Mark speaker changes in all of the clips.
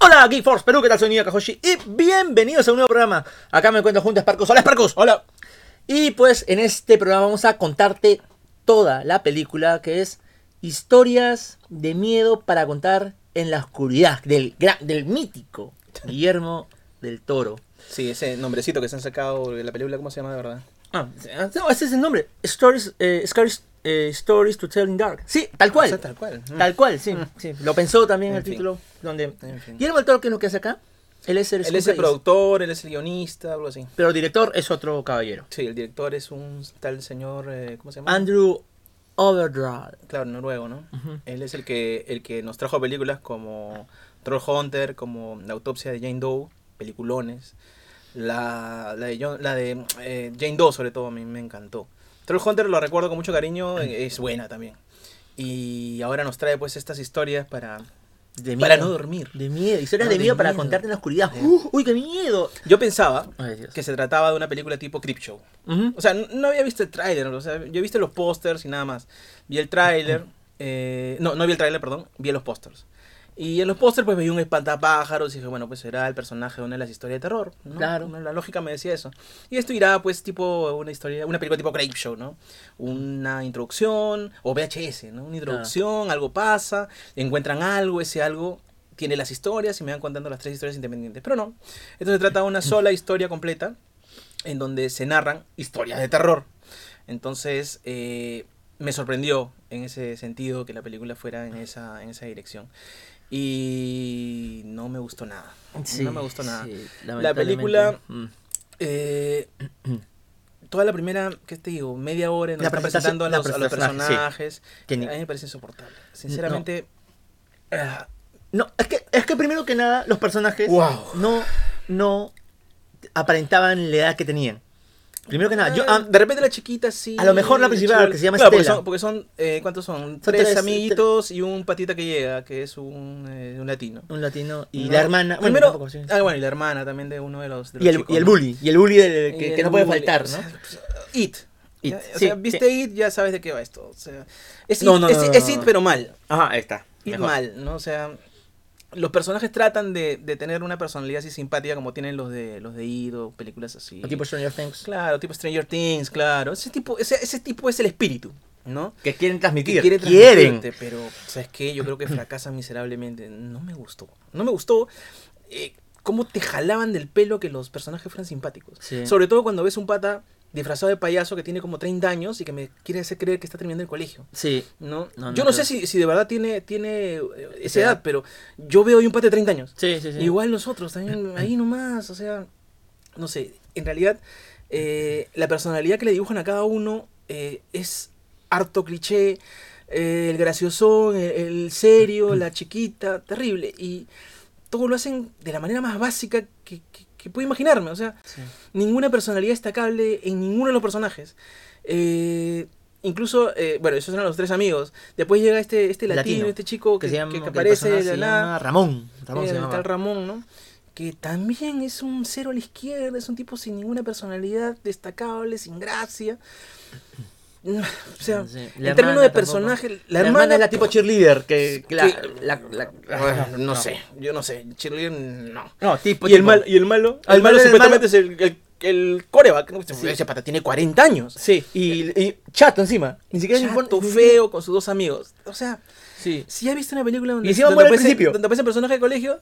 Speaker 1: Hola, Geek Force Perú, ¿qué tal? Soy Nia Kajoshi y bienvenidos a un nuevo programa. Acá me encuentro junto a Sparkus. Hola, Sparkus.
Speaker 2: Hola.
Speaker 1: Y pues en este programa vamos a contarte toda la película que es historias de miedo para contar en la oscuridad del, gran- del mítico Guillermo del Toro.
Speaker 2: Sí, ese nombrecito que se han sacado de la película, ¿cómo se llama de verdad?
Speaker 1: Ah, no, ese es el nombre. Stories, eh, Scary eh, Stories to Tell in Dark. Ah, Sí, tal cual.
Speaker 2: O sea, tal cual. Mm.
Speaker 1: Tal cual, sí. sí. Lo pensó también
Speaker 2: En
Speaker 1: el
Speaker 2: fin.
Speaker 1: título. Donde...
Speaker 2: En fin.
Speaker 1: Guillermo del Toro, ¿qué es lo que hace acá? Él es el,
Speaker 2: Él es el
Speaker 1: Screenplays.
Speaker 2: productor, él es el guionista, algo así.
Speaker 1: Pero el director es otro caballero.
Speaker 2: Sí, el director es un tal señor, eh, ¿cómo se llama?
Speaker 1: Andrew Overdrive.
Speaker 2: Claro, noruego, ¿no?
Speaker 1: Ujú.
Speaker 2: Él es el que, el que nos trajo películas como Troll Hunter, como La autopsia de Jane Doe, peliculones. La, la de, John- la de eh, Jane Doe, sobre todo, a mí me encantó. Troll Hunter lo recuerdo con mucho cariño, eh, es buena también. Y ahora nos trae pues estas historias para,
Speaker 1: De
Speaker 2: para no dormir.
Speaker 1: De miedo. Historias
Speaker 2: No,
Speaker 1: de,
Speaker 2: de
Speaker 1: miedo para
Speaker 2: miedo.
Speaker 1: contarte en la oscuridad. Uh, uy, qué miedo.
Speaker 2: Yo pensaba
Speaker 1: Ay, Dios.
Speaker 2: que se trataba de una película tipo Creepshow.
Speaker 1: Ujú.
Speaker 2: O sea, n- no había visto el tráiler, o sea, yo he visto los pósters y nada más. Vi el tráiler, eh, no, no vi el tráiler, perdón, vi los pósters. Y en los pósters pues veía un espantapájaros y dije, bueno, pues será el personaje de una de las historias de terror, ¿no?
Speaker 1: Claro.
Speaker 2: La lógica me decía eso. Y esto irá pues tipo una historia, una película tipo Creep Show, ¿no? Una introducción, o VHS, ¿no? Una introducción, algo pasa, encuentran algo, ese algo tiene las historias y me van contando las tres historias independientes. Pero no, esto se trata de una sola historia completa en donde se narran historias de terror. Entonces, eh, me sorprendió en ese sentido que la película fuera en esa, en esa dirección. Y no me gustó nada.
Speaker 1: Sí,
Speaker 2: no me gustó nada.
Speaker 1: sí,
Speaker 2: La
Speaker 1: lamentablemente.
Speaker 2: película-
Speaker 1: Mm.
Speaker 2: Eh, toda la primera, ¿qué te digo? Media hora nos
Speaker 1: La
Speaker 2: están
Speaker 1: presentación-
Speaker 2: presentando a
Speaker 1: la
Speaker 2: los, a los
Speaker 1: presentación, sí.
Speaker 2: personajes.
Speaker 1: Que ni-
Speaker 2: A mí me parece insoportable. Sinceramente, ah,
Speaker 1: No, es que, es que primero que nada, los personajes
Speaker 2: Guau.
Speaker 1: no, no aparentaban la edad que tenían. Primero que nada, yo.
Speaker 2: eh,
Speaker 1: ah,
Speaker 2: de repente la chiquita sí.
Speaker 1: a lo mejor la principal,
Speaker 2: chévere.
Speaker 1: que se llama
Speaker 2: Claro, porque
Speaker 1: Estela.
Speaker 2: son, porque son, eh, ¿cuántos son? tres,
Speaker 1: tres,
Speaker 2: amiguitos y un patita que llega, que es un, eh, un latino.
Speaker 1: un latino y
Speaker 2: No.
Speaker 1: la hermana. bueno,
Speaker 2: Primero,
Speaker 1: tampoco, sí.
Speaker 2: ah, bueno, y la hermana también de uno de los. de los
Speaker 1: y, el,
Speaker 2: chicos,
Speaker 1: y el
Speaker 2: ¿no?
Speaker 1: bully. Y el bully del-
Speaker 2: Y
Speaker 1: que,
Speaker 2: el
Speaker 1: que no puede
Speaker 2: bully,
Speaker 1: faltar,
Speaker 2: o
Speaker 1: ¿no?
Speaker 2: sea, pues, It.
Speaker 1: It,
Speaker 2: Ya, O
Speaker 1: sí,
Speaker 2: sea, viste It, ya sabes de qué va esto. O sea, es,
Speaker 1: No,
Speaker 2: It,
Speaker 1: no,
Speaker 2: es,
Speaker 1: no, no,
Speaker 2: es
Speaker 1: no,
Speaker 2: It,
Speaker 1: no.
Speaker 2: pero mal.
Speaker 1: Ajá, ahí está.
Speaker 2: It
Speaker 1: mejor.
Speaker 2: mal, ¿no? O sea, los personajes tratan de, de tener una personalidad así simpática como tienen los de los de It o películas así.
Speaker 1: O tipo Stranger Things.
Speaker 2: Claro, tipo Stranger Things, claro. Ese tipo, ese, ese tipo es el espíritu, ¿no?
Speaker 1: Que quieren
Speaker 2: que
Speaker 1: transmitir.
Speaker 2: quiere
Speaker 1: quieren.
Speaker 2: transmitirte, pero sabes qué, yo creo que fracasan miserablemente. No me gustó. No me gustó eh, cómo te jalaban del pelo que los personajes fueran simpáticos.
Speaker 1: Sí.
Speaker 2: Sobre todo cuando ves un pata disfrazado de payaso que tiene como 30 años y que me quiere hacer creer que está terminando el colegio.
Speaker 1: Sí.
Speaker 2: ¿no?
Speaker 1: No, no
Speaker 2: yo no
Speaker 1: creo.
Speaker 2: sé si, si de verdad tiene, tiene eh, esa
Speaker 1: Esa edad.
Speaker 2: edad, pero yo veo hoy un pata de 30 años.
Speaker 1: Sí, sí, sí.
Speaker 2: Igual nosotros, también ahí nomás, o sea, no sé, en realidad eh, la personalidad que le dibujan a cada uno eh, es harto cliché, eh, el graciosón, el, el serio, la chiquita, terrible, y todo lo hacen de la manera más básica que, que, que puedo imaginarme, o sea,
Speaker 1: Sí.
Speaker 2: ninguna personalidad destacable en ninguno de los personajes. Eh, incluso, eh, bueno, esos eran los tres amigos, después llega este, este latino,
Speaker 1: Latino,
Speaker 2: este chico que,
Speaker 1: que se llama
Speaker 2: que- que
Speaker 1: que el
Speaker 2: aparece
Speaker 1: personaje
Speaker 2: de la
Speaker 1: se
Speaker 2: nada.
Speaker 1: llama Ramón Ramón
Speaker 2: Eh,
Speaker 1: se
Speaker 2: el
Speaker 1: llama
Speaker 2: tal Ramón, ¿no? Que también es un cero a la izquierda, es un tipo sin ninguna personalidad destacable, sin gracia. O sea,
Speaker 1: Sí, la
Speaker 2: en
Speaker 1: hermana
Speaker 2: términos de
Speaker 1: tampoco.
Speaker 2: personaje, la,
Speaker 1: la
Speaker 2: hermana,
Speaker 1: hermana es la tipo cheerleader que, que la-
Speaker 2: que-
Speaker 1: la- la-
Speaker 2: Ah, no, sé, yo no sé, cheerleader no.
Speaker 1: no tipo
Speaker 2: Y el,
Speaker 1: tipo-
Speaker 2: mal, y el malo,
Speaker 1: El malo
Speaker 2: el malo
Speaker 1: es el
Speaker 2: supuestamente es el, el, el coreback. ¿no?
Speaker 1: Sí.
Speaker 2: Ese pata tiene 40 años.
Speaker 1: sí y, y chato encima ni siquiera se
Speaker 2: Chato,
Speaker 1: importa-
Speaker 2: feo, con sus dos amigos. O sea,
Speaker 1: sí
Speaker 2: si has visto una película donde,
Speaker 1: Y encima
Speaker 2: donde,
Speaker 1: muere al
Speaker 2: aparece-
Speaker 1: principio.
Speaker 2: donde aparece un personaje de colegio,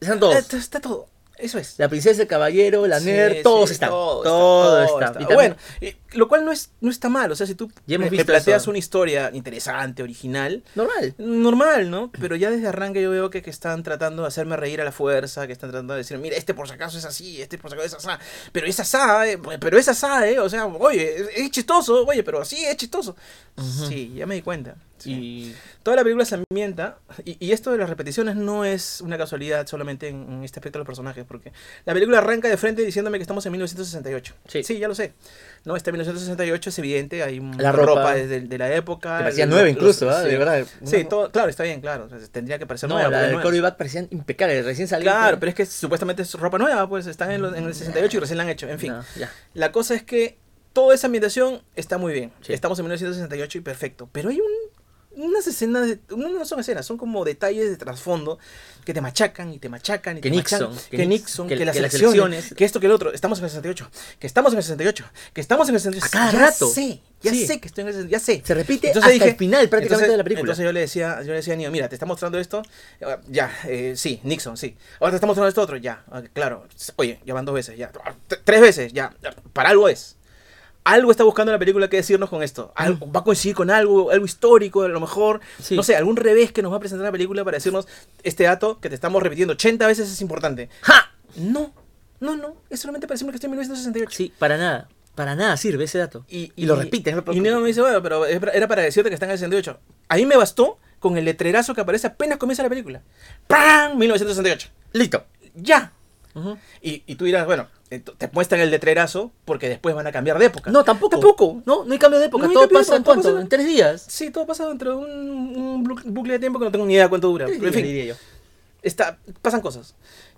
Speaker 1: están todos
Speaker 2: Está, está todo. Eso es.
Speaker 1: la princesa el caballero la
Speaker 2: Este- Sí,
Speaker 1: nerd
Speaker 2: sí,
Speaker 1: todos están
Speaker 2: todo
Speaker 1: todo,
Speaker 2: está, todo
Speaker 1: está,
Speaker 2: está.
Speaker 1: Y también-
Speaker 2: bueno, eh, lo cual no, es, no está mal. O sea, si tú
Speaker 1: Ya hemos
Speaker 2: me- me
Speaker 1: visto
Speaker 2: planteas
Speaker 1: eso.
Speaker 2: una historia interesante, original,
Speaker 1: normal
Speaker 2: normal, ¿no? Pero ya desde arranque yo veo que, que están tratando de hacerme reír a la fuerza, que están tratando de decir, mira, este por si acaso es así, este por si acaso es asá, pero es asá, eh, pero es asá, eh, o sea, oye, es, es chistoso, oye, pero así es chistoso. Sí, ya me di cuenta. Sí.
Speaker 1: y
Speaker 2: Toda la película se ambienta, y, y esto de las repeticiones no es una casualidad solamente en, en este aspecto de los personajes, porque la película arranca de frente diciéndome que estamos en 1968.
Speaker 1: Sí.
Speaker 2: ya lo sé. No, este está en 1968, es evidente, hay un-
Speaker 1: La ropa.
Speaker 2: desde- de, la época.
Speaker 1: que parecían
Speaker 2: los-
Speaker 1: nueve
Speaker 2: los-
Speaker 1: incluso ¿ah?
Speaker 2: sí.
Speaker 1: de verdad
Speaker 2: Sí,
Speaker 1: Una-
Speaker 2: todo, claro, está bien, claro. o sea, tendría que parecer
Speaker 1: no
Speaker 2: nueva.
Speaker 1: la
Speaker 2: porque
Speaker 1: del
Speaker 2: nueva.
Speaker 1: Cory Back parecían impecables recién salieron
Speaker 2: Claro, pero es que supuestamente es ropa nueva, pues están en, lo- en el 68 y recién la han hecho. En fin,
Speaker 1: No, ya.
Speaker 2: la cosa es que toda esa ambientación está muy bien.
Speaker 1: Sí.
Speaker 2: Estamos en 1968 y perfecto. Pero hay un, unas escenas, de- no, no son escenas, son como detalles de trasfondo que te machacan y te machacan y
Speaker 1: Que
Speaker 2: te machacan.
Speaker 1: Nixon, que
Speaker 2: que,
Speaker 1: Nix-
Speaker 2: Nixon,
Speaker 1: que-
Speaker 2: que, las
Speaker 1: que las
Speaker 2: elecciones,
Speaker 1: elecciones.
Speaker 2: que esto, que el otro, estamos en el 68, que estamos en el 68, que estamos en el 68.
Speaker 1: A cada
Speaker 2: ya
Speaker 1: rato.
Speaker 2: sé, ya
Speaker 1: Sí.
Speaker 2: sé que estoy en el 68, ya sé.
Speaker 1: Se repite hasta el final prácticamente
Speaker 2: entonces-
Speaker 1: de la película.
Speaker 2: Entonces yo le decía, yo le decía a Neo, mira, te está mostrando esto, eh, ya, eh, sí, Nixon, sí. Ahora te está mostrando esto otro, ya, ah, claro. Oye, ya van dos veces, ya, ah, t- tres veces, ya, ah, para algo es. Algo está buscando la película que decirnos con esto. Algo- va a coincidir con algo, algo histórico, a lo mejor.
Speaker 1: Mm. Sí.
Speaker 2: No sé, algún revés que nos va a presentar la película para decirnos este dato que te estamos repitiendo 80 veces es importante.
Speaker 1: ¡Ja!
Speaker 2: No, no, no. Es solamente para decirme que estoy en 1968.
Speaker 1: Sí, para nada. Para nada sirve ese dato. Y, lo repiten. no me
Speaker 2: Y
Speaker 1: preocupo.
Speaker 2: Neo me dice, bueno, pero es pra- era para decirte que está en el 68. A mí me bastó con el letrerazo que aparece apenas comienza la película. ¡Pam! 1968.
Speaker 1: Listo.
Speaker 2: ¡Ya!
Speaker 1: Ujú.
Speaker 2: Y, y tú dirás, bueno, ent- te muestran el letrerazo porque después van a cambiar de época.
Speaker 1: No, tampoco.
Speaker 2: Tampoco.
Speaker 1: No, no hay cambio de época.
Speaker 2: No hay
Speaker 1: Todo
Speaker 2: cambio de
Speaker 1: pasa en
Speaker 2: época, todo
Speaker 1: cuánto?
Speaker 2: pasa-
Speaker 1: En tres días.
Speaker 2: Sí, todo pasa dentro de un, un blu- bucle de tiempo que no tengo ni idea cuánto dura. Pero, en fin,
Speaker 1: diría yo.
Speaker 2: está, pasan cosas.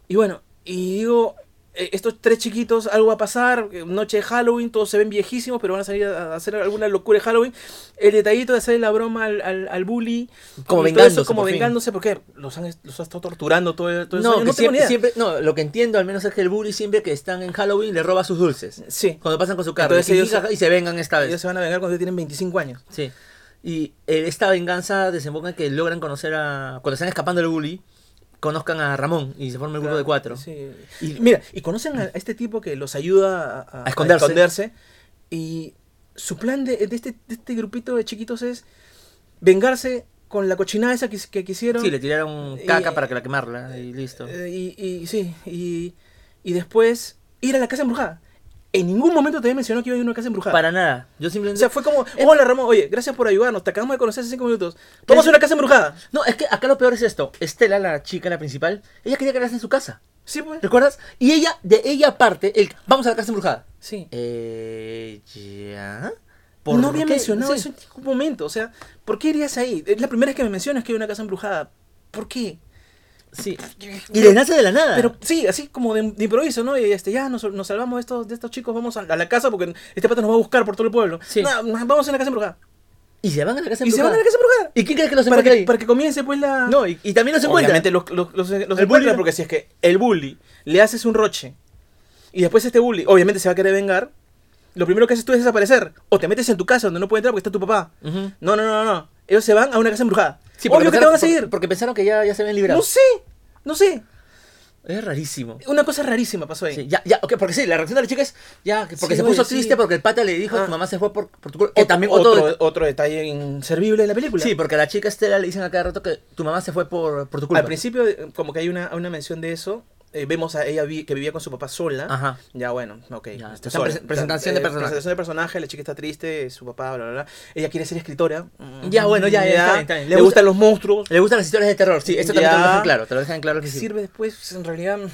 Speaker 2: Y bueno, y digo, eh, estos tres chiquitos, algo va a pasar, eh, noche de Halloween, todos se ven viejísimos, pero van a salir a a hacer alguna locura de Halloween. El detallito de hacerle la broma al, al, al bully.
Speaker 1: Como
Speaker 2: y todo
Speaker 1: vengándose,
Speaker 2: eso, como
Speaker 1: por fin.
Speaker 2: vengándose, porque los han, los han estado torturando todo el todo
Speaker 1: No,
Speaker 2: no,
Speaker 1: que
Speaker 2: no tengo
Speaker 1: siempre,
Speaker 2: ni idea.
Speaker 1: siempre- no, lo que entiendo al menos es que el bully siempre que están en Halloween le roba sus dulces.
Speaker 2: Sí.
Speaker 1: Cuando pasan con su carro.
Speaker 2: Entonces
Speaker 1: y,
Speaker 2: ellos-
Speaker 1: jajaja, y se vengan esta vez.
Speaker 2: Ellos se van a vengar cuando tienen 25 años.
Speaker 1: Sí. Y eh, esta venganza desemboca en que logran conocer a. Cuando están escapando del bully, conozcan a Ramón y se forma el grupo de cuatro.
Speaker 2: Sí.
Speaker 1: Y-
Speaker 2: Y, mira, y conocen a, a este tipo que los ayuda a,
Speaker 1: A esconderse.
Speaker 2: esconderse, Y su plan de, de este, de este grupito de chiquitos es vengarse con la cochinada esa que, que quisieron.
Speaker 1: Sí, le tiraron caca
Speaker 2: Y-
Speaker 1: para que la quemarla y listo.
Speaker 2: Eh, y, y sí, y, y después ir a la casa embrujada. En ningún momento te mencionó que iba a ir a una casa embrujada.
Speaker 1: Para nada. Yo
Speaker 2: O
Speaker 1: simplemente.
Speaker 2: sea, fue como, hola Ramón, oye, gracias por ayudarnos, te acabamos de conocer hace cinco minutos. Vamos a una casa embrujada.
Speaker 1: No, es que acá lo peor es esto. Estela, la chica, la principal, ella quería quedarse en su casa.
Speaker 2: Sí, pues.
Speaker 1: ¿Recuerdas? Y ella, de ella parte, el vamos a la casa embrujada.
Speaker 2: Sí.
Speaker 1: Eh, ya.
Speaker 2: no había
Speaker 1: qué?
Speaker 2: mencionado
Speaker 1: Sí.
Speaker 2: eso en ningún momento. O sea, ¿por qué irías ahí? Es la primera vez que me mencionas que hay una casa embrujada. ¿Por qué?
Speaker 1: Sí. Y le nace de la nada.
Speaker 2: Pero sí, así como de, de improviso, ¿no? Y este, ya nos, nos salvamos de estos, de estos chicos, vamos a, a la casa porque este pato nos va a buscar por todo el pueblo.
Speaker 1: Sí.
Speaker 2: No, no, vamos a la casa embrujada.
Speaker 1: y se van a la casa
Speaker 2: Y se van
Speaker 1: embrujada.
Speaker 2: a la casa embrujada.
Speaker 1: ¿Y quién crees que los
Speaker 2: para,
Speaker 1: encuentra
Speaker 2: que,
Speaker 1: ahí?
Speaker 2: para que comience pues la...
Speaker 1: No, y, y también los encuentra.
Speaker 2: Obviamente los, los, los, los
Speaker 1: El bully
Speaker 2: encuentran
Speaker 1: no.
Speaker 2: porque si es que el bully le haces un roche y después este bully obviamente se va a querer vengar, lo primero que haces tú es desaparecer o te metes en tu casa donde no puede entrar porque está tu papá.
Speaker 1: Ujú.
Speaker 2: No, no, no, no. Ellos se van a una casa embrujada.
Speaker 1: Sí, porque
Speaker 2: Obvio que te
Speaker 1: pensaron-
Speaker 2: van a seguir.
Speaker 1: por- Porque pensaron que ya, ya se habían librado.
Speaker 2: no sé, no sé.
Speaker 1: Es rarísimo.
Speaker 2: Una cosa rarísima pasó ahí.
Speaker 1: Sí, ya, ya, ok, porque sí, la reacción de la chica es ya, que- porque
Speaker 2: Sí,
Speaker 1: se puso
Speaker 2: oye, sí.
Speaker 1: triste porque el pata le dijo
Speaker 2: Ah.
Speaker 1: tu mamá se fue por, por tu culpa. Que también otro,
Speaker 2: otro, otro detalle inservible de la película.
Speaker 1: Sí, porque a la chica Estela le dicen a cada rato que tu mamá se fue por, por tu culpa.
Speaker 2: Al principio, eh, como que hay una, una mención de eso. eh, vemos a ella vi- que vivía con su papá sola.
Speaker 1: Ajá.
Speaker 2: Ya, bueno, ok.
Speaker 1: Ya,
Speaker 2: está
Speaker 1: está
Speaker 2: sola. eh,
Speaker 1: presen- presentación de personaje.
Speaker 2: Presentación de personaje, la chica está triste, su papá, bla, bla, bla. Ella quiere ser escritora. mm,
Speaker 1: Ya, bueno, ya, ya, está bien, está bien. Le
Speaker 2: Le,
Speaker 1: gusta-
Speaker 2: gustan los monstruos.
Speaker 1: Le gustan las historias de terror, sí, esto también te lo
Speaker 2: Ya.
Speaker 1: dejan claro, te lo dejan claro que
Speaker 2: ¿Qué
Speaker 1: sí.
Speaker 2: sirve después? En realidad...
Speaker 1: mm.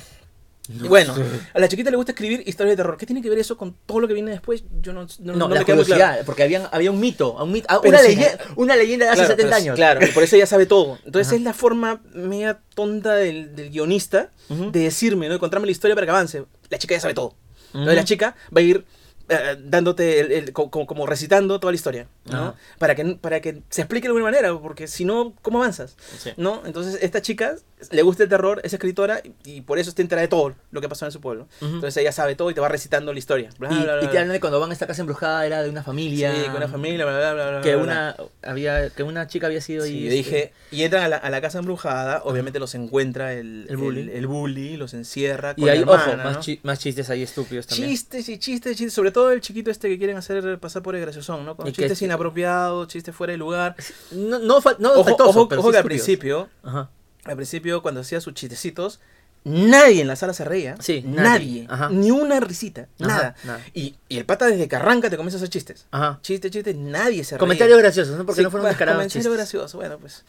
Speaker 1: No
Speaker 2: bueno,
Speaker 1: sé.
Speaker 2: a la chiquita le gusta escribir historias de terror. ¿Qué tiene que ver eso con todo lo que viene después? Yo no, no,
Speaker 1: No,
Speaker 2: no
Speaker 1: la
Speaker 2: me queda muy
Speaker 1: curiosidad,
Speaker 2: claro.
Speaker 1: porque habían, había un mito, un mito- ah,
Speaker 2: Pero
Speaker 1: una,
Speaker 2: sí,
Speaker 1: leyenda, una leyenda de hace
Speaker 2: Claro,
Speaker 1: 70
Speaker 2: pero-
Speaker 1: años.
Speaker 2: Claro, por eso ella sabe todo. Entonces
Speaker 1: pues, Ajá.
Speaker 2: es la forma media tonta del, del guionista
Speaker 1: Ujú.
Speaker 2: de decirme, ¿no? De contarme la historia para que avance. La chica ya sabe todo. Entonces,
Speaker 1: Ujú.
Speaker 2: la chica va a ir eh, dándote, el- el- co- co- como, recitando toda la historia,
Speaker 1: Ajá.
Speaker 2: ¿no? Para que, para que se explique de alguna manera, porque si no, ¿cómo avanzas?
Speaker 1: Sí.
Speaker 2: ¿No? Entonces esta chica le gusta el terror, es escritora y, y por eso está entera de todo lo que pasó en su pueblo.
Speaker 1: Ujú.
Speaker 2: Entonces ella sabe todo y te va recitando la historia. Bla,
Speaker 1: Y,
Speaker 2: bla, bla,
Speaker 1: y te
Speaker 2: bla.
Speaker 1: hablan de cuando van a esta casa embrujada era de una familia.
Speaker 2: Sí, con una familia, bla, bla, bla, bla,
Speaker 1: Que
Speaker 2: bla, bla.
Speaker 1: una, había, que una chica había sido
Speaker 2: Sí,
Speaker 1: ahí.
Speaker 2: yo
Speaker 1: este,
Speaker 2: dije, y entran a la, a la casa embrujada, obviamente los encuentra el,
Speaker 1: El bully.
Speaker 2: el, el bully, los encierra con
Speaker 1: Y
Speaker 2: la
Speaker 1: hay,
Speaker 2: hermana,
Speaker 1: ojo, más,
Speaker 2: ¿no?
Speaker 1: chi- más chistes ahí estúpidos también.
Speaker 2: Chistes y chistes, y chistes, sobre todo el chiquito este que quieren hacer pasar por el graciosón, ¿no? Con
Speaker 1: Y que
Speaker 2: chistes
Speaker 1: este-
Speaker 2: inapropiados, chistes fuera de lugar.
Speaker 1: No, no, fal- no
Speaker 2: Ojo,
Speaker 1: faltoso,
Speaker 2: ojo-
Speaker 1: pero
Speaker 2: ojo
Speaker 1: sí
Speaker 2: que al
Speaker 1: estúpidos.
Speaker 2: principio,
Speaker 1: Ajá.
Speaker 2: al principio cuando hacía sus chistecitos, nadie en la sala se reía,
Speaker 1: Sí, nadie,
Speaker 2: nadie,
Speaker 1: ajá.
Speaker 2: ni una risita,
Speaker 1: Ajá,
Speaker 2: nada.
Speaker 1: nada.
Speaker 2: Y, y el pata desde que arranca te comienza a hacer chistes.
Speaker 1: Ajá.
Speaker 2: Chiste, chiste, nadie se reía.
Speaker 1: Comentarios graciosos, ¿no? Porque
Speaker 2: Sí,
Speaker 1: no fueron
Speaker 2: bueno,
Speaker 1: descarados
Speaker 2: comentario
Speaker 1: chistes.
Speaker 2: gracioso, bueno, pues.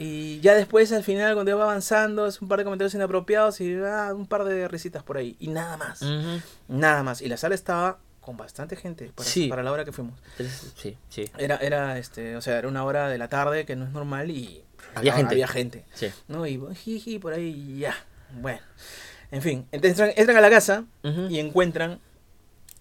Speaker 2: Y ya después, al final, cuando ya va avanzando, es un par de comentarios inapropiados y ah, un par de risitas por ahí. Y nada más.
Speaker 1: Ujú.
Speaker 2: Nada más. Y la sala estaba con bastante gente para,
Speaker 1: Sí.
Speaker 2: para la hora que fuimos.
Speaker 1: Tres- Sí, sí,
Speaker 2: Era, era, este, o sea, era una hora de la tarde que no es normal y
Speaker 1: Había gente.
Speaker 2: Había gente.
Speaker 1: sí.
Speaker 2: ¿no? Y jiji, por ahí y ya. Bueno. En fin, entran, entran a la casa
Speaker 1: Ujú.
Speaker 2: y encuentran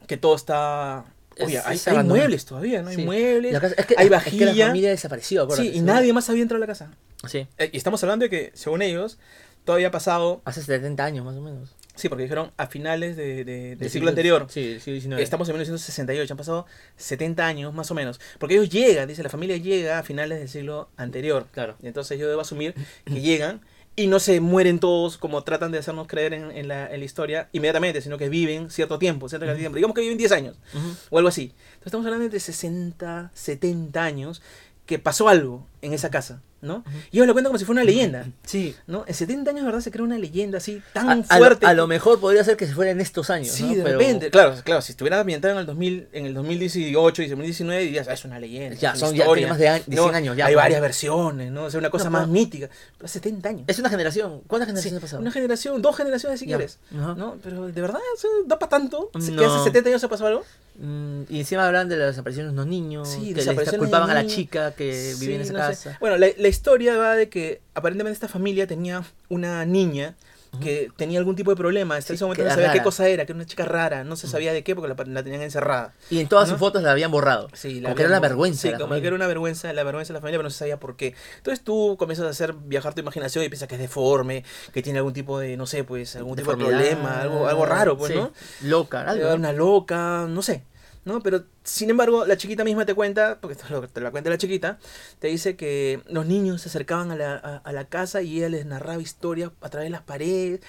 Speaker 2: que todo está Oye,
Speaker 1: es-
Speaker 2: hay,
Speaker 1: es
Speaker 2: hay
Speaker 1: abandonado.
Speaker 2: muebles todavía, ¿no? Hay
Speaker 1: Sí.
Speaker 2: muebles,
Speaker 1: La casa- es que-
Speaker 2: hay
Speaker 1: es que
Speaker 2: vajilla.
Speaker 1: la familia desapareció, acuérdate,
Speaker 2: sí, y nadie más había entrado a la casa.
Speaker 1: Sí.
Speaker 2: Eh, Y estamos hablando de que, según ellos, todavía ha pasado,
Speaker 1: Hace 70 años más o menos.
Speaker 2: sí, porque dijeron a finales de- de- del
Speaker 1: Del
Speaker 2: siglo anterior.
Speaker 1: Sí, del siglo XIX.
Speaker 2: Estamos en 1968, han pasado 70 años más o menos. Porque ellos llegan, dice, la familia llega a finales del siglo anterior.
Speaker 1: Claro.
Speaker 2: Y entonces yo debo asumir que llegan y no se mueren todos como tratan de hacernos creer en, en la, en la historia inmediatamente, sino que viven cierto tiempo, cierta cantidad de tiempo. Digamos que viven 10 años
Speaker 1: Ujú.
Speaker 2: o algo así. Entonces estamos hablando de 60, 70 años que pasó algo en esa casa, ¿no? Y ellos lo cuentan como si fuera una leyenda.
Speaker 1: Sí.
Speaker 2: ¿No? En 70 años, ¿verdad? Se crea una leyenda así tan
Speaker 1: A, a lo-
Speaker 2: fuerte.
Speaker 1: a lo mejor podría ser que se fuera en estos años.
Speaker 2: Sí,
Speaker 1: ¿no?
Speaker 2: de
Speaker 1: Pero-
Speaker 2: repente. Claro, claro, si estuviera ambientado en el 2000, en el 2018 y 2019, dirías, "Ah, es una leyenda.
Speaker 1: Ya,
Speaker 2: es una
Speaker 1: son- ya
Speaker 2: historia",
Speaker 1: tiene más de a- de
Speaker 2: ¿no?
Speaker 1: 100 años, ya,
Speaker 2: Hay
Speaker 1: pues.
Speaker 2: varias versiones, ¿no? O sea, una cosa
Speaker 1: No,
Speaker 2: más
Speaker 1: pero-
Speaker 2: mítica. Pero hace 70 años.
Speaker 1: Es una generación. ¿Cuántas
Speaker 2: Sí,
Speaker 1: generaciones ha pasado?
Speaker 2: Una generación, dos generaciones si
Speaker 1: Ya.
Speaker 2: quieres.
Speaker 1: Ajá.
Speaker 2: ¿no? Pero de verdad, o sea, da para tanto. ¿Se-
Speaker 1: No.
Speaker 2: ¿Que hace 70 años se pasó algo?
Speaker 1: Mm, y encima hablan de la desaparición de unos niños,
Speaker 2: Sí,
Speaker 1: que les
Speaker 2: desapariciones de
Speaker 1: culpaban a la
Speaker 2: niños.
Speaker 1: chica Ah, que
Speaker 2: Sí,
Speaker 1: vivía en esa
Speaker 2: no sé.
Speaker 1: casa.
Speaker 2: Bueno, la, la historia va de que aparentemente esta familia tenía una niña que tenía algún tipo de problema. Hasta
Speaker 1: Sí,
Speaker 2: ese momento
Speaker 1: que
Speaker 2: no
Speaker 1: era
Speaker 2: sabía qué
Speaker 1: rara.
Speaker 2: cosa era, que era una chica rara. No se sabía de qué porque la, la tenían encerrada.
Speaker 1: Y en todas sus
Speaker 2: Ah, ¿No?
Speaker 1: fotos la habían borrado.
Speaker 2: Sí, la
Speaker 1: como que era una
Speaker 2: habíamos-
Speaker 1: vergüenza.
Speaker 2: Sí,
Speaker 1: de la
Speaker 2: como
Speaker 1: familia.
Speaker 2: que era una vergüenza, la vergüenza de la familia, pero no se sabía por qué. Entonces tú comienzas a hacer viajar tu imaginación y piensas que es deforme, que tiene algún tipo de, no sé, pues, algún tipo de
Speaker 1: Deformidad,
Speaker 2: problema, algo, algo raro, pues,
Speaker 1: sí,
Speaker 2: ¿no?
Speaker 1: Loca, algo.
Speaker 2: Era Una loca, no sé. ¿No? Pero sin embargo, la chiquita misma te cuenta, porque esto es lo que te la cuenta la chiquita, te dice que los niños se acercaban a la, a, a la casa y ella les narraba historias a través de las paredes.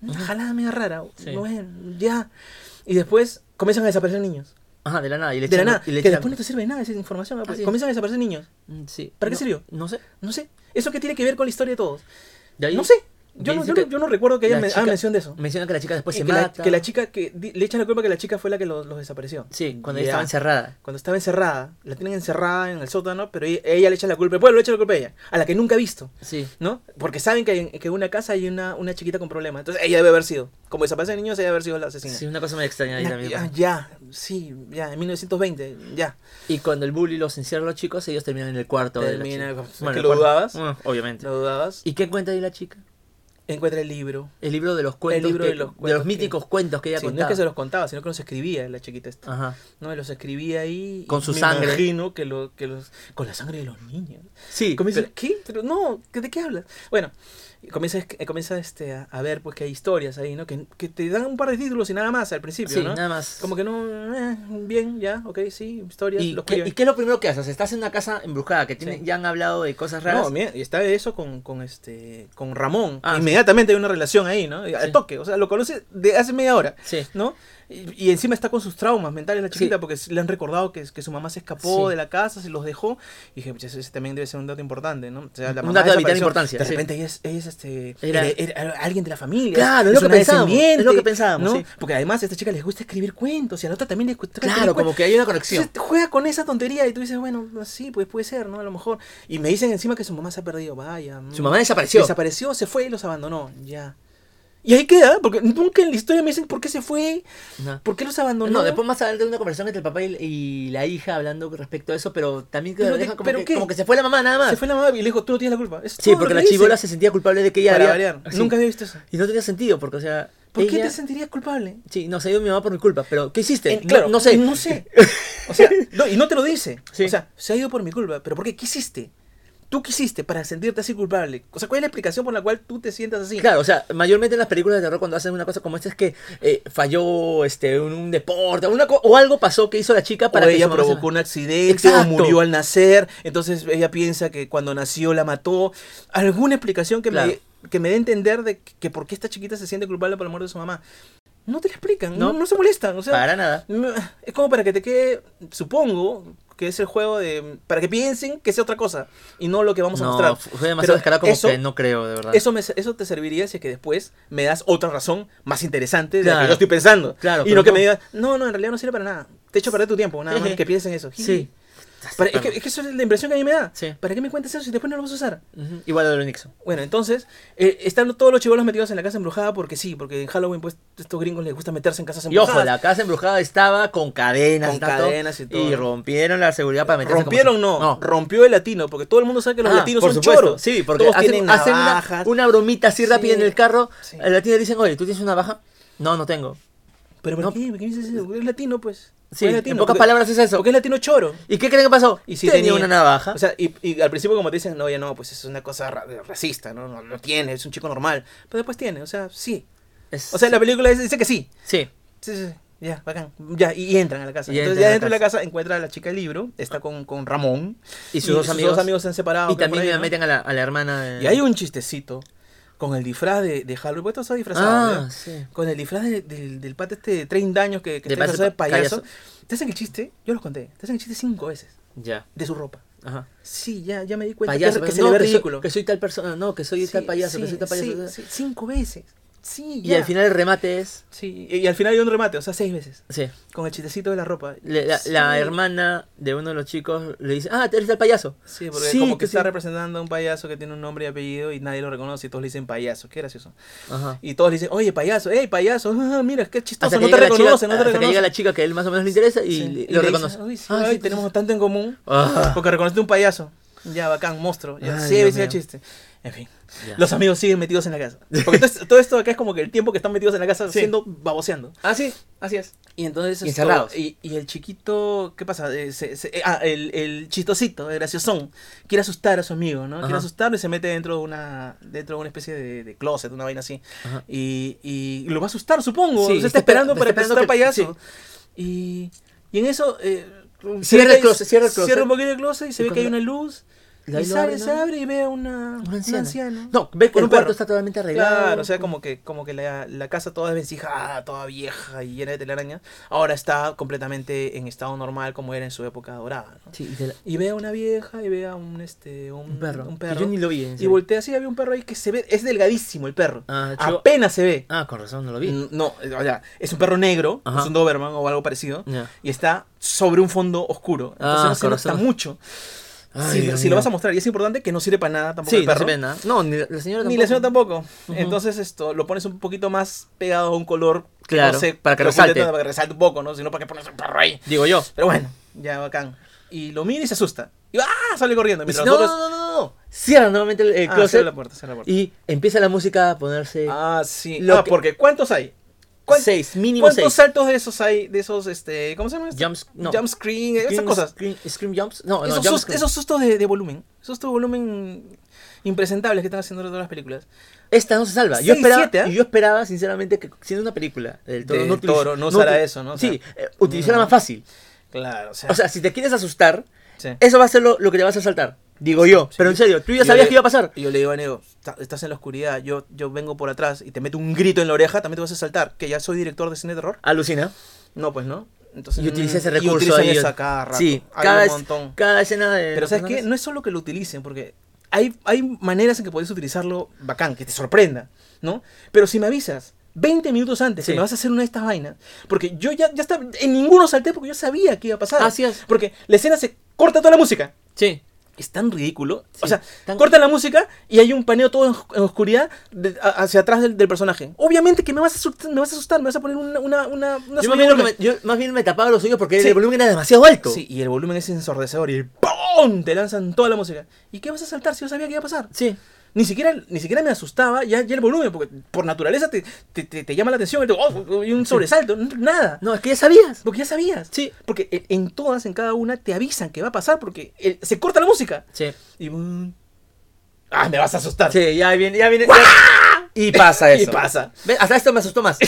Speaker 2: Una jalada media rara.
Speaker 1: Sí.
Speaker 2: Bueno, ya. Y después comienzan a desaparecer niños.
Speaker 1: Ajá, de la nada. Y le
Speaker 2: de la
Speaker 1: echan-
Speaker 2: nada.
Speaker 1: y le
Speaker 2: que
Speaker 1: echan- Ah,
Speaker 2: después no te sirve de nada esa información. ¿no?
Speaker 1: Así es.
Speaker 2: Comienzan a desaparecer niños.
Speaker 1: Mm, Sí.
Speaker 2: ¿Para qué
Speaker 1: No-
Speaker 2: sirvió?
Speaker 1: No sé.
Speaker 2: No sé. ¿Eso qué tiene que ver con la historia de todos?
Speaker 1: De ahí-
Speaker 2: no sé.
Speaker 1: de
Speaker 2: Yo
Speaker 1: ahí
Speaker 2: no,
Speaker 1: dice
Speaker 2: yo, no,
Speaker 1: que
Speaker 2: yo no recuerdo que haya
Speaker 1: la
Speaker 2: men- ah,
Speaker 1: chica-
Speaker 2: mención de eso.
Speaker 1: Menciona que la chica después
Speaker 2: Y
Speaker 1: se
Speaker 2: que,
Speaker 1: mata.
Speaker 2: la, que la chica que di- le echan la culpa que la chica fue la que los, los desapareció.
Speaker 1: Sí, cuando
Speaker 2: Ya.
Speaker 1: ella estaba encerrada.
Speaker 2: Cuando estaba encerrada, la tienen encerrada en el sótano, pero ella, ella le echa la culpa, el pueblo le echa la culpa a ella, a la que nunca ha visto,
Speaker 1: Sí.
Speaker 2: ¿no? Porque saben que en, que en una casa hay una, una chiquita con problemas, entonces ella debe haber sido, como desaparecen niños, ella debe haber sido la asesina.
Speaker 1: Sí, una cosa me extraña ahí
Speaker 2: Ya,
Speaker 1: también. pues.
Speaker 2: ya, ya, sí, ya, en 1920, ya.
Speaker 1: Y cuando el bully los encierra a los chicos, ellos terminan en el cuarto. de la
Speaker 2: Termina-
Speaker 1: chica.
Speaker 2: ¿es que
Speaker 1: el
Speaker 2: lo
Speaker 1: cuarto-
Speaker 2: dudabas?
Speaker 1: Bueno, obviamente.
Speaker 2: ¿Lo dudabas?
Speaker 1: ¿Y qué encuentra ahí la chica?
Speaker 2: Encuentra el libro.
Speaker 1: El libro de los cuentos.
Speaker 2: libro
Speaker 1: que-
Speaker 2: de los cuentos que-
Speaker 1: míticos cuentos que ella
Speaker 2: Sí, no es
Speaker 1: contaba.
Speaker 2: que se los contaba, sino que los escribía la chiquita esta.
Speaker 1: Ajá.
Speaker 2: No, y los escribía ahí. y
Speaker 1: Ah. Con su
Speaker 2: me
Speaker 1: sangre.
Speaker 2: imagino que, lo- que los. Con la sangre de los niños.
Speaker 1: Sí,
Speaker 2: Y comienza,
Speaker 1: pero-
Speaker 2: ¿qué? Pero no, ¿qué- ¿de qué hablas? Bueno, y comienza, eh, comienza este, a, a ver pues que hay historias ahí, ¿no? Que, que te dan un par de títulos y nada más al principio,
Speaker 1: sí,
Speaker 2: ¿no?
Speaker 1: nada más.
Speaker 2: Como que no, eh, bien, ya, ok, sí, historias,
Speaker 1: ¿Y
Speaker 2: los
Speaker 1: qué,
Speaker 2: escriben.
Speaker 1: y qué es lo primero que haces? Estás en una casa embrujada que tiene,
Speaker 2: Sí.
Speaker 1: ya han hablado de cosas raras.
Speaker 2: No, mira, y está eso con, con este con Ramón.
Speaker 1: Ah, sí.
Speaker 2: Inmediatamente hay una relación ahí, ¿no? Y
Speaker 1: Sí.
Speaker 2: Al toque, o sea, lo conoce de hace media hora.
Speaker 1: Sí.
Speaker 2: ¿no? Y, y encima está con sus traumas mentales la chiquita
Speaker 1: Sí.
Speaker 2: porque le han recordado que, que su mamá se escapó
Speaker 1: Sí.
Speaker 2: de la casa, se los dejó. Y dije, "Pucha, ese, ese también debe ser un dato importante, ¿no? O sea, la
Speaker 1: Un
Speaker 2: mamá
Speaker 1: dato de vital
Speaker 2: desapareció.
Speaker 1: importancia,
Speaker 2: De
Speaker 1: sí.
Speaker 2: repente ella es, ella es, este,
Speaker 1: Era-
Speaker 2: era- era alguien de la familia.
Speaker 1: Claro, es lo que
Speaker 2: una
Speaker 1: pensábamos,
Speaker 2: descendiente,
Speaker 1: es lo que pensábamos, sí.
Speaker 2: Porque además a esta chica les gusta escribir cuentos y a la otra también les gusta
Speaker 1: Claro, como que hay una conexión.
Speaker 2: entonces, juega con esa tontería y tú dices, bueno, sí, pues puede ser, ¿no? A lo mejor. Y me dicen encima que su mamá se ha perdido, vaya. mm.
Speaker 1: Su mamá desapareció.
Speaker 2: Desapareció, se fue y los abandonó, ya. Y ahí queda, porque nunca en la historia me dicen por qué se fue,
Speaker 1: No.
Speaker 2: por qué los
Speaker 1: No,
Speaker 2: abandonó.
Speaker 1: después más adelante hay una conversación entre el papá y, y la hija hablando respecto a eso, pero también que
Speaker 2: Pero
Speaker 1: lo
Speaker 2: de-
Speaker 1: dejan como,
Speaker 2: ¿pero
Speaker 1: que,
Speaker 2: qué?
Speaker 1: como que se fue la mamá nada más.
Speaker 2: Se fue la mamá y le dijo, tú no tienes la culpa. Es
Speaker 1: sí,
Speaker 2: todo lo
Speaker 1: porque
Speaker 2: que
Speaker 1: la
Speaker 2: dice,
Speaker 1: chibola se sentía culpable de que ella
Speaker 2: para
Speaker 1: había...
Speaker 2: variar.
Speaker 1: Sí.
Speaker 2: Nunca había visto eso.
Speaker 1: Y no tenía sentido, porque o sea...
Speaker 2: ¿Por qué
Speaker 1: ella-
Speaker 2: te sentirías culpable?
Speaker 1: Sí, no, se dio mi mamá por mi culpa, pero ¿qué hiciste?
Speaker 2: En-
Speaker 1: No-
Speaker 2: claro,
Speaker 1: no, sé.
Speaker 2: No sé. O sea, no, y no te lo dice.
Speaker 1: Sí.
Speaker 2: O sea, se ha ido por mi culpa, pero ¿por qué quisiste? Tú quisiste para sentirte así culpable. O sea, ¿cuál es la explicación por la cual tú te sientas así?
Speaker 1: Claro, o sea, mayormente en las películas de terror cuando hacen una cosa como esta es que eh, falló este, un, un deporte una co- o algo pasó que hizo la chica para
Speaker 2: o
Speaker 1: que
Speaker 2: ella
Speaker 1: su mamá se-
Speaker 2: provocó un accidente o
Speaker 1: Exacto.
Speaker 2: murió al nacer, entonces ella piensa que cuando nació la mató. Alguna explicación que
Speaker 1: Claro.
Speaker 2: me que me dé a entender de que, que por qué esta chiquita se siente culpable por la muerte de su mamá. No te la explican, no,
Speaker 1: No.
Speaker 2: no se molestan, o sea,
Speaker 1: Para nada.
Speaker 2: mm, es como para que te quede, supongo, que es el juego de para que piensen que sea otra cosa y no lo que vamos a mostrar.
Speaker 1: fu- fue demasiado
Speaker 2: Pero
Speaker 1: descarado como
Speaker 2: eso-
Speaker 1: que no creo, de verdad.
Speaker 2: Eso, me- eso te serviría si es que después me das otra razón más interesante de la
Speaker 1: Claro.
Speaker 2: que yo estoy pensando.
Speaker 1: Claro,
Speaker 2: y
Speaker 1: pero
Speaker 2: no que
Speaker 1: no.
Speaker 2: me digas, no, no, en realidad no sirve para nada. Te echo a perder tu tiempo, nada más que pienses en eso.
Speaker 1: Sí.
Speaker 2: Para- es, que, es que eso es la impresión que a mí me da.
Speaker 1: Sí.
Speaker 2: ¿Para qué me cuentes eso si después no lo vas a usar?
Speaker 1: Ujú, Igual a lo de Nixon.
Speaker 2: Bueno, entonces, eh, están todos los chivolos metidos en la casa embrujada porque sí, porque en Halloween, pues, estos gringos les gusta meterse en casas
Speaker 1: Y ojo,
Speaker 2: embrujadas.
Speaker 1: la casa embrujada estaba con cadenas,
Speaker 2: Con
Speaker 1: y tanto,
Speaker 2: cadenas y todo.
Speaker 1: rompieron la seguridad para meterse. como
Speaker 2: Rompieron,
Speaker 1: si-
Speaker 2: no, rompió el latino, porque todo el mundo sabe que los
Speaker 1: Ah,
Speaker 2: latinos
Speaker 1: por
Speaker 2: son
Speaker 1: supuesto.
Speaker 2: choros.
Speaker 1: Sí, porque
Speaker 2: Todos
Speaker 1: hacen,
Speaker 2: tienen
Speaker 1: hacen una,
Speaker 2: navajas.
Speaker 1: una bromita así rápida
Speaker 2: Sí.
Speaker 1: en el carro.
Speaker 2: Sí.
Speaker 1: Al latino le dicen, oye, ¿tú tienes una baja? No, no tengo.
Speaker 2: Pero ¿por
Speaker 1: No.
Speaker 2: qué? ¿Por qué dices eso? Es latino, pues.
Speaker 1: Sí,
Speaker 2: es latino,
Speaker 1: en pocas
Speaker 2: porque-
Speaker 1: palabras es eso.
Speaker 2: Porque es latino choro.
Speaker 1: ¿Y qué creen que pasó?
Speaker 2: Y sí
Speaker 1: tenía,
Speaker 2: tenía-
Speaker 1: una navaja.
Speaker 2: O sea, y, y al principio como te dicen, no, ya no, pues es una cosa ra- racista, ¿no? No, no tiene, es un chico normal. Pero después tiene, o sea, sí.
Speaker 1: Es-
Speaker 2: O sea, la película dice- dice que sí.
Speaker 1: sí.
Speaker 2: Sí, sí, sí. Ya, bacán. Ya, y y entran a la casa.
Speaker 1: Y entran
Speaker 2: Entonces,
Speaker 1: a
Speaker 2: ya
Speaker 1: la
Speaker 2: dentro de la casa encuentra a la chica del libro, está con, con Ramón.
Speaker 1: Y sus dos amigos.
Speaker 2: se han separado.
Speaker 1: Y
Speaker 2: creo, por
Speaker 1: también
Speaker 2: ahí,
Speaker 1: le
Speaker 2: ¿no?
Speaker 1: meten a la, a la hermana. de-
Speaker 2: Y hay un chistecito con el disfraz de, de Halloween. Porque todo está disfrazado. ¿eh?
Speaker 1: Ah,
Speaker 2: ¿ya?
Speaker 1: sí.
Speaker 2: Con el disfraz de- del, del pata este de 30 años que, que
Speaker 1: De
Speaker 2: está
Speaker 1: pata-
Speaker 2: disfrazado de payaso.
Speaker 1: payaso.
Speaker 2: Te hacen el chiste, yo los conté, te hacen el chiste cinco veces
Speaker 1: Ya.
Speaker 2: de su ropa.
Speaker 1: Ajá.
Speaker 2: Sí, ya, ya me di cuenta
Speaker 1: Payaso,
Speaker 2: que,
Speaker 1: pero
Speaker 2: que se
Speaker 1: no,
Speaker 2: le ve
Speaker 1: que soy-
Speaker 2: ridículo.
Speaker 1: que soy tal persona, no, que soy
Speaker 2: Sí,
Speaker 1: tal payaso, que
Speaker 2: sí,
Speaker 1: soy tal payaso.
Speaker 2: sí, sí, cinco veces. Sí,
Speaker 1: Y
Speaker 2: ya.
Speaker 1: al final el remate es.
Speaker 2: Sí, y, y al final hay un remate, o sea, seis veces.
Speaker 1: Sí.
Speaker 2: Con el chistecito de la ropa.
Speaker 1: Le- la,
Speaker 2: Sí.
Speaker 1: la hermana de uno de los chicos le dice, ah, eres el payaso.
Speaker 2: Sí, porque como
Speaker 1: tú
Speaker 2: que
Speaker 1: sí.
Speaker 2: está representando a un payaso que tiene un nombre y apellido y nadie lo reconoce y todos le dicen payaso. Qué gracioso.
Speaker 1: Ajá.
Speaker 2: Y todos le dicen, oye, payaso, hey, payaso, ah, mira, qué chistoso,
Speaker 1: Hasta, que
Speaker 2: no te
Speaker 1: llega la chica-
Speaker 2: reconoce, no te
Speaker 1: hasta que
Speaker 2: reconoce.
Speaker 1: llega la chica que él más o menos le interesa y,
Speaker 2: Sí.
Speaker 1: le-
Speaker 2: Y
Speaker 1: lo
Speaker 2: le
Speaker 1: reconoce.
Speaker 2: dices, "Uy, sí,
Speaker 1: Ah,
Speaker 2: ay,
Speaker 1: sí,
Speaker 2: tenemos tanto en común.
Speaker 1: Ah.
Speaker 2: Porque reconociste un payaso. Ya, bacán, monstruo. Ya,
Speaker 1: Ay,
Speaker 2: sí,
Speaker 1: Dios
Speaker 2: ese
Speaker 1: mío.
Speaker 2: chiste. En fin,
Speaker 1: Ya.
Speaker 2: los amigos siguen metidos en la casa. Porque todo, todo esto acá es como que el tiempo que están metidos en la casa
Speaker 1: Sí.
Speaker 2: siendo baboseando.
Speaker 1: Ah, sí, así es.
Speaker 2: Y entonces.
Speaker 1: Y
Speaker 2: esto-
Speaker 1: encerrados.
Speaker 2: Y, y el chiquito, ¿qué pasa? Eh, se- se- eh, ah, el, el chistosito, el graciosón, quiere asustar a su amigo, ¿no? Quiere
Speaker 1: Ajá.
Speaker 2: asustarlo y se mete dentro de una, dentro de una especie de, de closet, una vaina así.
Speaker 1: Ajá.
Speaker 2: Y, y lo va a asustar, supongo.
Speaker 1: Sí,
Speaker 2: O sea,
Speaker 1: está
Speaker 2: está esperando
Speaker 1: esper-
Speaker 2: para
Speaker 1: está
Speaker 2: asustar al
Speaker 1: esperando
Speaker 2: payaso. Y, y en eso. eh,
Speaker 1: Cierra el closet,
Speaker 2: y-
Speaker 1: cierra el closet.
Speaker 2: un poquito el closet y se
Speaker 1: Y
Speaker 2: ve que hay
Speaker 1: cuando-
Speaker 2: una luz.
Speaker 1: Y ahí
Speaker 2: Y
Speaker 1: lo
Speaker 2: sale,
Speaker 1: abre,
Speaker 2: se
Speaker 1: ¿no?
Speaker 2: abre y ve a una,
Speaker 1: Un
Speaker 2: un
Speaker 1: anciano.
Speaker 2: anciano.
Speaker 1: No, ve que
Speaker 2: Con
Speaker 1: el
Speaker 2: un
Speaker 1: cuarto
Speaker 2: perro.
Speaker 1: está totalmente arreglado.
Speaker 2: Claro, o sea, como que, como que la, la casa toda desvencijada, toda vieja y llena de telaraña, ahora está completamente en estado normal como era en su época dorada. ¿no?
Speaker 1: Sí, y de la-
Speaker 2: Y ve a una vieja y ve a un, este, un,
Speaker 1: un perro.
Speaker 2: un
Speaker 1: Que yo ni lo vi. en
Speaker 2: Y
Speaker 1: serio.
Speaker 2: voltea así, había un perro ahí que se ve, es delgadísimo el perro.
Speaker 1: Ah, chico-
Speaker 2: Apenas se ve.
Speaker 1: Ah, con razón no lo vi.
Speaker 2: Mm, No, o sea, es un perro negro,
Speaker 1: Ajá.
Speaker 2: es un Doberman o algo parecido,
Speaker 1: Ya.
Speaker 2: y está sobre un fondo oscuro. Entonces
Speaker 1: Ah,
Speaker 2: no se
Speaker 1: con
Speaker 2: nota
Speaker 1: razón.
Speaker 2: mucho.
Speaker 1: Ay,
Speaker 2: si
Speaker 1: Dios
Speaker 2: si lo
Speaker 1: mío.
Speaker 2: vas a mostrar, y es importante que no sirve para nada tampoco
Speaker 1: Sí,
Speaker 2: el
Speaker 1: no
Speaker 2: perro.
Speaker 1: se ve nada. No, ni la la señora tampoco.
Speaker 2: Ni la señora tampoco.
Speaker 1: Ujú.
Speaker 2: Entonces esto lo pones un poquito más pegado a un color. que
Speaker 1: Claro, para que
Speaker 2: lo oculte
Speaker 1: resalte.
Speaker 2: tanto, Para que resalte un poco, ¿no? Si no, ¿para qué pones un perro ahí?
Speaker 1: Digo yo.
Speaker 2: Pero bueno, ya bacán. Y lo mira y se asusta. Y ¡ah! sale corriendo.
Speaker 1: Y si- no,
Speaker 2: Mientras
Speaker 1: no,
Speaker 2: nosotros...
Speaker 1: no, no, no. Cierra nuevamente el, el
Speaker 2: Ah,
Speaker 1: closet
Speaker 2: cierra la puerta, cierra la puerta.
Speaker 1: y empieza la música a ponerse
Speaker 2: Ah, sí.
Speaker 1: Lo
Speaker 2: ah,
Speaker 1: que-
Speaker 2: porque ¿cuántos hay? ¿Cuán-
Speaker 1: seis, mínimo
Speaker 2: ¿Cuántos
Speaker 1: seis.
Speaker 2: saltos de esos hay? De esos, este... ¿Cómo se llama? esto?
Speaker 1: Jump sc- no.
Speaker 2: Jump screen, esas
Speaker 1: Scream-
Speaker 2: cosas.
Speaker 1: Scream, scream jumps. No, no,
Speaker 2: esos,
Speaker 1: jump
Speaker 2: sus-
Speaker 1: scream.
Speaker 2: esos sustos de, de volumen. Esos sustos de volumen impresentables que están haciendo todas las películas.
Speaker 1: Esta no se salva. Yo
Speaker 2: Seis,
Speaker 1: esperaba,
Speaker 2: siete, ¿ah?
Speaker 1: y yo esperaba sinceramente que siendo una película del toro,
Speaker 2: Del
Speaker 1: no, utiliz-
Speaker 2: Toro, no usara
Speaker 1: util-
Speaker 2: eso, ¿no? O
Speaker 1: sí,
Speaker 2: sea,
Speaker 1: eh, utilizará
Speaker 2: no.
Speaker 1: más fácil.
Speaker 2: Claro, o sea...
Speaker 1: O sea, si te quieres asustar,
Speaker 2: sí.
Speaker 1: eso va a ser lo, lo que te vas a saltar. Digo yo.
Speaker 2: Sí.
Speaker 1: Pero en serio, tú ya
Speaker 2: Yo
Speaker 1: sabías
Speaker 2: le-
Speaker 1: que iba a pasar.
Speaker 2: Y yo le digo a Nego, "Está- estás en la oscuridad, yo, yo vengo por atrás y te meto un grito en la oreja, también te vas a saltar, que ya soy director de cine de terror.
Speaker 1: Alucina.
Speaker 2: No, pues no. Entonces,
Speaker 1: Y utilicé ese
Speaker 2: mm,
Speaker 1: recurso.
Speaker 2: Y utilizan
Speaker 1: ahí.
Speaker 2: esa cada rato.
Speaker 1: Sí,
Speaker 2: Hay
Speaker 1: cada,
Speaker 2: un
Speaker 1: es-
Speaker 2: montón.
Speaker 1: cada escena de.
Speaker 2: Pero
Speaker 1: Eh, los
Speaker 2: ¿sabes qué?
Speaker 1: personajes.
Speaker 2: No es solo que lo utilicen, porque hay, hay maneras en que puedes utilizarlo bacán, que te sorprenda, ¿no? Pero si me avisas 20 minutos antes
Speaker 1: Sí.
Speaker 2: que me vas a hacer una de estas vainas, porque yo ya, ya estaba, en ninguno salté porque yo sabía que iba a pasar.
Speaker 1: Así es.
Speaker 2: Porque la escena se corta toda la música.
Speaker 1: Sí.
Speaker 2: Es tan ridículo.
Speaker 1: Sí,
Speaker 2: o sea,
Speaker 1: tan-
Speaker 2: corta la música y hay un paneo todo en os- en oscuridad de- a- hacia atrás del, del personaje. Obviamente que me vas a asustar, me vas a, asustar, me vas a poner una... una, una, una
Speaker 1: Yo
Speaker 2: subida
Speaker 1: más, bien lo
Speaker 2: de
Speaker 1: que
Speaker 2: volumen.
Speaker 1: me- yo más bien me tapaba los oídos porque
Speaker 2: Sí.
Speaker 1: el volumen era demasiado alto.
Speaker 2: Sí, y el volumen es ensordecedor y ¡pum! Te lanzan toda la música. ¿Y qué vas a saltar si yo sabía que iba a pasar?
Speaker 1: Sí.
Speaker 2: Ni siquiera, ni siquiera me asustaba ya, ya el volumen, porque por naturaleza te, te, te- te llama la atención y, te- ¡oh! y un sobresalto, n- nada.
Speaker 1: No, es que ya sabías.
Speaker 2: Porque ya sabías.
Speaker 1: Sí.
Speaker 2: Porque en- en todas, en cada una, te avisan que va a pasar porque eh, se corta la música.
Speaker 1: Sí.
Speaker 2: Y... mm, ¡Ah, me vas a asustar!
Speaker 1: Sí, ya viene, ya viene. ya- Y pasa
Speaker 2: Y
Speaker 1: eso.
Speaker 2: pasa.
Speaker 1: Ve, Hasta esto me asustó más.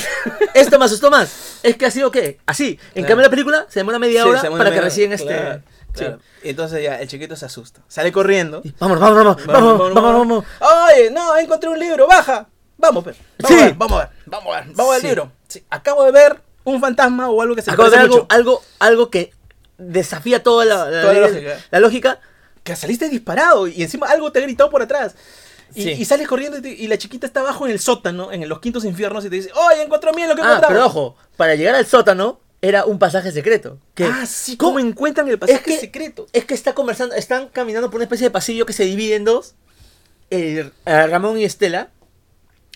Speaker 1: esto me asustó más. Es que ha sido qué? Así. En
Speaker 2: Claro.
Speaker 1: cambio la película se demora media hora
Speaker 2: Sí, se mueve
Speaker 1: para que
Speaker 2: medio-
Speaker 1: recién este.
Speaker 2: claro,
Speaker 1: sí.
Speaker 2: claro. Entonces ya el chiquito se asusta. Sale corriendo.
Speaker 1: Y Vamos, vamos, vamos, vamos, vamos, vamos, vamos.
Speaker 2: Oye, no, encontré un libro, baja. Vamos, pues. Vamos,
Speaker 1: Sí.
Speaker 2: a ver, vamos a ver, vamos a ver, vamos al
Speaker 1: Sí.
Speaker 2: libro. Sí, Acabo de ver un fantasma o algo que se me
Speaker 1: Acabo de ver
Speaker 2: parece
Speaker 1: algo,
Speaker 2: mucho.
Speaker 1: algo, algo que desafía toda la, la
Speaker 2: Toda la
Speaker 1: ley de-
Speaker 2: lógica.
Speaker 1: la lógica.
Speaker 2: Que saliste disparado y encima algo te ha gritado por atrás. Y,
Speaker 1: Sí.
Speaker 2: y sales corriendo y, te- y la chiquita está abajo en el sótano, en los quintos infiernos, y te dice, oye, encontró bien lo que
Speaker 1: Ah,
Speaker 2: encontramos.
Speaker 1: pero ojo, para llegar al sótano era un pasaje secreto. Que
Speaker 2: Ah, sí, ¿cómo encuentran el
Speaker 1: es
Speaker 2: pasaje
Speaker 1: que,
Speaker 2: secreto?
Speaker 1: Es que está conversando, están caminando por una especie de pasillo que se divide en dos. El- a Ramón y Estela.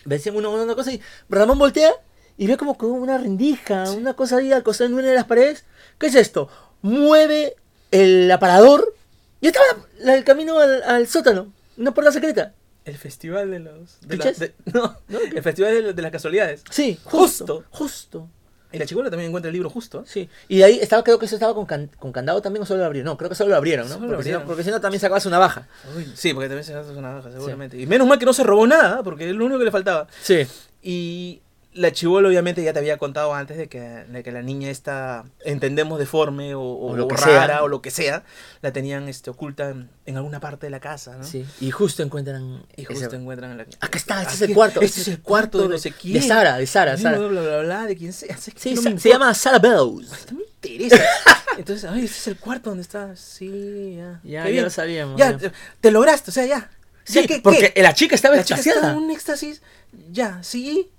Speaker 1: Decían uno una cosa y Ramón voltea y ve como que una rendija, una cosa ahí al costado de una de las paredes. ¿Qué es esto? Mueve el aparador y estaba la- la- el camino al, al sótano, una puerta secreta.
Speaker 2: El festival de los... de la-
Speaker 1: ¿Piches?
Speaker 2: de- no, el festival de, de las casualidades.
Speaker 1: Sí,
Speaker 2: Justo.
Speaker 1: justo. Justo.
Speaker 2: Y la chivola también encuentra el libro justo. ¿eh?
Speaker 1: Sí. Y de ahí estaba, creo que eso estaba con, can- con candado también o solo lo abrieron. No, creo que solo lo abrieron, ¿no?
Speaker 2: Solo lo
Speaker 1: porque, si no
Speaker 2: abrieron.
Speaker 1: porque si no también sacabas una baja.
Speaker 2: Sí, porque también se gasta una baja, seguramente. Y menos mal que no se robó nada, porque es lo único que le faltaba.
Speaker 1: Sí.
Speaker 2: Y la chivola obviamente ya te había contado antes de que, de que la niña esta, entendemos deforme o, o-
Speaker 1: O lo
Speaker 2: o
Speaker 1: que
Speaker 2: rara
Speaker 1: sea.
Speaker 2: o lo que sea, la tenían este, oculta en, en alguna parte de la casa, ¿no?
Speaker 1: Sí. Y justo encuentran.
Speaker 2: Y justo
Speaker 1: ese-
Speaker 2: encuentran en la...
Speaker 1: Acá está, este es
Speaker 2: Aquí-
Speaker 1: el cuarto.
Speaker 2: Este es el cuarto de no sé quién.
Speaker 1: De Sara, de Sara,
Speaker 2: Sí,
Speaker 1: Sara.
Speaker 2: Bla, bla, bla, bla, de quien sea. ¿sabes qué?
Speaker 1: Sí,
Speaker 2: No
Speaker 1: Sa-
Speaker 2: me
Speaker 1: se
Speaker 2: importa.
Speaker 1: llama Sara Bellows.
Speaker 2: No me interesa. Entonces, ay, este es el cuarto donde está. Sí, ya.
Speaker 1: Ya,
Speaker 2: Qué
Speaker 1: ya
Speaker 2: bien.
Speaker 1: lo sabíamos,
Speaker 2: Ya,
Speaker 1: ya.
Speaker 2: te- te lograste, o sea, ya. Ya
Speaker 1: Sí,
Speaker 2: que-
Speaker 1: porque
Speaker 2: que-
Speaker 1: la chica estaba
Speaker 2: la chica está
Speaker 1: extasiada.
Speaker 2: en un éxtasis. Ya, sí.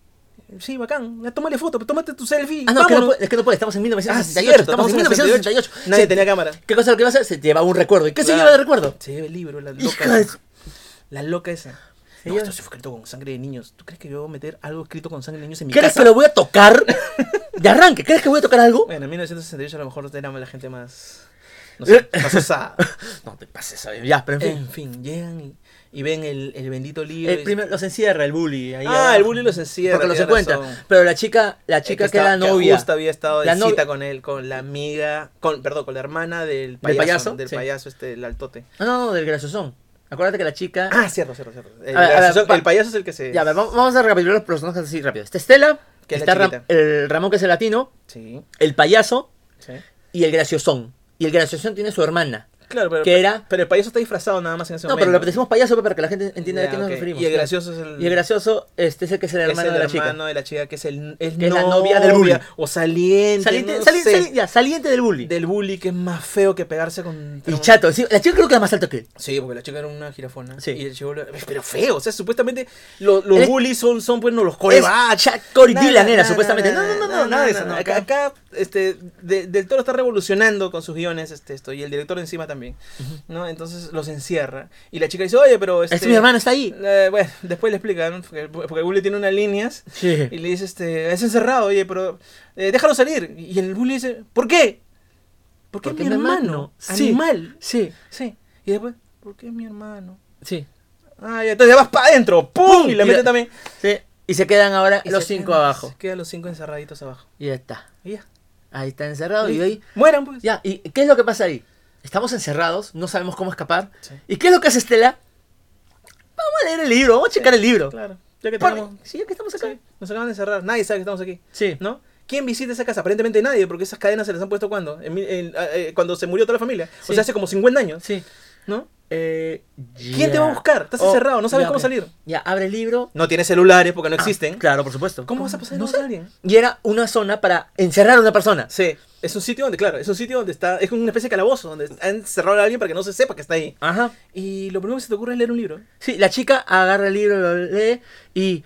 Speaker 2: Sí, bacán. Ya, tómale foto, pues, tómate tu selfie.
Speaker 1: Ah, no, que no
Speaker 2: vámonos.
Speaker 1: puede- es que no puede, estamos en
Speaker 2: Ah,
Speaker 1: 1968.
Speaker 2: cierto,
Speaker 1: estamos en 1968.
Speaker 2: Nadie
Speaker 1: Se-
Speaker 2: tenía cámara.
Speaker 1: ¿Qué cosa lo que va a hacer? Se lleva un recuerdo. ¿Y qué se
Speaker 2: Claro.
Speaker 1: lleva de recuerdo?
Speaker 2: Se lleva el libro, la loca.
Speaker 1: Hija de-
Speaker 2: esa. La loca esa.
Speaker 1: Se
Speaker 2: No,
Speaker 1: lleva-
Speaker 2: esto se fue escrito con sangre de niños. ¿Tú crees que yo voy a meter algo escrito con sangre de niños en mi
Speaker 1: ¿Crees
Speaker 2: casa?
Speaker 1: que lo voy a tocar? De arranque, ¿crees que voy a tocar algo?
Speaker 2: Bueno, en 1968 a lo mejor era la gente más... No sé, más osada.
Speaker 1: No te pases, ¿sabes? ya, pero Eh. en fin.
Speaker 2: En fin, llegan y, y ven el, el bendito libro.
Speaker 1: El
Speaker 2: y-
Speaker 1: primer- los encierra el bully. ahí
Speaker 2: Ah,
Speaker 1: abajo.
Speaker 2: el bully los encierra,
Speaker 1: Porque los
Speaker 2: tiene
Speaker 1: encuentra.
Speaker 2: razón.
Speaker 1: Pero la chica, la
Speaker 2: eh,
Speaker 1: chica que,
Speaker 2: estaba-
Speaker 1: era novia.
Speaker 2: justo había estado de
Speaker 1: La novia-
Speaker 2: cita con él, con la amiga, con, perdón, con la hermana del payaso,
Speaker 1: payaso?
Speaker 2: del payaso,
Speaker 1: Sí.
Speaker 2: este, el altote.
Speaker 1: No, no, no, del graciosón. Acuérdate que la chica.
Speaker 2: Ah, cierto, cierto, cierto. El,
Speaker 1: A ver, a ver,
Speaker 2: gracioso-
Speaker 1: pa-
Speaker 2: el payaso es el que se...
Speaker 1: ya, a ver, vamos vamos a recapitular los personajes así rápido. Está Estela,
Speaker 2: Que es la
Speaker 1: está Ra-
Speaker 2: chiquita.
Speaker 1: el Ramón que es el latino,
Speaker 2: Sí,
Speaker 1: el payaso
Speaker 2: sí.
Speaker 1: y el graciosón. Y el graciosón tiene su hermana.
Speaker 2: Claro, pero,
Speaker 1: ¿Qué era?
Speaker 2: pero el payaso está disfrazado nada más en ese
Speaker 1: No,
Speaker 2: momento.
Speaker 1: pero le decimos payaso pues, para que la gente entienda
Speaker 2: Ya,
Speaker 1: a qué nos
Speaker 2: ok.
Speaker 1: referimos.
Speaker 2: Y el
Speaker 1: claro.
Speaker 2: gracioso es el...
Speaker 1: Y el gracioso este, es el que es el
Speaker 2: es
Speaker 1: hermano
Speaker 2: el
Speaker 1: de la chica.
Speaker 2: hermano de la chica que es el es
Speaker 1: Que es la novia del
Speaker 2: novia
Speaker 1: bully.
Speaker 2: o saliente,
Speaker 1: Saliente,
Speaker 2: no
Speaker 1: saliente,
Speaker 2: sé,
Speaker 1: sali- ya, saliente del bully.
Speaker 2: del bully que es más feo que pegarse con
Speaker 1: Y chato. sí, la chica creo que era más alto que él.
Speaker 2: Sí, porque la chica era una jirafona.
Speaker 1: Sí.
Speaker 2: Y el chico era- Pero feo, o sea, supuestamente lo- los
Speaker 1: Es-
Speaker 2: bullies son, son pues no los
Speaker 1: Corey
Speaker 2: coreback.
Speaker 1: Cory
Speaker 2: Nada,
Speaker 1: Dylan era,
Speaker 2: nada,
Speaker 1: supuestamente. No,
Speaker 2: nada,
Speaker 1: no, no,
Speaker 2: nada,
Speaker 1: no, nada de eso.
Speaker 2: nada,
Speaker 1: no,
Speaker 2: nada.
Speaker 1: acá-
Speaker 2: Acá, este, de- Del Toro está revolucionando con sus guiones este, esto, y el director encima también. ¿no? Entonces los encierra. Y la chica dice, oye, pero... Este,
Speaker 1: Es mi hermana, está ahí.
Speaker 2: eh, bueno, después le explican, porque, porque Bully tiene unas líneas. Y
Speaker 1: Sí.
Speaker 2: le dice, este, es encerrado, oye, pero eh, déjalo salir. Y el bully dice, ¿por qué? Porque,
Speaker 1: Porque
Speaker 2: es mi
Speaker 1: mi hermano.
Speaker 2: hermano,
Speaker 1: Sí.
Speaker 2: animal.
Speaker 1: Sí,
Speaker 2: Sí. Y después, ¿por qué es mi hermano?
Speaker 1: sí.
Speaker 2: Ah, ya, entonces ya vas para adentro, ¡pum! Y
Speaker 1: Y
Speaker 2: le mete
Speaker 1: la-
Speaker 2: también.
Speaker 1: Sí. Y se quedan ahora
Speaker 2: Y
Speaker 1: los
Speaker 2: se
Speaker 1: cinco
Speaker 2: quedan-
Speaker 1: abajo.
Speaker 2: se Quedan los cinco encerraditos abajo.
Speaker 1: Y ya está.
Speaker 2: Y ya.
Speaker 1: Ahí está encerrado y
Speaker 2: Listo.
Speaker 1: ahí.
Speaker 2: Mueran, pues.
Speaker 1: Ya, ¿y qué es lo que pasa ahí? Estamos encerrados, no sabemos cómo escapar.
Speaker 2: Sí.
Speaker 1: ¿Y qué es lo que hace Estela? Vamos a leer el libro, vamos a checar el libro.
Speaker 2: Claro. Ya que
Speaker 1: Por-
Speaker 2: tenemos.
Speaker 1: Sí, que estamos acá.
Speaker 2: Sí, nos acaban de encerrar. Nadie sabe que estamos aquí.
Speaker 1: Sí.
Speaker 2: ¿No? ¿Quién visita esa casa? Aparentemente nadie, porque esas cadenas se les han puesto cuando? En mil- en- ah, eh, cuando se murió toda la familia.
Speaker 1: Sí.
Speaker 2: O sea, hace como 50 años.
Speaker 1: Sí.
Speaker 2: ¿No?
Speaker 1: ya.
Speaker 2: Eh, ¿Quién te va a buscar? Estás
Speaker 1: Oh,
Speaker 2: encerrado, no sabes
Speaker 1: ya,
Speaker 2: cómo
Speaker 1: ok.
Speaker 2: salir.
Speaker 1: Ya, abre el libro.
Speaker 2: No tienes celulares porque no
Speaker 1: Ah,
Speaker 2: existen.
Speaker 1: claro, por supuesto.
Speaker 2: ¿Cómo vas a pasar
Speaker 1: No
Speaker 2: no
Speaker 1: sé.
Speaker 2: a alguien?
Speaker 1: Y era una zona para encerrar a una persona.
Speaker 2: Sí, es un sitio donde, claro, es un sitio donde está, es como una especie de calabozo, donde han cerrado a alguien para que no se sepa que está ahí.
Speaker 1: Ajá.
Speaker 2: Y lo primero que se te ocurre es leer un libro.
Speaker 1: Sí, la chica agarra el libro, lo lee y.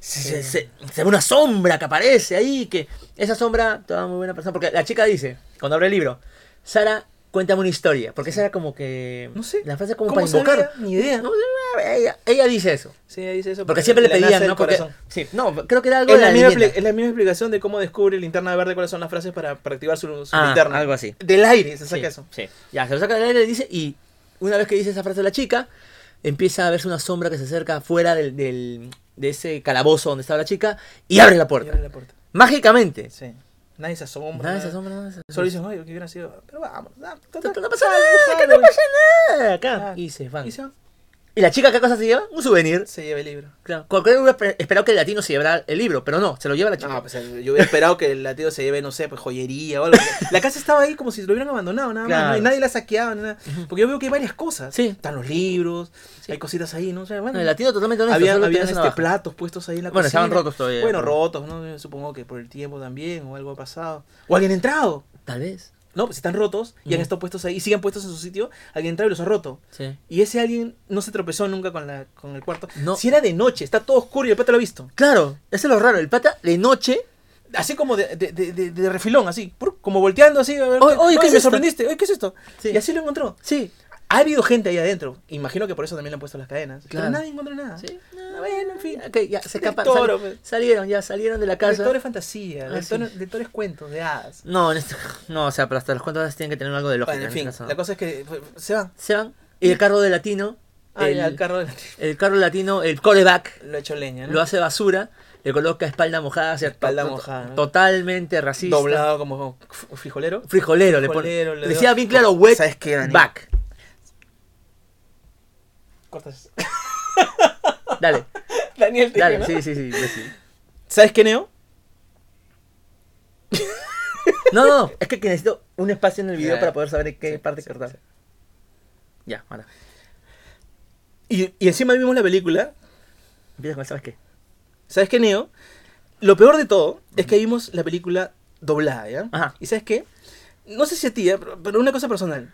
Speaker 1: se, se- se ve una sombra que aparece ahí. que Esa sombra, toda muy buena persona. Porque la chica dice, cuando abre el libro, Sara, cuéntame una historia. Porque Sara, como que.
Speaker 2: No sé.
Speaker 1: La frase como
Speaker 2: ¿Cómo
Speaker 1: para invocar.
Speaker 2: sabía? Ni idea.
Speaker 1: No, ella, ella dice eso.
Speaker 2: Sí, ahí dice eso.
Speaker 1: Porque siempre le
Speaker 2: nace
Speaker 1: pedían,
Speaker 2: del
Speaker 1: ¿no? Porque,
Speaker 2: corazón.
Speaker 1: sí, no, creo que era algo
Speaker 2: Es
Speaker 1: de
Speaker 2: la,
Speaker 1: la
Speaker 2: misma,
Speaker 1: vivienda.
Speaker 2: expli- es la misma explicación de cómo descubre linterna verde cuáles son las frases para, para activar su, su
Speaker 1: Ah,
Speaker 2: linterna.
Speaker 1: algo así.
Speaker 2: Del aire se
Speaker 1: Sí,
Speaker 2: saca eso.
Speaker 1: sí. Ya, se lo saca del aire y dice, y una vez que dice esa frase de la chica, empieza a verse una sombra que se acerca fuera del, del- de ese calabozo donde estaba la chica y abre la
Speaker 2: Y
Speaker 1: puerta.
Speaker 2: abre la puerta.
Speaker 1: Mágicamente.
Speaker 2: Sí. Nadie se asombra.
Speaker 1: Nada de esa sombra, nada de esa
Speaker 2: Solo dicen, oye, que hubiera sido. Pero vamos. ah,
Speaker 1: No,
Speaker 2: total,
Speaker 1: no pasa
Speaker 2: sal,
Speaker 1: nada, que
Speaker 2: sal,
Speaker 1: no
Speaker 2: güey.
Speaker 1: pasa nada acá.
Speaker 2: Ah,
Speaker 1: Y se van.
Speaker 2: Y se, va.
Speaker 1: ¿Y la chica qué cosa se lleva? Un souvenir.
Speaker 2: Se lleva el libro.
Speaker 1: Claro. Cualquiera hubiera esper- esperado que el latino se llevara el libro, pero no, eh, se lo lleva la chica.
Speaker 2: No, pues yo hubiera esperado que el latido se lleve, no sé, pues joyería o algo. La casa estaba ahí como si lo hubieran abandonado, nada más.
Speaker 1: Claro.
Speaker 2: ¿no? Y nadie la saqueaba, nada. Porque yo veo que hay varias cosas.
Speaker 1: Sí.
Speaker 2: Están los libros, hay cositas ahí, ¿no? O sea, bueno,
Speaker 1: No, el latino totalmente honesto.
Speaker 2: habían,
Speaker 1: solo
Speaker 2: habían
Speaker 1: tenía esa
Speaker 2: este,
Speaker 1: navaja.
Speaker 2: platos puestos ahí en la
Speaker 1: Bueno,
Speaker 2: cocina.
Speaker 1: estaban rotos todavía.
Speaker 2: Bueno,
Speaker 1: ¿no?
Speaker 2: rotos, ¿no? Yo Supongo que por el tiempo también, o algo ha pasado. O alguien ha entrado.
Speaker 1: Tal vez.
Speaker 2: No, pues están rotos y han
Speaker 1: Ujú.
Speaker 2: estado puestos ahí y siguen puestos en su sitio. Alguien ha entrado y los ha roto.
Speaker 1: Sí.
Speaker 2: Y ese alguien no se tropezó nunca con, la, con el cuarto.
Speaker 1: No.
Speaker 2: Si era de noche, está todo oscuro y el pata lo ha visto.
Speaker 1: Claro, eso es lo raro. El pata de noche
Speaker 2: Así como de, de, de- de- de refilón, así. pur, Como volteando así. A ver,
Speaker 1: Oye, oye, ¿qué es
Speaker 2: me
Speaker 1: esto?
Speaker 2: sorprendiste. Oye, ¿qué es esto?
Speaker 1: Sí.
Speaker 2: Y así lo encontró.
Speaker 1: Sí.
Speaker 2: Ha habido gente ahí adentro. Imagino que por eso también le han puesto las cadenas.
Speaker 1: Claro.
Speaker 2: Pero nadie encontró nada. Ah,
Speaker 1: No,
Speaker 2: bueno, en fin.
Speaker 1: Ok, ya, se
Speaker 2: Del
Speaker 1: escapan.
Speaker 2: toro,
Speaker 1: sal-
Speaker 2: pues.
Speaker 1: salieron, ya, salieron de la
Speaker 2: Del
Speaker 1: casa.
Speaker 2: toro es fantasía. del,
Speaker 1: Ah,
Speaker 2: toro,
Speaker 1: sí.
Speaker 2: del toro es cuentos de hadas.
Speaker 1: No, en este- no, o sea, pero hasta los cuantos horas tienen que tener algo de lógica.
Speaker 2: Bueno, en
Speaker 1: este
Speaker 2: fin.
Speaker 1: caso, ¿no?
Speaker 2: La cosa es que fue- se van.
Speaker 1: Se van. Y el carro de latino,
Speaker 2: Ah,
Speaker 1: el,
Speaker 2: ya, el carro de-
Speaker 1: el carro latino, el coreback,
Speaker 2: lo ha hecho leña, ¿no?
Speaker 1: lo hace basura. le coloca espalda mojada, o sea,
Speaker 2: Espalda
Speaker 1: to- to-
Speaker 2: mojada, ¿no?
Speaker 1: Totalmente racista.
Speaker 2: Doblado como f- frijolero.
Speaker 1: Frijolero, le pone.
Speaker 2: Frijolero, le
Speaker 1: decía
Speaker 2: doy-
Speaker 1: bien claro, wet
Speaker 2: ¿Sabes qué, Dani?
Speaker 1: back.
Speaker 2: Cortas.
Speaker 1: Dale,
Speaker 2: Daniel, te dije,
Speaker 1: dale,
Speaker 2: ¿no?
Speaker 1: sí, sí, sí. pues sí.
Speaker 2: ¿Sabes qué, Neo?
Speaker 1: No, no, no, es que necesito un espacio en el video
Speaker 2: Ya,
Speaker 1: para poder saber en qué
Speaker 2: sí,
Speaker 1: parte
Speaker 2: sí,
Speaker 1: cortar.
Speaker 2: sí.
Speaker 1: Ya, ahora.
Speaker 2: Y, y encima vimos la película.
Speaker 1: Empieza con, el ¿sabes qué?
Speaker 2: ¿Sabes qué, Neo? Lo peor de todo es que vimos la película doblada, ¿ya?
Speaker 1: Ajá.
Speaker 2: ¿Y sabes qué? No sé si a ti, ¿ya? pero, pero una cosa personal.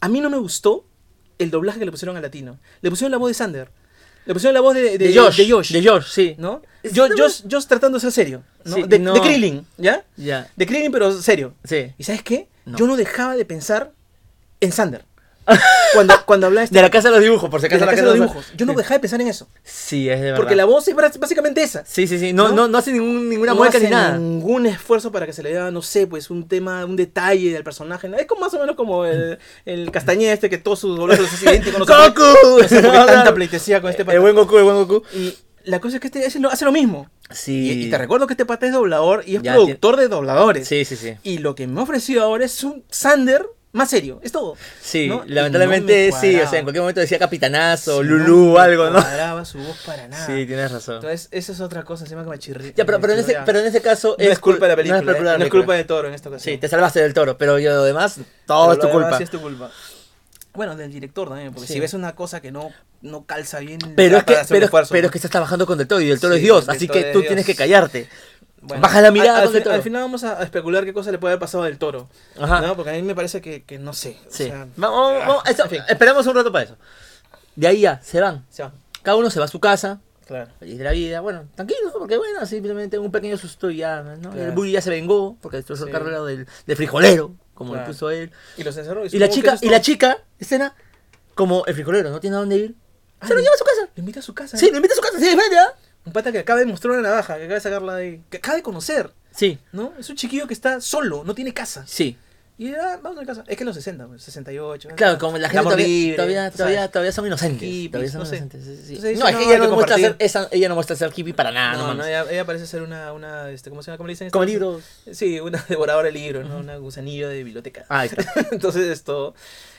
Speaker 2: A mí no me gustó el doblaje que le pusieron al latino. Le pusieron la voz de Sander. Le pusieron la voz de, de,
Speaker 1: De Josh.
Speaker 2: de Josh,
Speaker 1: De Josh, sí.
Speaker 2: ¿no?
Speaker 1: Es
Speaker 2: Yo,
Speaker 1: una
Speaker 2: Josh, Josh tratando de ser serio. ¿no?
Speaker 1: Sí,
Speaker 2: de,
Speaker 1: no.
Speaker 2: de Krillin, ¿ya?
Speaker 1: Ya.
Speaker 2: De Krillin, pero serio.
Speaker 1: Sí.
Speaker 2: ¿Y sabes qué?
Speaker 1: No.
Speaker 2: Yo no dejaba de pensar en Sander. Cuando, cuando hablaba este-
Speaker 1: De la casa de los dibujos, por si
Speaker 2: de
Speaker 1: acaso.
Speaker 2: la casa de los dibujos. Yo no
Speaker 1: Sí.
Speaker 2: dejaba de pensar en eso.
Speaker 1: Sí, es de verdad.
Speaker 2: Porque la voz es bras- básicamente esa.
Speaker 1: Sí, sí, sí. No, no,
Speaker 2: ¿No?
Speaker 1: no, hace ningún, ninguna
Speaker 2: no
Speaker 1: mueca ni
Speaker 2: hace
Speaker 1: nada.
Speaker 2: ningún esfuerzo para que se le vea, no sé, pues un tema, un detalle del personaje. ¿no? Es como más o menos como el, el castañeda este que todos sus doblajes es idéntico. No sé por-
Speaker 1: ¡Goku! Eh,
Speaker 2: no sé por qué tanta pleitesía con este
Speaker 1: El
Speaker 2: pata.
Speaker 1: buen Goku, el buen Goku.
Speaker 2: Y la cosa es que este, ese lo- hace lo mismo.
Speaker 1: Sí.
Speaker 2: Y, y te recuerdo que este pata es doblador y es
Speaker 1: Ya,
Speaker 2: productor de dobladores.
Speaker 1: Sí, sí, sí.
Speaker 2: Y lo que me ha ofrecido ahora es un Sander más serio. Es todo.
Speaker 1: Sí,
Speaker 2: ¿no? Y
Speaker 1: lamentablemente
Speaker 2: no me
Speaker 1: sí. O
Speaker 2: cuadraba.
Speaker 1: sea, en cualquier momento decía capitanazo,
Speaker 2: Sí,
Speaker 1: Lulú
Speaker 2: no
Speaker 1: o algo,
Speaker 2: No
Speaker 1: ¿no?
Speaker 2: me cuadraba su voz para nada.
Speaker 1: Sí, tienes razón.
Speaker 2: Entonces, esa es otra cosa encima que me chirri.
Speaker 1: Ya, pero,
Speaker 2: me
Speaker 1: pero, en ese,
Speaker 2: chirría.
Speaker 1: pero en ese caso
Speaker 2: No es culpa de la película.
Speaker 1: No es culpa de la película.
Speaker 2: de Toro en esta ocasión.
Speaker 1: Sí, te salvaste del toro, pero yo lo demás,
Speaker 2: Pero
Speaker 1: todo es
Speaker 2: lo
Speaker 1: tu
Speaker 2: demás
Speaker 1: culpa.
Speaker 2: sí es tu culpa. Bueno, del director también, porque
Speaker 1: Sí.
Speaker 2: si ves una cosa que no, no calza bien,
Speaker 1: Pero es
Speaker 2: trata
Speaker 1: que,
Speaker 2: de Ah, hacer un
Speaker 1: pero,
Speaker 2: esfuerzo,
Speaker 1: pero
Speaker 2: ¿no?
Speaker 1: es que estás trabajando con Del Toro y Del Toro
Speaker 2: Sí,
Speaker 1: es Dios,
Speaker 2: Del
Speaker 1: así
Speaker 2: Toro
Speaker 1: que
Speaker 2: es
Speaker 1: tú
Speaker 2: Dios.
Speaker 1: tienes que callarte.
Speaker 2: Bueno,
Speaker 1: Baja la mirada
Speaker 2: al- al,
Speaker 1: con Del
Speaker 2: fin-
Speaker 1: Toro.
Speaker 2: al final vamos a a especular qué cosa le puede haber pasado del toro.
Speaker 1: Ajá.
Speaker 2: ¿no? Porque a mí me parece que, que no sé. o
Speaker 1: Sí.
Speaker 2: sea,
Speaker 1: Vamos, vamos, vamos,
Speaker 2: ah,
Speaker 1: eso,
Speaker 2: en fin.
Speaker 1: Esperamos un rato para eso. De ahí ya, se van.
Speaker 2: se va,
Speaker 1: Cada uno se va a su casa,
Speaker 2: claro.
Speaker 1: feliz de la vida. Bueno, tranquilo, porque bueno, simplemente un pequeño susto y ya, ¿no?
Speaker 2: Claro.
Speaker 1: El bully ya se vengó porque destrozó
Speaker 2: Sí.
Speaker 1: el carro del, del frijolero, como le
Speaker 2: Claro.
Speaker 1: puso él.
Speaker 2: Y los encerró.
Speaker 1: Y la
Speaker 2: supongo que
Speaker 1: chica,
Speaker 2: eso es
Speaker 1: y la
Speaker 2: todo.
Speaker 1: chica, escena, como el frijolero no tiene a dónde ir,
Speaker 2: Ah,
Speaker 1: se lo
Speaker 2: no.
Speaker 1: lleva a su casa.
Speaker 2: Lo invita a su casa.
Speaker 1: Sí, lo invita a su casa, sí, ¿ah? es verdad.
Speaker 2: Un pata que acaba de mostrar una navaja, que acaba de sacarla de. que acaba de conocer,
Speaker 1: Sí,
Speaker 2: ¿no? Es un chiquillo que está solo, no tiene casa.
Speaker 1: sí.
Speaker 2: Y era, vamos a la casa. Es que en los 60, pues, 68.
Speaker 1: Claro, como la gente
Speaker 2: Amor
Speaker 1: todavía,
Speaker 2: libre,
Speaker 1: todavía,
Speaker 2: ¿sabes?
Speaker 1: todavía, todavía son inocentes.
Speaker 2: Hippies,
Speaker 1: todavía son
Speaker 2: no sé.
Speaker 1: inocentes. sí, sí, sí.
Speaker 2: Entonces
Speaker 1: No,
Speaker 2: dice,
Speaker 1: es
Speaker 2: "No,
Speaker 1: que ella
Speaker 2: hay
Speaker 1: no,
Speaker 2: que
Speaker 1: muestra ser,
Speaker 2: compartir".
Speaker 1: esa, ella no muestra ser hippie para nada, no,
Speaker 2: No, no,
Speaker 1: mames.
Speaker 2: ella, ella parece ser una, una este, ¿cómo se llama? ¿Cómo le dicen?
Speaker 1: Como
Speaker 2: Este,
Speaker 1: libros.
Speaker 2: Sí, una devoradora de libros, ¿no? Una gusanillo de biblioteca.
Speaker 1: Ah, ahí está.
Speaker 2: Entonces esto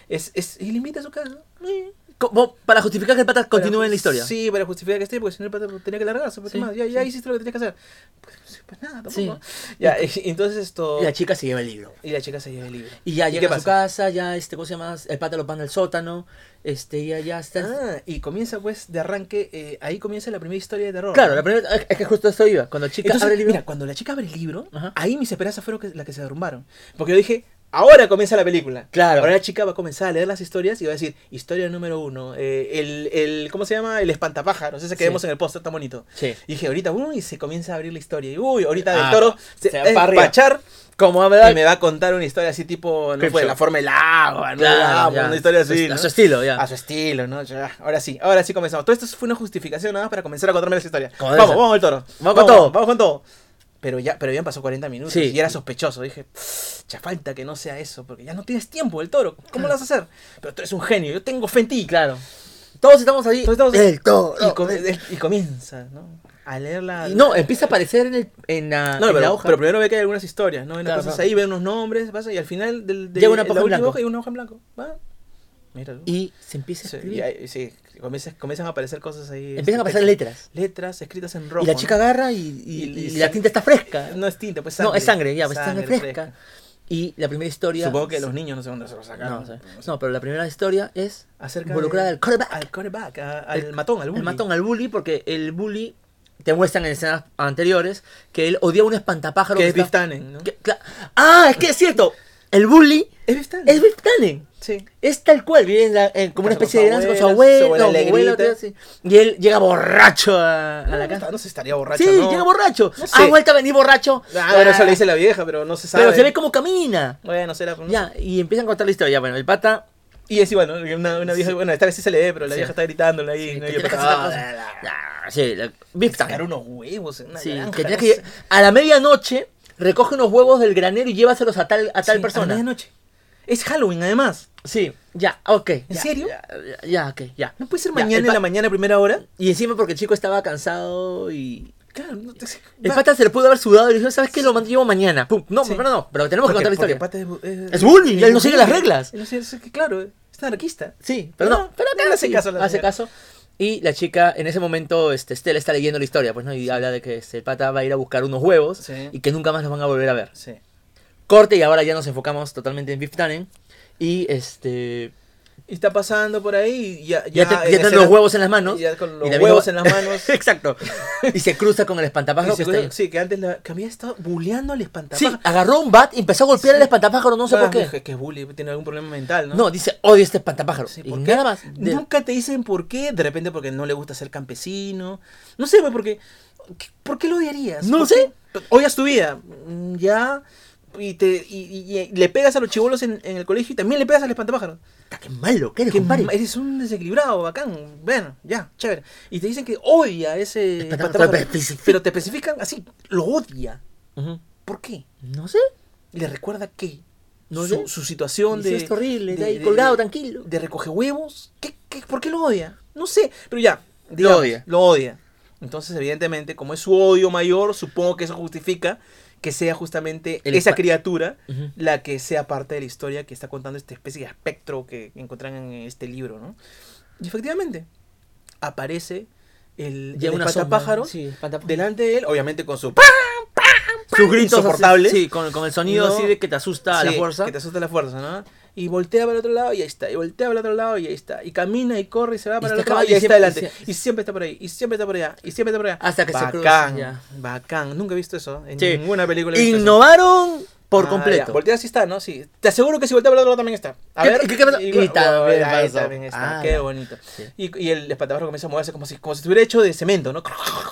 Speaker 2: es, es y limita su casa. Eh,
Speaker 1: Como Para justificar que el pata continúe
Speaker 2: para-
Speaker 1: en la historia.
Speaker 2: pues, Sí, para justificar que esté, porque si no el pata tenía que largarse, porque
Speaker 1: Sí,
Speaker 2: más, ya, ya
Speaker 1: sí.
Speaker 2: hiciste lo que tenías que hacer. Pues, pues nada, tampoco.
Speaker 1: Sí.
Speaker 2: Ya, y- y entonces esto
Speaker 1: Y la chica se lleva el libro.
Speaker 2: y la chica se lleva el libro.
Speaker 1: Y ya
Speaker 2: ¿Y
Speaker 1: llega
Speaker 2: qué
Speaker 1: a su
Speaker 2: pasa?
Speaker 1: casa, ya, este, ¿cómo se llama? El pata lo pone al sótano. Este, ya, ya está.
Speaker 2: Ah, y comienza pues de arranque, eh, ahí comienza la primera historia de terror.
Speaker 1: claro,
Speaker 2: ¿no?
Speaker 1: la primera, es que justo eso iba. Cuando la chica
Speaker 2: Entonces,
Speaker 1: abre el libro.
Speaker 2: mira, cuando la chica abre el libro,
Speaker 1: Ajá.
Speaker 2: ahí mis esperanzas fueron que- las que se derrumbaron. Porque yo dije, ahora comienza la película.
Speaker 1: Claro.
Speaker 2: Ahora la chica va a comenzar a leer las historias y va a decir, historia número uno, eh, el, el, ¿cómo se llama? El espantapájaros, ese que
Speaker 1: Sí.
Speaker 2: vemos en el póster tan bonito.
Speaker 1: Sí.
Speaker 2: Y dije, ahorita, uy, se comienza a abrir la historia. Y uy, ahorita
Speaker 1: Ah,
Speaker 2: del toro se,
Speaker 1: se va
Speaker 2: va
Speaker 1: para
Speaker 2: a
Speaker 1: arriba.
Speaker 2: pachar
Speaker 1: Como a
Speaker 2: y me va a contar una historia así tipo, no
Speaker 1: Creepshow.
Speaker 2: fue, la forma del agua, ¿no? El agua, Ah, una historia así.
Speaker 1: A
Speaker 2: ¿no?
Speaker 1: su estilo, ya.
Speaker 2: A su estilo, ¿no? Ya, Ahora sí, ahora sí comenzamos. Todo esto fue una justificación nada más para comenzar a contarme las historias.
Speaker 1: Como debe
Speaker 2: Vamos,
Speaker 1: ser.
Speaker 2: vamos al toro.
Speaker 1: Vamos con todo.
Speaker 2: Vamos con todo. Pero ya, pero ya han pasado 40 minutos
Speaker 1: Sí.
Speaker 2: y era sospechoso. Dije, ya falta que no sea eso, porque ya no tienes tiempo el toro. ¿Cómo lo vas a hacer? Pero tú eres un genio, yo tengo fe en ti.
Speaker 1: Claro. Todos estamos ahí.
Speaker 2: Todos estamos ahí.
Speaker 1: El todo.
Speaker 2: Y, com- y comienza, ¿no? A leer la.
Speaker 1: Y No, empieza a aparecer en, el, en, la,
Speaker 2: No,
Speaker 1: Ah, en
Speaker 2: pero,
Speaker 1: la hoja.
Speaker 2: pero primero ve que hay algunas historias, ¿no? Hay unas
Speaker 1: Claro,
Speaker 2: cosas
Speaker 1: claro.
Speaker 2: ahí, ve unos nombres, pasa, y al final del, de
Speaker 1: Llega una
Speaker 2: la
Speaker 1: hoja en
Speaker 2: última
Speaker 1: blanco.
Speaker 2: hoja hay una hoja en blanco. Va. Míralo.
Speaker 1: y se empieza a
Speaker 2: Sí,
Speaker 1: escribir.
Speaker 2: y ahí- sí, comienza- comienzan a aparecer cosas ahí.
Speaker 1: Empiezan a
Speaker 2: este,
Speaker 1: aparecer letras.
Speaker 2: Letras escritas en rojo.
Speaker 1: y la chica
Speaker 2: ¿no?
Speaker 1: agarra y, y-
Speaker 2: Y- y
Speaker 1: y la
Speaker 2: sang-
Speaker 1: tinta está fresca.
Speaker 2: No es tinta, pues sangre.
Speaker 1: No, es sangre, ya, pues, sangre, fresca. Y la primera historia.
Speaker 2: Supongo que los niños no sé dónde se lo sacaron.
Speaker 1: No, o sea, no, pero la primera historia es
Speaker 2: Acerca
Speaker 1: involucrada
Speaker 2: de-
Speaker 1: al quarterback.
Speaker 2: Al quarterback, a- al matón, al bully.
Speaker 1: El matón, al bully, porque el bully. Te muestran en escenas anteriores que él odia un espantapájaro.
Speaker 2: Que es Biff
Speaker 1: está-
Speaker 2: Tannen, ¿no?
Speaker 1: que- cla- ¡Ah! Es que es cierto. El bully
Speaker 2: Es Biff Tannen.
Speaker 1: es Biff Tannen.
Speaker 2: Sí.
Speaker 1: Es tal cual, vive en la- en- como una
Speaker 2: Casa con
Speaker 1: especie
Speaker 2: su
Speaker 1: de danza con su
Speaker 2: abuela, su
Speaker 1: abuelo,
Speaker 2: abuela le
Speaker 1: abuelo,
Speaker 2: grita.
Speaker 1: tío, así. Y él llega borracho a, a
Speaker 2: No,
Speaker 1: la
Speaker 2: no
Speaker 1: casa.
Speaker 2: está- No se estaría borracho.
Speaker 1: Sí,
Speaker 2: no.
Speaker 1: llega borracho.
Speaker 2: No
Speaker 1: Ha
Speaker 2: sé.
Speaker 1: vuelto a venir borracho.
Speaker 2: Ah, bueno, eso le dice la vieja, pero no se sabe.
Speaker 1: Pero se ve cómo camina.
Speaker 2: Bueno, será. no
Speaker 1: Ya, y empiezan a contar la historia. Bueno, el pata.
Speaker 2: Y es igual, ¿no? Una, una vieja,
Speaker 1: Sí.
Speaker 2: bueno, esta vez sí se le ve, pero la
Speaker 1: Sí.
Speaker 2: vieja está gritándole ahí.
Speaker 1: que
Speaker 2: ¿no? Y
Speaker 1: tiene
Speaker 2: el
Speaker 1: que hacer
Speaker 2: pata,
Speaker 1: una
Speaker 2: "Ah,
Speaker 1: cosa-
Speaker 2: la, la, la".
Speaker 1: Ah, Sí, la- Big Time.
Speaker 2: Sacar unos huevos en una
Speaker 1: Sí,
Speaker 2: granja,
Speaker 1: que tenía
Speaker 2: no
Speaker 1: que-
Speaker 2: sé.
Speaker 1: a la medianoche recoge unos huevos del granero y llévaselos a tal, a tal
Speaker 2: Sí,
Speaker 1: persona.
Speaker 2: A la medianoche. Es Halloween, además.
Speaker 1: Sí, ya, ok. ¿En
Speaker 2: serio?
Speaker 1: Ya, ya, ok, ya.
Speaker 2: No puede ser
Speaker 1: Ya,
Speaker 2: mañana
Speaker 1: el
Speaker 2: en
Speaker 1: pa-
Speaker 2: la mañana, a primera hora.
Speaker 1: Y encima porque el chico estaba cansado y.
Speaker 2: Claro, no te-
Speaker 1: El pata se le pudo haber sudado y le dijo, ¿sabes qué? Lo llevo mañana. Pum. No,
Speaker 2: Sí.
Speaker 1: pero no, pero tenemos que
Speaker 2: Porque-
Speaker 1: contar la
Speaker 2: porque
Speaker 1: historia.
Speaker 2: Pata es,
Speaker 1: Es bully, él no sigue las reglas.
Speaker 2: Él no sigue- es que, claro, es anarquista.
Speaker 1: Sí, pero no,
Speaker 2: No,
Speaker 1: pero
Speaker 2: no
Speaker 1: claro,
Speaker 2: hace
Speaker 1: sí,
Speaker 2: caso a la
Speaker 1: hace
Speaker 2: señora.
Speaker 1: caso. Y la chica, en ese momento, este, Estela está leyendo la historia, pues, ¿no? Y habla de que este, el pata va a ir a buscar unos huevos
Speaker 2: Sí.
Speaker 1: y que nunca más los van a volver a ver.
Speaker 2: Sí.
Speaker 1: Corte y ahora ya nos enfocamos totalmente en Biff Tannen. Y este.
Speaker 2: Y está pasando por ahí y ya...
Speaker 1: Ya, te- ya
Speaker 2: en
Speaker 1: tiene
Speaker 2: escena-
Speaker 1: los huevos en las manos.
Speaker 2: y ya con los
Speaker 1: la
Speaker 2: huevos
Speaker 1: misma-
Speaker 2: en las manos.
Speaker 1: Exacto. Y se cruza con el
Speaker 2: y
Speaker 1: espantapájaro
Speaker 2: se
Speaker 1: que pues, está
Speaker 2: acuerda-
Speaker 1: ahí.
Speaker 2: sí, que antes la, que había estado buleando al
Speaker 1: Sí,
Speaker 2: espantapájaro.
Speaker 1: agarró un bat y empezó a golpear
Speaker 2: Sí.
Speaker 1: al espantapájaro, no sé
Speaker 2: Ah,
Speaker 1: por qué.
Speaker 2: dije que es bully, tiene algún problema mental, ¿no?
Speaker 1: No, dice, odio este espantapájaro.
Speaker 2: Sí,
Speaker 1: y
Speaker 2: ¿por qué?
Speaker 1: nada más. De-
Speaker 2: Nunca te dicen por qué, de repente porque no le gusta ser campesino. No sé, pues, porque ¿qué- ¿por qué lo odiarías?
Speaker 1: No
Speaker 2: ¿Por
Speaker 1: sé.
Speaker 2: qué Odias tu vida. Mm, Ya y te y, y- y le pegas a los chivolos en, en el colegio y también le pegas al espantapájaro.
Speaker 1: Puta, Qué malo, qué eres,
Speaker 2: Que
Speaker 1: compadre.
Speaker 2: ma- eres un desequilibrado, bacán. Bueno, ya, chévere. Y te dicen que odia a ese
Speaker 1: Espantapájaro,
Speaker 2: espantapájaro,
Speaker 1: pero especifica.
Speaker 2: pero te especifican así, lo odia.
Speaker 1: Ujú.
Speaker 2: ¿Por qué?
Speaker 1: No sé.
Speaker 2: le recuerda que
Speaker 1: No
Speaker 2: su,
Speaker 1: sé.
Speaker 2: su situación
Speaker 1: Dice,
Speaker 2: de
Speaker 1: "Esto horrible,
Speaker 2: de-
Speaker 1: está ahí
Speaker 2: de-
Speaker 1: colgado,
Speaker 2: de-
Speaker 1: tranquilo".
Speaker 2: de recoge huevos ¿Qué, qué- por qué lo odia no sé pero ya
Speaker 1: Lo
Speaker 2: digamos,
Speaker 1: odia.
Speaker 2: lo odia entonces evidentemente como es su odio mayor supongo que eso justifica que sea justamente
Speaker 1: El
Speaker 2: esa
Speaker 1: espa-
Speaker 2: criatura
Speaker 1: Ujú.
Speaker 2: la que sea parte de la historia que está contando esta especie de espectro que encuentran en este libro no y efectivamente aparece el,
Speaker 1: Ya
Speaker 2: el
Speaker 1: una sombra,
Speaker 2: espantapájaro
Speaker 1: sí, espantapájaro.
Speaker 2: delante de él obviamente con su
Speaker 1: Sus gritos
Speaker 2: insoportables.
Speaker 1: así, sí, con, con el sonido
Speaker 2: No.
Speaker 1: así de que te asusta a la
Speaker 2: Sí,
Speaker 1: fuerza.
Speaker 2: Que te asusta la fuerza, ¿no? Y voltea para el otro lado y ahí está. Y voltea para el otro lado y ahí está. Y camina y corre y se va para el
Speaker 1: está
Speaker 2: otro lado
Speaker 1: acabando
Speaker 2: y ahí
Speaker 1: y
Speaker 2: está
Speaker 1: siempre-
Speaker 2: adelante.
Speaker 1: y
Speaker 2: Y siempre está por ahí. Y siempre está por allá. Y siempre está por allá.
Speaker 1: Hasta que se
Speaker 2: Bacán,
Speaker 1: cruzan, ya.
Speaker 2: Bacán. Nunca he visto eso. En
Speaker 1: Sí.
Speaker 2: ninguna película. he visto eso.
Speaker 1: Innovaron por
Speaker 2: Ah, ya.
Speaker 1: completo.
Speaker 2: Voltea sí está, ¿no? Sí. Te aseguro que si voltea para el otro lado también está. A
Speaker 1: ¿Qué-
Speaker 2: ver.
Speaker 1: qué- qué pasa?
Speaker 2: Y, bueno,
Speaker 1: Y también
Speaker 2: ahí
Speaker 1: pasó.
Speaker 2: también está.
Speaker 1: Ah,
Speaker 2: Qué
Speaker 1: ya.
Speaker 2: bonito.
Speaker 1: Sí.
Speaker 2: Y, y el espantapájaro comienza a moverse como si, como si estuviera hecho de cemento, ¿no?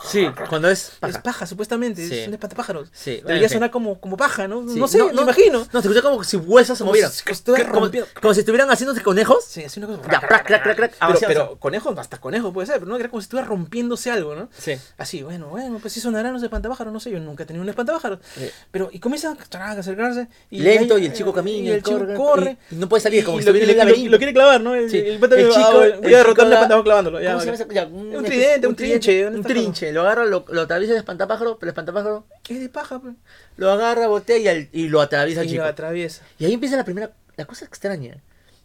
Speaker 1: Sí, cuando es paja.
Speaker 2: Es paja, supuestamente.
Speaker 1: Sí.
Speaker 2: Es un espantapájaros.
Speaker 1: Sí, bueno,
Speaker 2: Debería
Speaker 1: en fin.
Speaker 2: sonar como, como paja, ¿no?
Speaker 1: Sí,
Speaker 2: No sé, me imagino.
Speaker 1: No, se escucha como si huesos se
Speaker 2: Como
Speaker 1: movieran.
Speaker 2: si- que estuviera
Speaker 1: Como,
Speaker 2: rompiendo.
Speaker 1: como si estuvieran haciéndose conejos.
Speaker 2: Sí, así una cosa.
Speaker 1: Ya, crack, crack, crack, crack.
Speaker 2: Pero,
Speaker 1: Avanza,
Speaker 2: pero
Speaker 1: avanza.
Speaker 2: conejos, hasta conejos puede ser, pero no era como si estuviera rompiéndose algo, ¿no? Así, bueno, bueno, pues sí sonarán los espantapájaros, no sé, yo nunca he tenido un espantapájaros.
Speaker 1: Sí.
Speaker 2: Pero, y comienza a tra- a acercarse. Y
Speaker 1: Lento, y el
Speaker 2: eh,
Speaker 1: chico camina,
Speaker 2: y el
Speaker 1: y
Speaker 2: chico
Speaker 1: corre,
Speaker 2: corre.
Speaker 1: y- y no puede salir,
Speaker 2: y-
Speaker 1: como
Speaker 2: y
Speaker 1: si
Speaker 2: lo,
Speaker 1: estuviera en
Speaker 2: y
Speaker 1: un
Speaker 2: lo-
Speaker 1: laberinto.
Speaker 2: lo quiere clavar, ¿no? El,
Speaker 1: Sí.
Speaker 2: el pata
Speaker 1: El
Speaker 2: dice, ah,
Speaker 1: chico-
Speaker 2: voy- voy
Speaker 1: el
Speaker 2: a derrotar
Speaker 1: chico
Speaker 2: un
Speaker 1: da-
Speaker 2: espantapájaro clavándolo. ya,
Speaker 1: ¿Cómo se
Speaker 2: vale.
Speaker 1: llama esa- ya,
Speaker 2: Un
Speaker 1: una
Speaker 2: tridente,
Speaker 1: cosa-
Speaker 2: un trinche, una
Speaker 1: Un
Speaker 2: estaca, ¿no?
Speaker 1: trinche. Lo agarra, lo, lo atraviesa el espantapájaro, pero el espantapájaro
Speaker 2: ¿Qué es de paja, pues?
Speaker 1: lo agarra, botea y, al- y lo atraviesa al
Speaker 2: Y
Speaker 1: chico.
Speaker 2: lo atraviesa.
Speaker 1: Y ahí empieza la primera, la cosa extraña.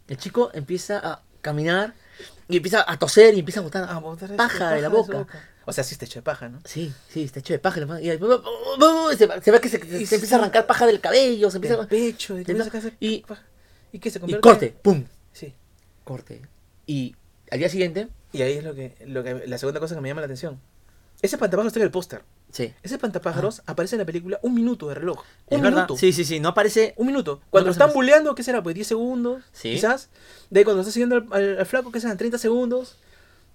Speaker 1: El chico empieza a caminar y empieza a toser y empieza a botar
Speaker 2: Ah, botar esa
Speaker 1: paja de la
Speaker 2: su
Speaker 1: boca.
Speaker 2: O sea, sí está hecho de paja, ¿no?
Speaker 1: Sí, sí, está hecho de paja. la madre. Y ahí, bu- bu- bu- se, va- se ve que se, se
Speaker 2: sí.
Speaker 1: empieza a arrancar paja del cabello. Se empieza
Speaker 2: Del pecho, de
Speaker 1: Del-
Speaker 2: comienza a sacar-
Speaker 1: y-
Speaker 2: ¿Y qué se
Speaker 1: y
Speaker 2: convierte?
Speaker 1: corte, pum,
Speaker 2: Sí.
Speaker 1: corte. Y al día siguiente,
Speaker 2: Y ahí es lo que, lo que la segunda cosa que me llama la atención. Ese pantapájaro está en el póster.
Speaker 1: sí.
Speaker 2: Ese pantapájaros aparece en la película un minuto de reloj.
Speaker 1: Ah. Es
Speaker 2: Un
Speaker 1: verdad.
Speaker 2: minuto.
Speaker 1: Sí, sí, sí, no aparece.
Speaker 2: Un minuto. Cuando lo
Speaker 1: pasa
Speaker 2: están
Speaker 1: más.
Speaker 2: buleando, ¿qué será? Pues 10 segundos.
Speaker 1: Sí.
Speaker 2: Quizás. De ahí cuando estás siguiendo al, al- al flaco, ¿qué serán? 30 segundos.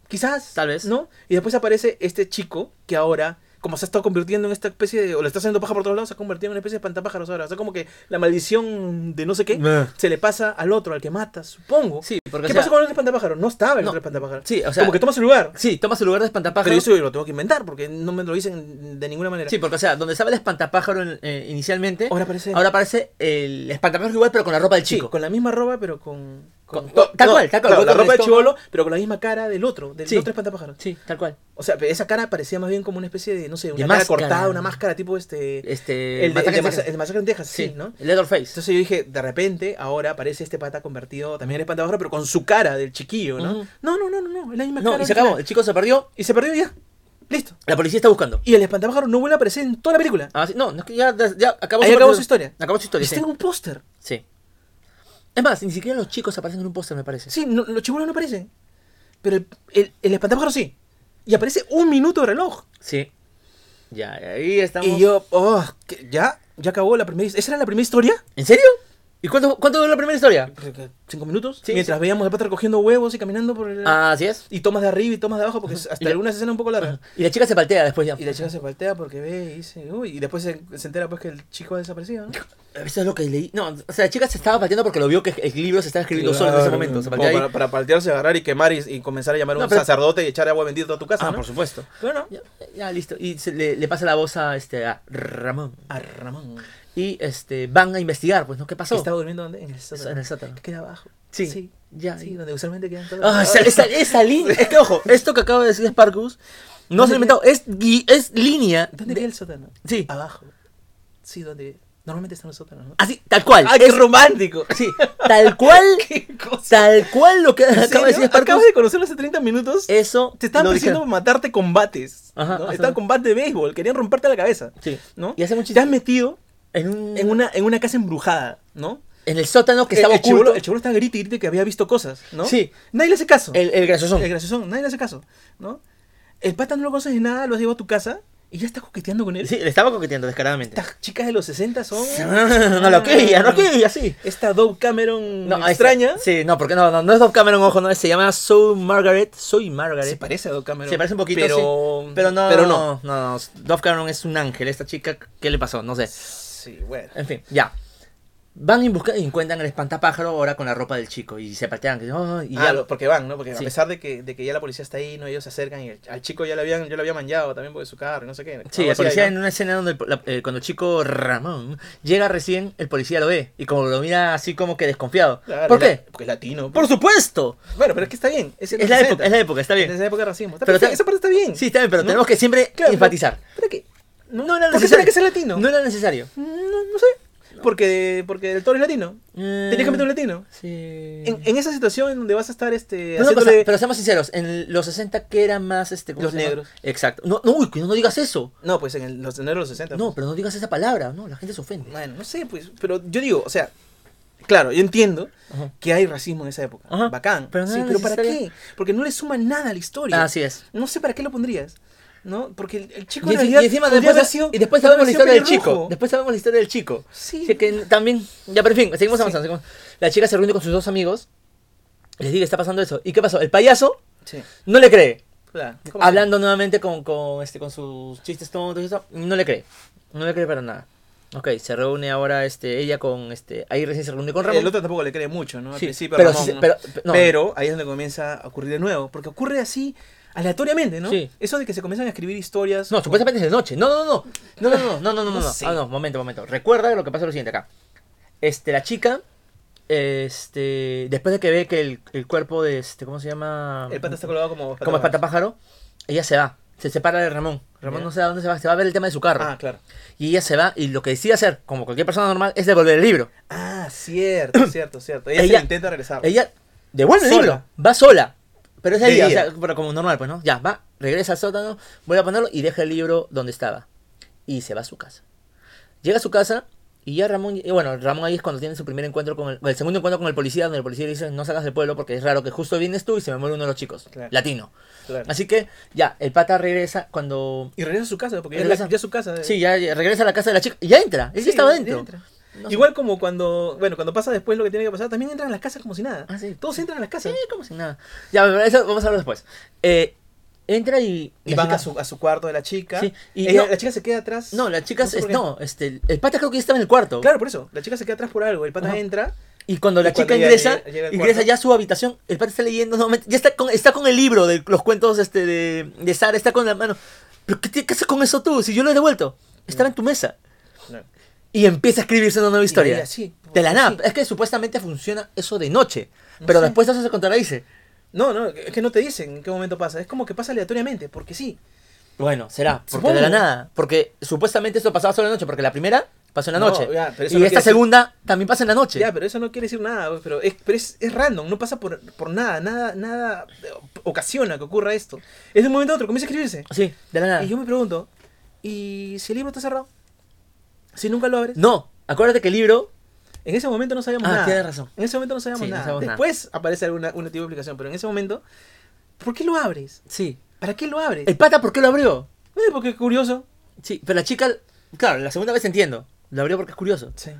Speaker 2: Quizás.
Speaker 1: Tal vez.
Speaker 2: ¿No? Y después aparece este chico que ahora, como se ha estado convirtiendo en esta especie de. O le está haciendo paja por todos lados, se ha convertido en una especie de pantapájaros ahora. O sea, como que la maldición de no sé qué
Speaker 1: Meh.
Speaker 2: se le pasa al otro, al que mata, supongo.
Speaker 1: Sí, porque,
Speaker 2: ¿Qué
Speaker 1: o sea-
Speaker 2: pasa con el otro espantapájaro? No estaba el
Speaker 1: No.
Speaker 2: otro espantapájaro.
Speaker 1: Sí, o sea-
Speaker 2: Como que toma su lugar.
Speaker 1: Sí, toma su lugar de espantapájaro.
Speaker 2: Pero eso yo lo tengo que inventar porque no me lo dicen de ninguna manera.
Speaker 1: Sí, porque o sea, donde estaba el espantapájaro en- eh, inicialmente,
Speaker 2: Ahora aparece-
Speaker 1: ahora aparece el espantapájaro igual, pero con la ropa del
Speaker 2: Sí,
Speaker 1: chico.
Speaker 2: con la misma ropa, pero con.
Speaker 1: Con- con- tal cual, tal cual,
Speaker 2: claro, la
Speaker 1: con
Speaker 2: ropa de
Speaker 1: esto.
Speaker 2: chivolo, pero con la misma cara del otro, del
Speaker 1: Sí.
Speaker 2: otro espantapájaro.
Speaker 1: Sí, tal cual.
Speaker 2: O sea, pero esa cara parecía más bien como una especie de, no sé, una
Speaker 1: De
Speaker 2: cara
Speaker 1: máscara.
Speaker 2: cortada, una máscara tipo este.
Speaker 1: Este.
Speaker 2: el, de,
Speaker 1: Masacre
Speaker 2: el de
Speaker 1: en
Speaker 2: masa-
Speaker 1: Texas.
Speaker 2: el masacre en Texas, sí, ¿no?
Speaker 1: El Leatherface.
Speaker 2: Entonces yo dije, de repente, ahora aparece este pata convertido también en espantapájaro, pero con su cara del chiquillo, ¿no?
Speaker 1: Ujú.
Speaker 2: No, no, no, no, no, es la misma
Speaker 1: no,
Speaker 2: cara.
Speaker 1: y se
Speaker 2: original.
Speaker 1: acabó. El chico se perdió.
Speaker 2: Y se perdió ya. Listo.
Speaker 1: La policía está buscando.
Speaker 2: Y el espantapájaro no vuelve a aparecer en toda la película.
Speaker 1: Ah, sí, no, no, es que ya, ya acabó,
Speaker 2: Ahí acabó
Speaker 1: participación.
Speaker 2: su historia.
Speaker 1: Acabó su historia.
Speaker 2: Está
Speaker 1: sí.
Speaker 2: en un póster.
Speaker 1: Sí. Es más, ni siquiera los chicos aparecen en un póster, me parece.
Speaker 2: Sí, no- los chibolos no aparecen. Pero el, el, el espantapájaro sí. Y aparece un minuto de reloj.
Speaker 1: Sí. Ya, ahí estamos.
Speaker 2: Y yo, oh, ¿qué? ¿ya? ¿Ya acabó la primera ¿Esa era la primera historia?
Speaker 1: ¿En serio? ¿Y cuánto, cuánto duró la primera historia?
Speaker 2: Creo que ¿Cinco minutos?
Speaker 1: Sí,
Speaker 2: Mientras veíamos al pata recogiendo huevos y caminando por el...
Speaker 1: Ah, así es.
Speaker 2: Y tomas de arriba y tomas de abajo porque hasta
Speaker 1: Y la-
Speaker 2: algunas escenas un poco largas.
Speaker 1: Y la chica se paltea después ya.
Speaker 2: Y la chica se paltea porque ve y dice, uy, y después se, se entera pues que el chico ha desaparecido, ¿no?
Speaker 1: Eso es lo que leí. No, o sea, la chica se estaba palteando porque lo vio que el libro se estaba escribiendo solo en ese momento. Se
Speaker 2: Como
Speaker 1: paltea ahí.
Speaker 2: para, para paltearse, agarrar y quemar y, y comenzar a llamar a
Speaker 1: No,
Speaker 2: un
Speaker 1: pero-
Speaker 2: sacerdote y echar agua bendita a tu casa,
Speaker 1: Ah,
Speaker 2: ¿no?
Speaker 1: por supuesto.
Speaker 2: Bueno,
Speaker 1: Ya, ya, listo. Y se le, le pasa la voz a, este, a Ramón.
Speaker 2: a Ramón.
Speaker 1: Y este, van a investigar, pues, ¿no? ¿Qué
Speaker 2: Que
Speaker 1: pasó?
Speaker 2: estaba durmiendo ¿dónde? En el sótano.
Speaker 1: En el sótano.
Speaker 2: Que queda abajo.
Speaker 1: Sí.
Speaker 2: Sí.
Speaker 1: Ya.
Speaker 2: Sí, donde usualmente quedan todas
Speaker 1: Ah, esa, esa- esa línea. Es que ojo, esto que acabo de decir Sparkus no se lo he inventado, es, gui- es línea.
Speaker 2: ¿Dónde
Speaker 1: de-
Speaker 2: queda el sótano?
Speaker 1: Sí.
Speaker 2: Abajo. Sí, donde normalmente están los sótanos, ¿no?
Speaker 1: Así, tal cual.
Speaker 2: ¡Ah, qué romántico!
Speaker 1: Sí, tal cual.
Speaker 2: ¿Qué cosa?
Speaker 1: tal cual lo que
Speaker 2: ¿En
Speaker 1: acaba de
Speaker 2: serio?
Speaker 1: decir Sparkus.
Speaker 2: Acabas de conocerlo hace 30 minutos.
Speaker 1: Eso.
Speaker 2: Te estaban
Speaker 1: lo
Speaker 2: pidiendo
Speaker 1: dijeron.
Speaker 2: matarte combates.
Speaker 1: Ajá,
Speaker 2: ¿no?
Speaker 1: ajá.
Speaker 2: Estaban combate de béisbol, querían romperte la cabeza.
Speaker 1: Sí.
Speaker 2: ¿no?
Speaker 1: Y hace mucho
Speaker 2: Te has metido
Speaker 1: En, un-
Speaker 2: en una, en una casa embrujada, ¿no?
Speaker 1: en el sótano que estaba
Speaker 2: el, el chibolo-
Speaker 1: oculto.
Speaker 2: el chibolo estaba grite y grite que había visto cosas, ¿no?
Speaker 1: Sí.
Speaker 2: Nadie le hace caso.
Speaker 1: El, el graciosón.
Speaker 2: El graciosón, nadie le hace caso, ¿no? El pata no lo conoces de nada, lo has llevado a tu casa y ya estás coqueteando con él.
Speaker 1: Sí, le estaba coqueteando descaradamente.
Speaker 2: Estas chicas de los 60 son.
Speaker 1: no lo quería, no quería, sí.
Speaker 2: Esta Dove Cameron
Speaker 1: No,
Speaker 2: Ah. Mm, extraña.
Speaker 1: esa- sí, no, porque no, no, no es Dove Cameron, ojo, no, se llama Soy Margaret. Soy Margaret.
Speaker 2: Se parece a Dove Cameron.
Speaker 1: Se parece un poquito,
Speaker 2: pero.
Speaker 1: sí. Pero no,
Speaker 2: Pero
Speaker 1: no,
Speaker 2: no.
Speaker 1: no, no, Dove Cameron es un ángel. Esta chica, ¿qué le pasó? No sé.
Speaker 2: Sí, bueno.
Speaker 1: En fin, ya. Van y buscan y encuentran el espantapájaro ahora con la ropa del chico y se patean. que, "Oh", y
Speaker 2: Ah,
Speaker 1: ya.
Speaker 2: lo- porque van, ¿no? Porque a
Speaker 1: Sí.
Speaker 2: pesar de que, de que ya la policía está ahí, ¿no? Ellos se acercan y el- al chico ya le habían, yo le había manchado también por su carro y no sé qué.
Speaker 1: Sí,
Speaker 2: Algo
Speaker 1: la
Speaker 2: así
Speaker 1: policía
Speaker 2: hay,
Speaker 1: en
Speaker 2: ¿no?
Speaker 1: una escena donde el po- la- eh, cuando el chico Ramón llega recién, el policía lo ve y como lo mira así como que desconfiado.
Speaker 2: Claro,
Speaker 1: ¿Por
Speaker 2: es la-
Speaker 1: qué?
Speaker 2: porque es latino. pues.
Speaker 1: Por supuesto.
Speaker 2: Bueno, pero es que está bien. Es, en
Speaker 1: Es
Speaker 2: los
Speaker 1: la
Speaker 2: 60.
Speaker 1: época, es la época, está
Speaker 2: En
Speaker 1: bien.
Speaker 2: esa época de racismo. Está
Speaker 1: Pero
Speaker 2: perfecto,
Speaker 1: está-
Speaker 2: esa parte está bien.
Speaker 1: Sí, está bien, pero
Speaker 2: ¿No?
Speaker 1: tenemos que siempre
Speaker 2: Claro,
Speaker 1: enfatizar.
Speaker 2: ¿Pero qué? No,
Speaker 1: No era
Speaker 2: ¿Por qué
Speaker 1: necesario.
Speaker 2: tiene que ser latino?
Speaker 1: No era necesario.
Speaker 2: No, no sé. Porque, porque el toro es latino. Tenías que meter un latino.
Speaker 1: Eh, Sí.
Speaker 2: En, en esa situación en donde vas a estar este,
Speaker 1: Eh. No, no, pero,
Speaker 2: haciéndole-
Speaker 1: pero seamos sinceros, en los 60 que era más este ¿cómo
Speaker 2: Los
Speaker 1: se llama?
Speaker 2: negros.
Speaker 1: Exacto. No, no, uy, que no digas eso.
Speaker 2: No, pues en el- los enero de los 60.
Speaker 1: No,
Speaker 2: pues.
Speaker 1: pero no digas esa palabra, no, la gente se ofende.
Speaker 2: Bueno, no sé, pues. Pero yo digo, o sea, claro, yo entiendo
Speaker 1: Ajá.
Speaker 2: que hay racismo en esa época.
Speaker 1: Ajá.
Speaker 2: Bacán.
Speaker 1: Pero no
Speaker 2: sí,
Speaker 1: era
Speaker 2: pero ¿para
Speaker 1: necesario. Ah,
Speaker 2: qué? Porque no le suma nada a la historia.
Speaker 1: Así es.
Speaker 2: No sé para qué lo pondrías. ¿no? Porque el, el chico
Speaker 1: Y,
Speaker 2: en
Speaker 1: enci-
Speaker 2: realidad
Speaker 1: y encima
Speaker 2: podría
Speaker 1: después,
Speaker 2: haber sido-
Speaker 1: y después
Speaker 2: podría
Speaker 1: sabemos la historia
Speaker 2: haber
Speaker 1: del
Speaker 2: sido
Speaker 1: chico.
Speaker 2: pelirrojo.
Speaker 1: Después sabemos la historia del chico.
Speaker 2: Sí.
Speaker 1: Así que también. Ya, pero en fin, seguimos avanzando. seguimos. La chica se reúne con sus dos amigos. Les dice que está pasando eso. ¿Y qué pasó? El payaso
Speaker 2: Sí.
Speaker 1: no le cree.
Speaker 2: Claro, ¿cómo se-
Speaker 1: Hablando nuevamente con, con, este, con sus chistes tontos y eso, no le cree. No le cree para nada. Ok, se reúne ahora este, ella con. este Ahí recién se reúne con Ramón.
Speaker 2: El otro tampoco le cree mucho, ¿no? Al
Speaker 1: Sí,
Speaker 2: principio
Speaker 1: pero
Speaker 2: Ramón,
Speaker 1: sí,
Speaker 2: ¿no?
Speaker 1: pero- no.
Speaker 2: Pero ahí es donde comienza a ocurrir de nuevo, porque ocurre así aleatoriamente, ¿no?
Speaker 1: Sí.
Speaker 2: Eso de que se comienzan a escribir historias.
Speaker 1: No, supuestamente es de noche. No, no, no. No, no, no, no, no, no, no.
Speaker 2: No
Speaker 1: no.
Speaker 2: sé.
Speaker 1: Ah, no, momento, momento. Recuerda lo que pasa lo siguiente acá. Este, la chica, este, después de que ve que el, el cuerpo de este, ¿cómo se llama?
Speaker 2: El pata está colgado como
Speaker 1: Como espantapájaro, ella se va. Se separa de Ramón. Ramón
Speaker 2: Ya.
Speaker 1: no sabe a dónde se va, se va a ver el tema de su carro.
Speaker 2: Ah, claro.
Speaker 1: Y ella se va y lo que decide hacer, como cualquier persona normal, es devolver el libro.
Speaker 2: Ah, cierto, cierto, cierto. Ella, se
Speaker 1: Ella-
Speaker 2: intenta regresar.
Speaker 1: Ella devuelve el
Speaker 2: Sola.
Speaker 1: libro, va sola. Pero es de
Speaker 2: De
Speaker 1: día, o
Speaker 2: día.
Speaker 1: sea, pero como normal, pues, ¿no? Ya, va, regresa al sótano, vuelve a ponerlo y deja el libro donde estaba. Y se va a su casa. Llega a su casa y ya Ramón, y bueno, Ramón ahí es cuando tiene su primer encuentro con el, el segundo encuentro con el policía, donde el policía le dice, no salgas del pueblo porque es raro que justo vienes tú y se me muere uno de los chicos,
Speaker 2: Claro.
Speaker 1: latino.
Speaker 2: Claro.
Speaker 1: Así que ya, el pata regresa cuando...
Speaker 2: Y regresa a su casa, porque ya,
Speaker 1: Regresa.
Speaker 2: es la- ya es su casa. eh.
Speaker 1: Sí, ya ya regresa a la casa de la chica y ya entra, él
Speaker 2: Sí,
Speaker 1: ya estaba
Speaker 2: ya
Speaker 1: dentro.
Speaker 2: entra.
Speaker 1: No sé.
Speaker 2: Igual como cuando, bueno, cuando pasa después lo que tiene que pasar, también entran a las casas como si nada.
Speaker 1: Ah, sí.
Speaker 2: Todos entran a las
Speaker 1: Sí,
Speaker 2: casas.
Speaker 1: como si nada. Ya, pero eso vamos a hablar después. Eh, entra y...
Speaker 2: Y
Speaker 1: la
Speaker 2: van
Speaker 1: chica-
Speaker 2: a su, a su cuarto de la chica.
Speaker 1: Sí, y
Speaker 2: Ella-
Speaker 1: no-
Speaker 2: la chica se queda atrás.
Speaker 1: No, la chica...
Speaker 2: sé
Speaker 1: es-
Speaker 2: por qué.
Speaker 1: no, este, el pata creo que ya estaba en el cuarto.
Speaker 2: Claro, por eso. La chica se queda atrás por algo. El pata
Speaker 1: Ajá.
Speaker 2: entra.
Speaker 1: Y cuando la
Speaker 2: Y
Speaker 1: chica
Speaker 2: cuando ella
Speaker 1: ingresa,
Speaker 2: llega- llega al
Speaker 1: ingresa
Speaker 2: cuarto.
Speaker 1: ya a su habitación, el pata está leyendo nuevamente. Ya está con, está con el libro de los cuentos este, de, de Sara, está con la mano. ¿Pero qué, te- qué haces con eso tú? Si yo lo he devuelto. Estaba en tu mesa.
Speaker 2: No.
Speaker 1: Y empieza a escribirse una nueva historia.
Speaker 2: ella así,
Speaker 1: de la nada.
Speaker 2: así.
Speaker 1: Es que supuestamente funciona eso de noche. pero
Speaker 2: sé.
Speaker 1: después eso se contradice.
Speaker 2: No, no, es que no te dicen en qué momento pasa. Es como que pasa aleatoriamente, porque sí.
Speaker 1: Bueno, será. Porque
Speaker 2: Supongo.
Speaker 1: de la nada. Porque supuestamente esto pasaba solo en la noche. Porque la primera pasó en la
Speaker 2: No,
Speaker 1: noche.
Speaker 2: ya, pero eso
Speaker 1: y
Speaker 2: no
Speaker 1: esta
Speaker 2: quiere decir-
Speaker 1: segunda también pasa en la noche.
Speaker 2: Ya, pero eso no quiere decir nada, pues, pero es, pero es, es random, no pasa por, por nada, nada, nada eh, ocasiona que ocurra esto. Es de un momento a otro, comienza a escribirse.
Speaker 1: Sí, de la nada.
Speaker 2: Y yo me pregunto, ¿y si el libro está cerrado? Si nunca lo abres.
Speaker 1: No, acuérdate que el libro
Speaker 2: En ese momento no sabíamos
Speaker 1: Ah,
Speaker 2: nada.
Speaker 1: tienes razón.
Speaker 2: En ese momento no sabíamos
Speaker 1: Sí, no
Speaker 2: nada.
Speaker 1: sabíamos nada.
Speaker 2: Después aparece alguna una tipo de explicación, pero en ese momento, ¿por qué lo abres?
Speaker 1: Sí.
Speaker 2: ¿Para qué lo abres?
Speaker 1: ¿El pata por qué lo abrió?
Speaker 2: No porque es curioso.
Speaker 1: Sí, pero la chica, claro, la segunda vez entiendo. Lo abrió porque es curioso.
Speaker 2: Sí.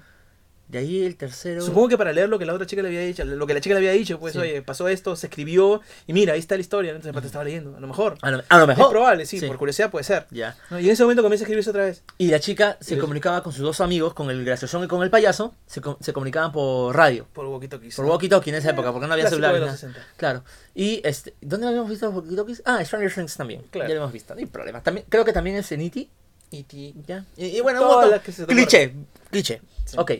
Speaker 1: De ahí el tercero.
Speaker 2: Supongo que para leer lo que la otra chica le había dicho, lo que la chica le había dicho, pues
Speaker 1: Sí.
Speaker 2: oye, pasó esto, se escribió y mira, ahí está la historia, ¿no? entonces el pata estaba leyendo, a lo mejor.
Speaker 1: Ah, A lo, a lo mejor.
Speaker 2: Es probable, sí,
Speaker 1: Sí.
Speaker 2: por curiosidad puede ser.
Speaker 1: Ya.
Speaker 2: ¿No? Y en ese momento comienza a escribirse otra vez.
Speaker 1: Y la chica se
Speaker 2: Y-
Speaker 1: comunicaba con sus dos amigos, con el graciosón y con el payaso, se, com- se comunicaban por radio.
Speaker 2: Por walkie talkies.
Speaker 1: Por walkie-talkie en esa época, porque no había
Speaker 2: Clásico
Speaker 1: celulares.
Speaker 2: de los
Speaker 1: nada.
Speaker 2: 60.
Speaker 1: Claro. Y este, ¿dónde habíamos visto los walkie-talkies? Ah, Stranger Things también.
Speaker 2: Claro.
Speaker 1: Ya lo hemos visto, no hay problema. También, creo que también es en E E.T.
Speaker 2: Y ti-
Speaker 1: Ya. Y, y bueno, un
Speaker 2: Todas
Speaker 1: montón.
Speaker 2: las que se te
Speaker 1: cliché, cliché.
Speaker 2: Sí.
Speaker 1: Ok.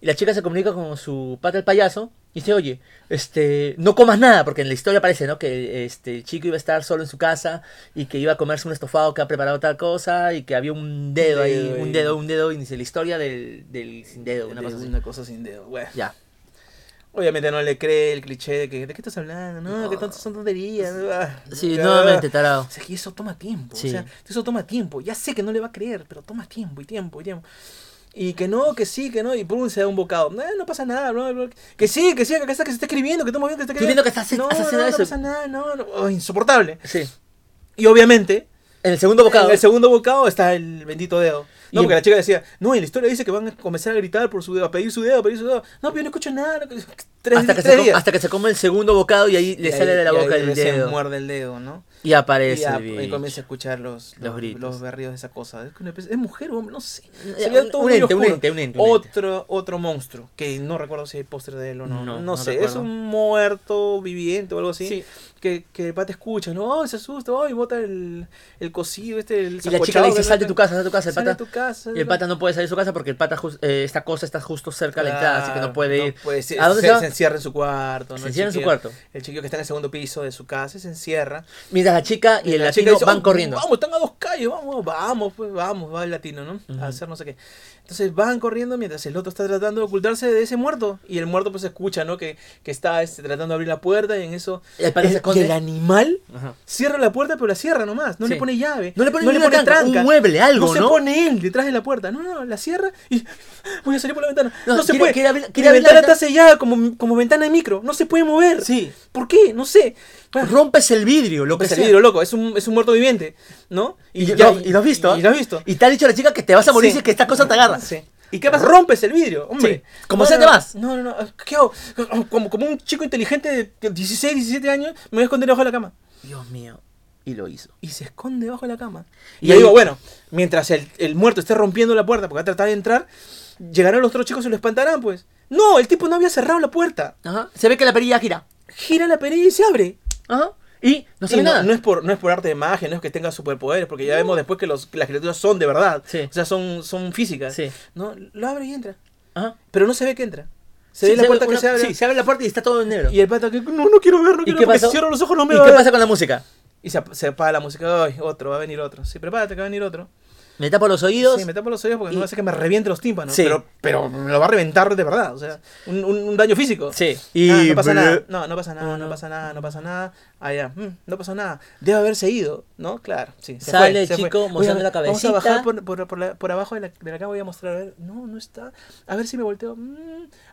Speaker 1: Y la chica se comunica con su pata el payaso y dice, oye, este, no comas nada, porque en la historia parece, ¿no? Que este el chico iba a estar solo en su casa y que iba a comerse un estofado que ha preparado tal cosa y que había un dedo,
Speaker 2: Dedo
Speaker 1: ahí,
Speaker 2: ahí.
Speaker 1: un dedo, un dedo, y dice la historia del, del sin dedo, una cosa así.
Speaker 2: sin dedo. Bueno,
Speaker 1: Ya.
Speaker 2: obviamente no le cree el cliché de que, ¿de qué estás hablando? No, que
Speaker 1: No.
Speaker 2: tanto son tonterías. Ah,
Speaker 1: Sí,
Speaker 2: ah.
Speaker 1: nuevamente, tarado.
Speaker 2: O sea, que eso toma tiempo.
Speaker 1: Sí.
Speaker 2: O sea, eso toma tiempo. Ya sé que no le va a creer, pero toma tiempo y tiempo y tiempo. Y que no, que sí, que no. Y pum, se da un bocado. No, no pasa nada, bro, bro. Que sí, que sí, que, está, que se está escribiendo, que estamos viendo que se está
Speaker 1: Estoy viendo
Speaker 2: escribiendo.
Speaker 1: que estás-
Speaker 2: no,
Speaker 1: estás haciendo
Speaker 2: no,
Speaker 1: eso.
Speaker 2: No pasa nada, no, no. Oh, insoportable.
Speaker 1: Sí.
Speaker 2: Y obviamente,
Speaker 1: En el segundo bocado.
Speaker 2: en el segundo bocado está el bendito dedo. No,
Speaker 1: Y-
Speaker 2: porque la chica decía, no, en la historia dice que van a comenzar a gritar por su dedo, a pedir su dedo, a pedir su dedo. No, pero yo no escucho nada. no- Tres,
Speaker 1: hasta, que
Speaker 2: tres
Speaker 1: se com-
Speaker 2: días.
Speaker 1: hasta que se come el segundo bocado y ahí le
Speaker 2: Y
Speaker 1: sale
Speaker 2: ahí-
Speaker 1: de la
Speaker 2: y ahí
Speaker 1: boca el
Speaker 2: recién
Speaker 1: dedo.
Speaker 2: muerde el dedo, ¿no?
Speaker 1: Y
Speaker 2: Y,
Speaker 1: aparece
Speaker 2: ya,
Speaker 1: el
Speaker 2: y
Speaker 1: bicho.
Speaker 2: eh, comienza a escuchar los,
Speaker 1: Los
Speaker 2: los,
Speaker 1: gritos.
Speaker 2: los berridos de esa cosa. Es, que una especie- ¿es mujer o hombre, no sé.
Speaker 1: Eh,
Speaker 2: Se veía
Speaker 1: un-
Speaker 2: todo
Speaker 1: un
Speaker 2: muy
Speaker 1: ente, un
Speaker 2: oscuro. Oh,
Speaker 1: ente, un ente, un ente.
Speaker 2: Otro, otro monstruo, que no recuerdo si hay póster de él o no.
Speaker 1: No,
Speaker 2: No,
Speaker 1: no
Speaker 2: sé, es
Speaker 1: recuerdo.
Speaker 2: un muerto viviente o algo así.
Speaker 1: Sí.
Speaker 2: Que, que el pata escucha, ¿no? Ay, se asusta, ay, bota el, el cocido, este, el
Speaker 1: Y la chica le dice,
Speaker 2: sancochado,
Speaker 1: sal de tu casa, sal de tu casa. El
Speaker 2: Sal de
Speaker 1: pata,
Speaker 2: tu casa.
Speaker 1: y el pata no puede salir de su casa porque el pata, jus- eh, esta cosa está justo cerca de la
Speaker 2: Claro,
Speaker 1: entrada, así que no puede ir.
Speaker 2: puede ser,
Speaker 1: ¿A dónde
Speaker 2: se,
Speaker 1: se va?
Speaker 2: se encierra en su cuarto. ¿no?
Speaker 1: se
Speaker 2: El
Speaker 1: encierra en su
Speaker 2: chiquillo-
Speaker 1: cuarto.
Speaker 2: El chiquillo que está en el segundo piso de su casa se encierra.
Speaker 1: Mientras la chica y el
Speaker 2: La chica
Speaker 1: latino
Speaker 2: dice,
Speaker 1: van
Speaker 2: "Oh,
Speaker 1: corriendo.
Speaker 2: Vamos, están a dos calles, vamos, vamos, pues vamos, va el latino, ¿no?
Speaker 1: Ujú.
Speaker 2: A hacer no sé qué. Entonces van corriendo mientras el otro está tratando de ocultarse de ese muerto. Y el muerto pues escucha, ¿no? Que, que está este, tratando de abrir la puerta y en eso...
Speaker 1: El pata se
Speaker 2: el,
Speaker 1: esconde.
Speaker 2: y el animal
Speaker 1: Ajá.
Speaker 2: cierra la puerta, pero la cierra nomás. No
Speaker 1: Sí.
Speaker 2: le pone llave.
Speaker 1: No le pone ninguna tranca, un mueble, algo,
Speaker 2: No se
Speaker 1: ¿no?
Speaker 2: pone él detrás de la puerta. No, no, la cierra y voy a salir por la ventana.
Speaker 1: No,
Speaker 2: No, se
Speaker 1: quiere-
Speaker 2: puede.
Speaker 1: quiere abrir- quiere
Speaker 2: la
Speaker 1: abrir la
Speaker 2: ventana
Speaker 1: ventana.
Speaker 2: está sellada como, como ventana de micro. No se puede mover.
Speaker 1: Sí.
Speaker 2: ¿Por qué? No sé. Bueno,
Speaker 1: Rompes el vidrio, lo que
Speaker 2: es el
Speaker 1: sea.
Speaker 2: vidrio, loco. Es un, es un muerto viviente, ¿no?
Speaker 1: Y, lo, y lo has visto.
Speaker 2: Y,
Speaker 1: ¿ah?
Speaker 2: lo has visto.
Speaker 1: Y te ha dicho la chica que te vas a morir
Speaker 2: Sí.
Speaker 1: si es que esta cosa te agarra.
Speaker 2: Sí. ¿Y qué pasa? Rompes el vidrio, hombre.
Speaker 1: Sí. Como
Speaker 2: No,
Speaker 1: sea,
Speaker 2: no,
Speaker 1: te vas.
Speaker 2: No, no, no. ¿Qué hago? Como, como un chico inteligente de 16, 17 años, me voy a esconder debajo de la cama.
Speaker 1: Dios mío. Y lo hizo.
Speaker 2: y se esconde debajo de la cama.
Speaker 1: Y
Speaker 2: Y,
Speaker 1: ahí-
Speaker 2: yo digo, bueno, mientras el, el muerto esté rompiendo la puerta porque va a tratar de entrar, llegarán los otros chicos y lo espantarán, pues. No, el tipo no había cerrado la puerta.
Speaker 1: Ajá. Se ve que la perilla gira.
Speaker 2: Gira la perilla y se abre.
Speaker 1: Ajá. Y no se
Speaker 2: Y
Speaker 1: ve nada.
Speaker 2: no es por, no es por arte de magia, no es que tenga superpoderes, porque ya vemos después que, los, que las criaturas son de verdad.
Speaker 1: Sí.
Speaker 2: O sea, son, son físicas.
Speaker 1: Sí.
Speaker 2: No, lo abre y entra.
Speaker 1: Ajá.
Speaker 2: Pero no se ve que entra. Se
Speaker 1: Sí,
Speaker 2: ve la puerta que
Speaker 1: una-
Speaker 2: se abre.
Speaker 1: Sí, se abre la puerta y está todo en negro.
Speaker 2: Y el pato que no, no quiero verlo, no
Speaker 1: ¿Y
Speaker 2: quiero
Speaker 1: qué
Speaker 2: porque
Speaker 1: pasó?
Speaker 2: si cierro los ojos no me
Speaker 1: ¿Y
Speaker 2: va a
Speaker 1: qué
Speaker 2: ver.
Speaker 1: pasa con la música?
Speaker 2: Y se, ap- se apaga la música. Ay, otro, va a venir otro. Sí, prepárate que va a venir otro.
Speaker 1: Me tapo los oídos.
Speaker 2: Sí, me tapo los oídos porque
Speaker 1: Y-
Speaker 2: no va a hacer que me reviente los tímpanos.
Speaker 1: Sí.
Speaker 2: Pero, pero me lo va a reventar de verdad. O sea, un, un- un daño físico.
Speaker 1: Sí.
Speaker 2: Y
Speaker 1: Y-
Speaker 2: Ah, no pasa nada.
Speaker 1: bleh.
Speaker 2: No, no pasa nada,
Speaker 1: No,
Speaker 2: no
Speaker 1: no.
Speaker 2: pasa nada, no pasa nada. Ah, ya. mm, no pasó nada. Debe haberse ido, ¿no? Claro. Sí, se
Speaker 1: Sale
Speaker 2: fue,
Speaker 1: el
Speaker 2: se fue.
Speaker 1: chico
Speaker 2: Voy a-
Speaker 1: mostrando la
Speaker 2: Vamos a
Speaker 1: cabecita.
Speaker 2: bajar por, por, por la- por abajo de la, de la cama. Voy a mostrar. A ver. No, no está. A ver si me volteo. mm,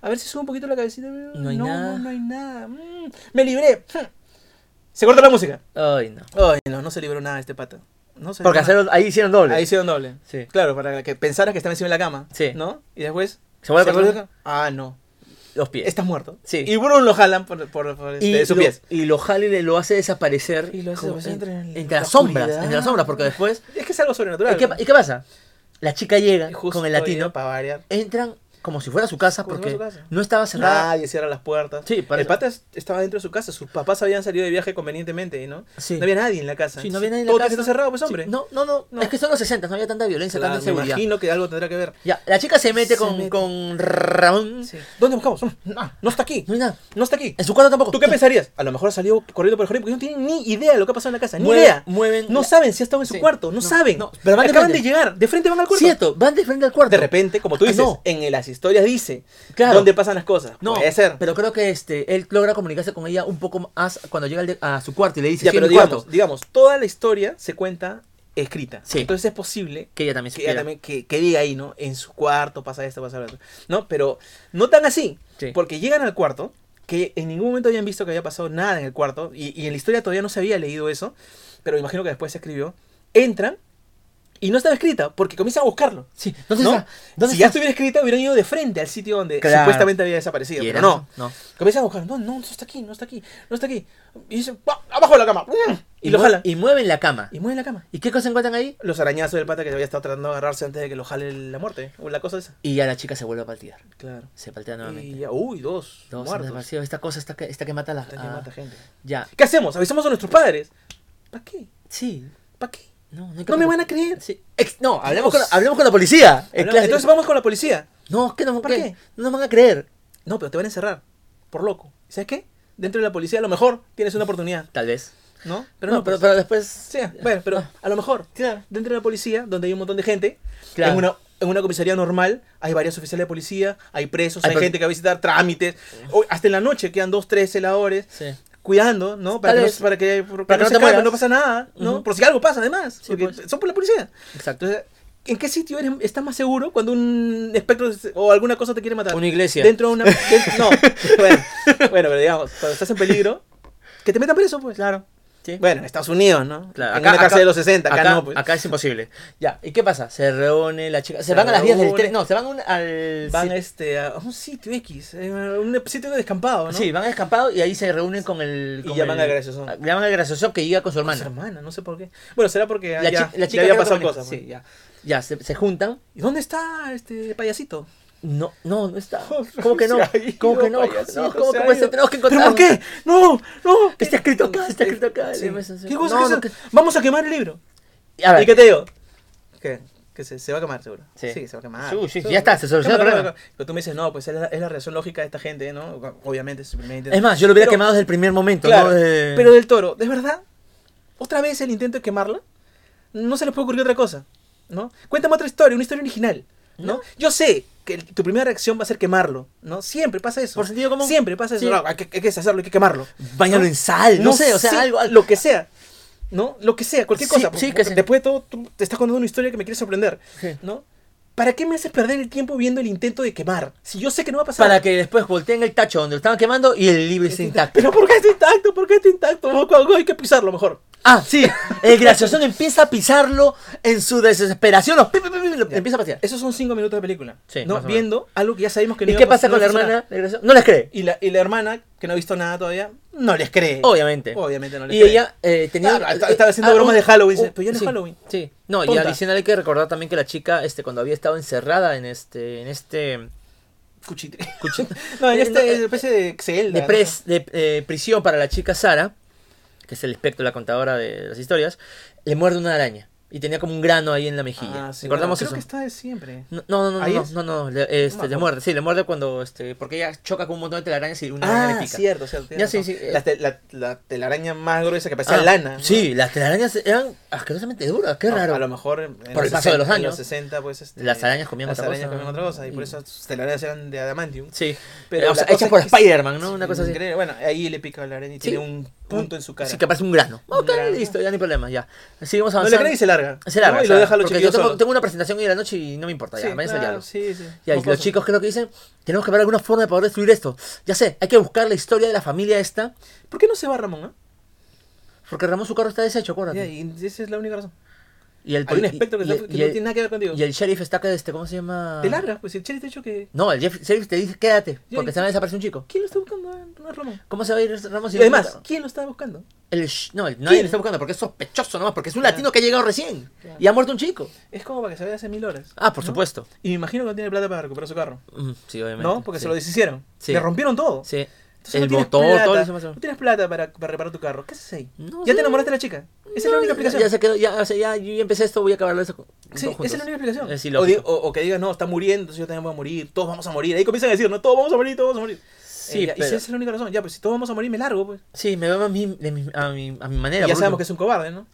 Speaker 2: a ver si subo un poquito la cabecita. mm,
Speaker 1: No hay nada.
Speaker 2: No, no hay nada. mm, me libré. Se corta la música.
Speaker 1: Ay, no.
Speaker 2: Ay, no, no se libró nada este pata. No se
Speaker 1: Porque
Speaker 2: libró nada.
Speaker 1: hacerlo- ahí hicieron doble.
Speaker 2: Ahí hicieron doble.
Speaker 1: Sí.
Speaker 2: Claro, para que pensaras que estaba encima de la cama.
Speaker 1: Sí.
Speaker 2: ¿No? Y después.
Speaker 1: Se vuelve a
Speaker 2: vuelve
Speaker 1: cortar.
Speaker 2: a- Ah, no.
Speaker 1: Los pies.
Speaker 2: Estás muerto.
Speaker 1: Sí.
Speaker 2: Y Bruno lo jalan por, por, por este, de sus
Speaker 1: lo,
Speaker 2: pies.
Speaker 1: y lo jala y le- lo hace desaparecer.
Speaker 2: Y lo hace
Speaker 1: como
Speaker 2: desaparecer
Speaker 1: en-
Speaker 2: entre
Speaker 1: entre
Speaker 2: la
Speaker 1: las sombras.
Speaker 2: oscuridad.
Speaker 1: Entre las sombras, porque después.
Speaker 2: Es que es algo
Speaker 1: ¿Y
Speaker 2: sobrenatural.
Speaker 1: qué, y qué pasa? La chica llega
Speaker 2: Justo
Speaker 1: con el latino.
Speaker 2: ya Para variar.
Speaker 1: Entran como si fuera su casa
Speaker 2: Como si
Speaker 1: porque
Speaker 2: fuera su casa.
Speaker 1: no estaba cerrada.
Speaker 2: Nadie cierra las puertas.
Speaker 1: Sí, para
Speaker 2: el pata es- estaba dentro de su casa. Sus papás habían salido de viaje convenientemente, ¿no?
Speaker 1: Sí.
Speaker 2: No había nadie en la casa.
Speaker 1: Sí, no había nadie en la
Speaker 2: Todo
Speaker 1: casa.
Speaker 2: tiene que estar cerrado, pues,
Speaker 1: Sí,
Speaker 2: hombre.
Speaker 1: No, no, no,
Speaker 2: No.
Speaker 1: Es que son los 60, no había tanta violencia,
Speaker 2: Claro,
Speaker 1: tanta
Speaker 2: me
Speaker 1: inseguridad.
Speaker 2: imagino que algo tendrá que ver.
Speaker 1: Ya, la chica se mete,
Speaker 2: Se
Speaker 1: con,
Speaker 2: mete.
Speaker 1: con Ramón.
Speaker 2: Sí. ¿Dónde buscamos? No, no está aquí.
Speaker 1: No hay nada.
Speaker 2: No está aquí.
Speaker 1: En su cuarto tampoco.
Speaker 2: ¿Tú qué pensarías? A lo mejor salió corriendo por el jardín porque no tienen ni idea de lo que ha pasado en la casa. Ni
Speaker 1: Mueve-
Speaker 2: idea.
Speaker 1: mueven
Speaker 2: no
Speaker 1: la-
Speaker 2: saben si ha estado en su
Speaker 1: Sí.
Speaker 2: cuarto. No,
Speaker 1: No,
Speaker 2: saben.
Speaker 1: no, pero van de
Speaker 2: Acaban de
Speaker 1: frente.
Speaker 2: llegar. De frente van al cuarto.
Speaker 1: Cierto, van de frente al cuarto.
Speaker 2: De repente, como tú
Speaker 1: Ah,
Speaker 2: dices,
Speaker 1: no.
Speaker 2: en las historias dice
Speaker 1: Claro.
Speaker 2: dónde pasan las cosas.
Speaker 1: No,
Speaker 2: Puede ser.
Speaker 1: pero creo que este él logra comunicarse con ella un poco más cuando llega al de- a su cuarto y le dice,
Speaker 2: ya,
Speaker 1: "Sí, en
Speaker 2: pero
Speaker 1: mi
Speaker 2: digamos,
Speaker 1: cuarto".
Speaker 2: digamos, toda la historia se cuenta escrita.
Speaker 1: Sí.
Speaker 2: Entonces es posible
Speaker 1: Que ella también
Speaker 2: que
Speaker 1: se
Speaker 2: ella también que, que diga ahí, ¿no? En su cuarto pasa esto, pasa lo otro. No, pero no tan así.
Speaker 1: Sí.
Speaker 2: Porque llegan al cuarto, que en ningún momento habían visto que había pasado nada en el cuarto, y, y en la historia todavía no se había leído eso, pero me imagino que después se escribió. Entran y no estaba escrita, porque comienzan a buscarlo.
Speaker 1: Sí, ah, ¿dónde
Speaker 2: ¿no?
Speaker 1: está? ¿Dónde
Speaker 2: si ya
Speaker 1: está?
Speaker 2: estuviera escrita, hubieran ido de frente al sitio donde
Speaker 1: Claro.
Speaker 2: supuestamente había desaparecido.
Speaker 1: Y
Speaker 2: Pero
Speaker 1: era-
Speaker 2: no.
Speaker 1: no.
Speaker 2: Comienzan a buscar. No, no, no está aquí, no está aquí, no está aquí. Y dicen, "Pa, abajo de la cama. Y, lo
Speaker 1: mue-
Speaker 2: jalan. Y,
Speaker 1: Y mueven la cama.
Speaker 2: mueven la cama.
Speaker 1: ¿Y qué cosa encuentran ahí?
Speaker 2: Los arañazos del pata que había estado tratando de agarrarse antes de que lo jale la muerte. O la cosa esa.
Speaker 1: Y ya la chica se vuelve a paltear.
Speaker 2: Claro.
Speaker 1: Se paltea
Speaker 2: Y
Speaker 1: nuevamente.
Speaker 2: ya, uy, dos.
Speaker 1: Dos han
Speaker 2: muertos.
Speaker 1: desaparecido. Esta cosa está que, esta que mata a la
Speaker 2: Está que
Speaker 1: ah,
Speaker 2: mata gente.
Speaker 1: Ya.
Speaker 2: ¿Qué hacemos? ¿Avisamos a nuestros padres? ¿Para qué?
Speaker 1: Sí.
Speaker 2: ¿Para qué?
Speaker 1: No, no, hay que
Speaker 2: No me
Speaker 1: preocup-
Speaker 2: van a creer.
Speaker 1: Sí. Ex- no, hablemos con,
Speaker 2: Dios.
Speaker 1: hablemos con la policía. Eh,
Speaker 2: Hablamos-
Speaker 1: clase-
Speaker 2: Entonces vamos con la policía.
Speaker 1: No, es que no,
Speaker 2: ¿Para
Speaker 1: que-
Speaker 2: qué?
Speaker 1: no nos van a creer.
Speaker 2: No, pero te van a encerrar, por loco. ¿Y ¿Sabes qué? Dentro de la policía a lo mejor tienes una oportunidad,
Speaker 1: Tal vez.
Speaker 2: ¿no?
Speaker 1: Pero no, pero,
Speaker 2: pues,
Speaker 1: pero después.
Speaker 2: sí, bueno, pero
Speaker 1: No.
Speaker 2: a lo mejor
Speaker 1: Ah. Claro.
Speaker 2: dentro de la policía, donde hay un montón de gente,
Speaker 1: Claro.
Speaker 2: en, una, en una comisaría normal hay varios oficiales de policía, hay presos,
Speaker 1: Hay
Speaker 2: hay,
Speaker 1: per-
Speaker 2: gente que va a visitar trámites, o hasta en la noche quedan dos, tres celadores
Speaker 1: Sí.
Speaker 2: cuidando, ¿no? Para
Speaker 1: Tal
Speaker 2: que no,
Speaker 1: vez.
Speaker 2: para que, para que
Speaker 1: Para que no
Speaker 2: no se
Speaker 1: te
Speaker 2: calme,
Speaker 1: mueras.
Speaker 2: no pasa nada, ¿no?
Speaker 1: Ujú.
Speaker 2: Por si algo pasa, además, porque
Speaker 1: pues.
Speaker 2: son por la policía.
Speaker 1: Exacto.
Speaker 2: Entonces, ¿en qué sitio eres, estás más seguro cuando un espectro o alguna cosa te quiere matar?
Speaker 1: Una iglesia.
Speaker 2: Dentro de una. de- no, bueno, bueno, pero digamos, cuando estás en peligro, que te metan preso, pues. Claro.
Speaker 1: Sí.
Speaker 2: Bueno, en Estados Unidos, ¿no?
Speaker 1: Claro,
Speaker 2: en una cárcel de los 60, acá,
Speaker 1: acá-
Speaker 2: no, pues.
Speaker 1: acá es imposible. Ya, ¿y qué pasa? Se reúne la chica. Se,
Speaker 2: Se
Speaker 1: van a las 10 del
Speaker 2: reúne.
Speaker 1: tren. No, se van a un- al.
Speaker 2: Van
Speaker 1: sí,
Speaker 2: este, a un sitio X, eh, un sitio descampado, ¿no?
Speaker 1: Sí, van al escampado y ahí se reúnen con el.
Speaker 2: Y
Speaker 1: con
Speaker 2: llaman
Speaker 1: el-
Speaker 2: al graciosón.
Speaker 1: Llaman al graciosón que llega con su
Speaker 2: Con su
Speaker 1: hermana.
Speaker 2: hermana, no sé por qué. Bueno, será porque
Speaker 1: La
Speaker 2: ya,
Speaker 1: chi- la
Speaker 2: ya
Speaker 1: chica creo
Speaker 2: había
Speaker 1: que
Speaker 2: pasado
Speaker 1: maneja,
Speaker 2: cosas.
Speaker 1: sí.
Speaker 2: pues, ya.
Speaker 1: Ya, se, se juntan.
Speaker 2: ¿Y dónde está este payasito?
Speaker 1: No, no, no está.
Speaker 2: Oh, no,
Speaker 1: ¿Cómo que no?
Speaker 2: se ha ido,
Speaker 1: ¿Cómo que no?
Speaker 2: payaso,
Speaker 1: No, ¿cómo
Speaker 2: se ha
Speaker 1: cómo se
Speaker 2: ido.
Speaker 1: tenemos que
Speaker 2: ¿Pero
Speaker 1: encontrar?
Speaker 2: por qué? ¡No! ¡No!
Speaker 1: Está escrito acá, está escrito acá.
Speaker 2: Sí. ¿Qué cosa
Speaker 1: No,
Speaker 2: que
Speaker 1: no,
Speaker 2: se- Vamos a quemar el libro.
Speaker 1: A ver,
Speaker 2: ¿Y qué te digo? ¿Qué? Que se, se va a quemar, seguro.
Speaker 1: Sí.
Speaker 2: Sí, se va a quemar.
Speaker 1: Sí, sí, ya está, se soluciona el
Speaker 2: Quémalo,
Speaker 1: problema.
Speaker 2: quémalo. Pero tú me dices, no, pues es la, es la reacción lógica de esta gente, ¿no? Obviamente, es su primer intento.
Speaker 1: es más, yo lo hubiera
Speaker 2: Pero-
Speaker 1: quemado desde el primer momento.
Speaker 2: Claro,
Speaker 1: ¿no? Eh,
Speaker 2: pero del toro, ¿de verdad? ¿Otra vez el intento de quemarla? No se les puede ocurrir otra cosa, ¿no? Cuéntame otra historia, una historia original, ¿no?
Speaker 1: No.
Speaker 2: Yo sé que el- tu primera reacción va a ser quemarlo, ¿no? Siempre pasa eso.
Speaker 1: Por sentido común.
Speaker 2: Siempre pasa eso.
Speaker 1: Sí.
Speaker 2: No, hay, que, hay que deshacerlo, hay que quemarlo.
Speaker 1: Báñalo
Speaker 2: ¿no?
Speaker 1: en sal, no, sé, o sea, algo. algo-
Speaker 2: Lo que sea. ¿No? Lo que sea, cualquier
Speaker 1: Sí,
Speaker 2: cosa.
Speaker 1: sí, que
Speaker 2: Porque
Speaker 1: sea.
Speaker 2: Después de todo, tú te estás contando una historia que me quiere sorprender.
Speaker 1: Sí.
Speaker 2: ¿No? ¿Para qué me haces perder el tiempo viendo el intento de quemar? Si yo sé que no va a pasar.
Speaker 1: Para que después volteen el tacho donde lo estaban quemando y el libro esté
Speaker 2: Este
Speaker 1: intacto.
Speaker 2: ¿Pero por qué está intacto? ¿Por qué está intacto? Moco, algo Hay que pisarlo mejor.
Speaker 1: Ah, sí, el graciosón empieza a pisarlo en su desesperación. Los pi, pi, pi, pi, lo
Speaker 2: Ya.
Speaker 1: empieza a patear.
Speaker 2: Esos son cinco minutos de película.
Speaker 1: Sí,
Speaker 2: ¿no?
Speaker 1: más o menos.
Speaker 2: Viendo algo que ya sabemos que
Speaker 1: ¿Y
Speaker 2: no iba
Speaker 1: qué
Speaker 2: a pas-
Speaker 1: pasa
Speaker 2: no
Speaker 1: con la
Speaker 2: iba a funcionar.
Speaker 1: hermana? del graciosón? No les cree.
Speaker 2: Y la, y la hermana, que no ha visto nada todavía, no les cree.
Speaker 1: Obviamente.
Speaker 2: Obviamente no les
Speaker 1: Y
Speaker 2: cree.
Speaker 1: ella eh, tenía.
Speaker 2: Claro, esta- estaba haciendo bromas de Halloween, ¿eh? dice, pero ya no es
Speaker 1: sí,
Speaker 2: Halloween.
Speaker 1: Sí. No, y
Speaker 2: Tonta.
Speaker 1: adicional hay que recordar también que la chica, este, cuando había estado encerrada en este. en este.
Speaker 2: Cuchitre. no, en
Speaker 1: Eh, no,
Speaker 2: esta
Speaker 1: eh,
Speaker 2: especie de Zelda.
Speaker 1: de,
Speaker 2: ¿no?
Speaker 1: pres- de eh, prisión para la chica Sara, que es el espectro, la contadora de las historias, le muerde una araña. Y tenía como un grano ahí en la mejilla.
Speaker 2: Ah, sí,
Speaker 1: ¿Recordamos
Speaker 2: bueno, creo
Speaker 1: eso?
Speaker 2: que está de siempre.
Speaker 1: No, no, no, no,
Speaker 2: ¿Ahí
Speaker 1: no,
Speaker 2: es?
Speaker 1: no, no, le, este,
Speaker 2: No me
Speaker 1: le
Speaker 2: acuerdo.
Speaker 1: muerde, sí, le muerde cuando, este, porque ella choca con un montón de telarañas y una araña le
Speaker 2: Ah,
Speaker 1: pica.
Speaker 2: cierto, cierto.
Speaker 1: Ya,
Speaker 2: tienes
Speaker 1: sí,
Speaker 2: razón.
Speaker 1: sí, eh.
Speaker 2: La, te- la- la telaraña más gruesa que
Speaker 1: Ah,
Speaker 2: parecía lana. ¿no?
Speaker 1: Sí, las telarañas eran asquerosamente duras, qué
Speaker 2: A-
Speaker 1: raro.
Speaker 2: A, lo mejor en
Speaker 1: Por el paso de los
Speaker 2: sesen- en
Speaker 1: años.
Speaker 2: 60, pues. este,
Speaker 1: Las arañas comían
Speaker 2: las
Speaker 1: otra
Speaker 2: arañas
Speaker 1: cosa.
Speaker 2: comían otra cosa, Y por
Speaker 1: Y-
Speaker 2: eso sus telarañas eran de adamantium.
Speaker 1: Sí,
Speaker 2: Pero
Speaker 1: pero,
Speaker 2: la
Speaker 1: o sea,
Speaker 2: cosa
Speaker 1: hechas
Speaker 2: es
Speaker 1: por
Speaker 2: que-
Speaker 1: Spider-Man, ¿no? Una cosa así.
Speaker 2: Increíble. Bueno, ahí le pica la araña y
Speaker 1: Sí.
Speaker 2: tiene un punto en su cara.
Speaker 1: Sí, que aparece un grano.
Speaker 2: Un
Speaker 1: Ok,
Speaker 2: grano.
Speaker 1: listo, ya ni problema, ya. Seguimos
Speaker 2: No le
Speaker 1: avanzando.
Speaker 2: cree y se larga.
Speaker 1: Se larga,
Speaker 2: ¿no?
Speaker 1: se
Speaker 2: Y lo
Speaker 1: larga,
Speaker 2: deja a los
Speaker 1: porque yo
Speaker 2: chiquillos
Speaker 1: tengo,
Speaker 2: solos.
Speaker 1: tengo una presentación hoy de la noche y no me importa, ya,
Speaker 2: Sí,
Speaker 1: váyanse al diablo.
Speaker 2: claro, sí, sí.
Speaker 1: Ya, y
Speaker 2: Son
Speaker 1: los
Speaker 2: cosas.
Speaker 1: chicos creo que dicen, tenemos que ver alguna forma de poder destruir esto. Ya sé, hay que buscar la historia de la familia esta,
Speaker 2: ¿Por qué no se va Ramón? ah?
Speaker 1: porque Ramón su carro está deshecho,
Speaker 2: Ya,
Speaker 1: acuérdate.
Speaker 2: y esa es la única razón.
Speaker 1: Y el
Speaker 2: Hay un
Speaker 1: poli-
Speaker 2: espectro que,
Speaker 1: y-
Speaker 2: está- que
Speaker 1: y
Speaker 2: no
Speaker 1: el-
Speaker 2: tiene nada que ver contigo.
Speaker 1: Y el sheriff está acá, este, ¿cómo se llama?
Speaker 2: Te largas, pues si el Cheli te ha dicho que.
Speaker 1: No, el jeff- sheriff te dice, quédate,
Speaker 2: Ya,
Speaker 1: porque
Speaker 2: y-
Speaker 1: se va a desaparecer un chico.
Speaker 2: ¿Quién lo está buscando? Ah, No es Ramón.
Speaker 1: ¿Cómo se va a ir Ramos? si
Speaker 2: Y
Speaker 1: no
Speaker 2: además,
Speaker 1: encuentra?
Speaker 2: ¿quién lo estaba buscando?
Speaker 1: El sh- no, el- nadie
Speaker 2: ¿Quién?
Speaker 1: lo está buscando porque es sospechoso nomás, porque es un
Speaker 2: Claro.
Speaker 1: latino que ha llegado recién
Speaker 2: Claro.
Speaker 1: y ha muerto un chico.
Speaker 2: Es como para que se vea hace mil horas.
Speaker 1: Ah, por
Speaker 2: ¿no?
Speaker 1: supuesto.
Speaker 2: Y me imagino que no tiene plata para recuperar su carro.
Speaker 1: Mm, Sí, obviamente.
Speaker 2: ¿No? Porque
Speaker 1: sí.
Speaker 2: se lo deshicieron.
Speaker 1: Sí.
Speaker 2: Le rompieron todo.
Speaker 1: Sí.
Speaker 2: Entonces
Speaker 1: El
Speaker 2: no tienes
Speaker 1: motor,
Speaker 2: plata,
Speaker 1: todo lo hizo más o
Speaker 2: No
Speaker 1: menos.
Speaker 2: tienes plata para, para reparar tu carro. ¿Qué haces ahí?
Speaker 1: No
Speaker 2: ya
Speaker 1: sé.
Speaker 2: te enamoraste de la chica. Esa es la
Speaker 1: No,
Speaker 2: única
Speaker 1: ya-
Speaker 2: aplicación.
Speaker 1: Ya se quedó, ya, o sea, ya yo ya empecé esto, voy a acabarlo eso. todos
Speaker 2: Sí, esa es la
Speaker 1: juntos. Eh,
Speaker 2: única explicación.
Speaker 1: Es
Speaker 2: o,
Speaker 1: ilógico.
Speaker 2: di- o- o que digan, no, está muriendo, entonces yo también voy a morir, todos vamos a morir. Ahí comienzan a decir, no, todos vamos a morir, todos vamos a morir.
Speaker 1: Sí,
Speaker 2: Eh, ya, y
Speaker 1: pero-
Speaker 2: si esa es la única razón, ya, pues si todos vamos a morir, me largo, pues.
Speaker 1: Sí, me veo a mí- de mi, a, mi, a mi manera.
Speaker 2: Y ya
Speaker 1: por
Speaker 2: sabemos
Speaker 1: último.
Speaker 2: que es un cobarde, ¿no?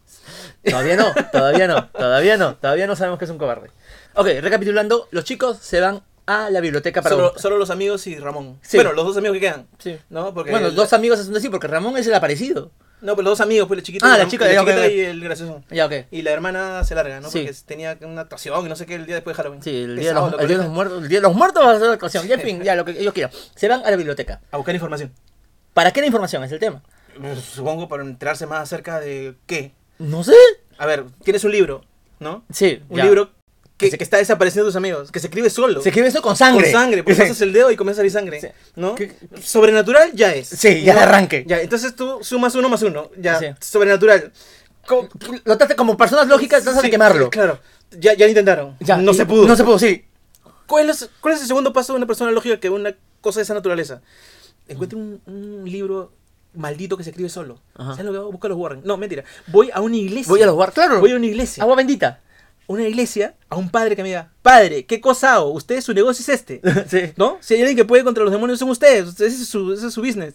Speaker 1: Todavía no, todavía no, todavía no, todavía no sabemos que es un cobarde. Ok, recapitulando, los chicos se van a la biblioteca para...
Speaker 2: Solo,
Speaker 1: buscar-
Speaker 2: solo los amigos y Ramón.
Speaker 1: Sí.
Speaker 2: Bueno, los dos amigos que quedan.
Speaker 1: Sí.
Speaker 2: ¿No? Porque
Speaker 1: Bueno,
Speaker 2: el-
Speaker 1: dos amigos es así, porque Ramón es el aparecido.
Speaker 2: No, pues los dos amigos, pues la chiquita,
Speaker 1: Ah,
Speaker 2: y
Speaker 1: la
Speaker 2: Ram-
Speaker 1: chica, ya, ok,
Speaker 2: chiquita
Speaker 1: ok.
Speaker 2: y el gracioso.
Speaker 1: Ya, ok.
Speaker 2: Y la hermana se larga, ¿no?
Speaker 1: Sí.
Speaker 2: Porque tenía una actuación y no sé qué el día después de Halloween.
Speaker 1: Sí, el día, de
Speaker 2: Pesado,
Speaker 1: los,
Speaker 2: lo
Speaker 1: el día de los
Speaker 2: colegio.
Speaker 1: muertos, el día de los muertos va a ser la actuación. Ya, en fin, ya, lo que ellos quieran. Se van a la biblioteca.
Speaker 2: A buscar información. Mm,
Speaker 1: ¿Para qué la información? Es el tema.
Speaker 2: Supongo para enterarse más acerca de qué.
Speaker 1: No sé.
Speaker 2: A ver, tienes un libro, ¿no?
Speaker 1: Sí,
Speaker 2: Un
Speaker 1: ya.
Speaker 2: libro que, que está desapareciendo de tus amigos, que se escribe solo.
Speaker 1: Se escribe eso con sangre.
Speaker 2: Con sangre, porque
Speaker 1: Sí.
Speaker 2: pasas el dedo y comienza a salir sangre.
Speaker 1: Sí.
Speaker 2: ¿No?
Speaker 1: ¿Qué?
Speaker 2: Sobrenatural ya es.
Speaker 1: Sí, ya
Speaker 2: ¿no?
Speaker 1: de arranque.
Speaker 2: Ya, entonces tú sumas uno más uno. Ya,
Speaker 1: Sí.
Speaker 2: sobrenatural. Co-
Speaker 1: Lo trate como personas lógicas, tratan de
Speaker 2: Sí,
Speaker 1: quemarlo.
Speaker 2: Claro. Ya, ya lo intentaron.
Speaker 1: Ya,
Speaker 2: no
Speaker 1: y-
Speaker 2: se pudo.
Speaker 1: No se pudo, sí.
Speaker 2: ¿Cuál, es, cuál es el segundo paso de una persona lógica que una cosa de esa naturaleza? Encuentre un, un libro maldito que se escribe solo.
Speaker 1: Ajá.
Speaker 2: ¿Sabes lo que hago? Busca los Warren. No, mentira. Voy a una iglesia.
Speaker 1: Voy a los Ah, guardar. Claro.
Speaker 2: Voy a una iglesia.
Speaker 1: Agua bendita.
Speaker 2: una iglesia a un padre que me diga, padre, ¿qué cosa hago? Usted, su negocio es este.
Speaker 1: Sí.
Speaker 2: ¿No? Si hay alguien que puede contra los demonios son ustedes. Ustedes, ese es su, ese es su business.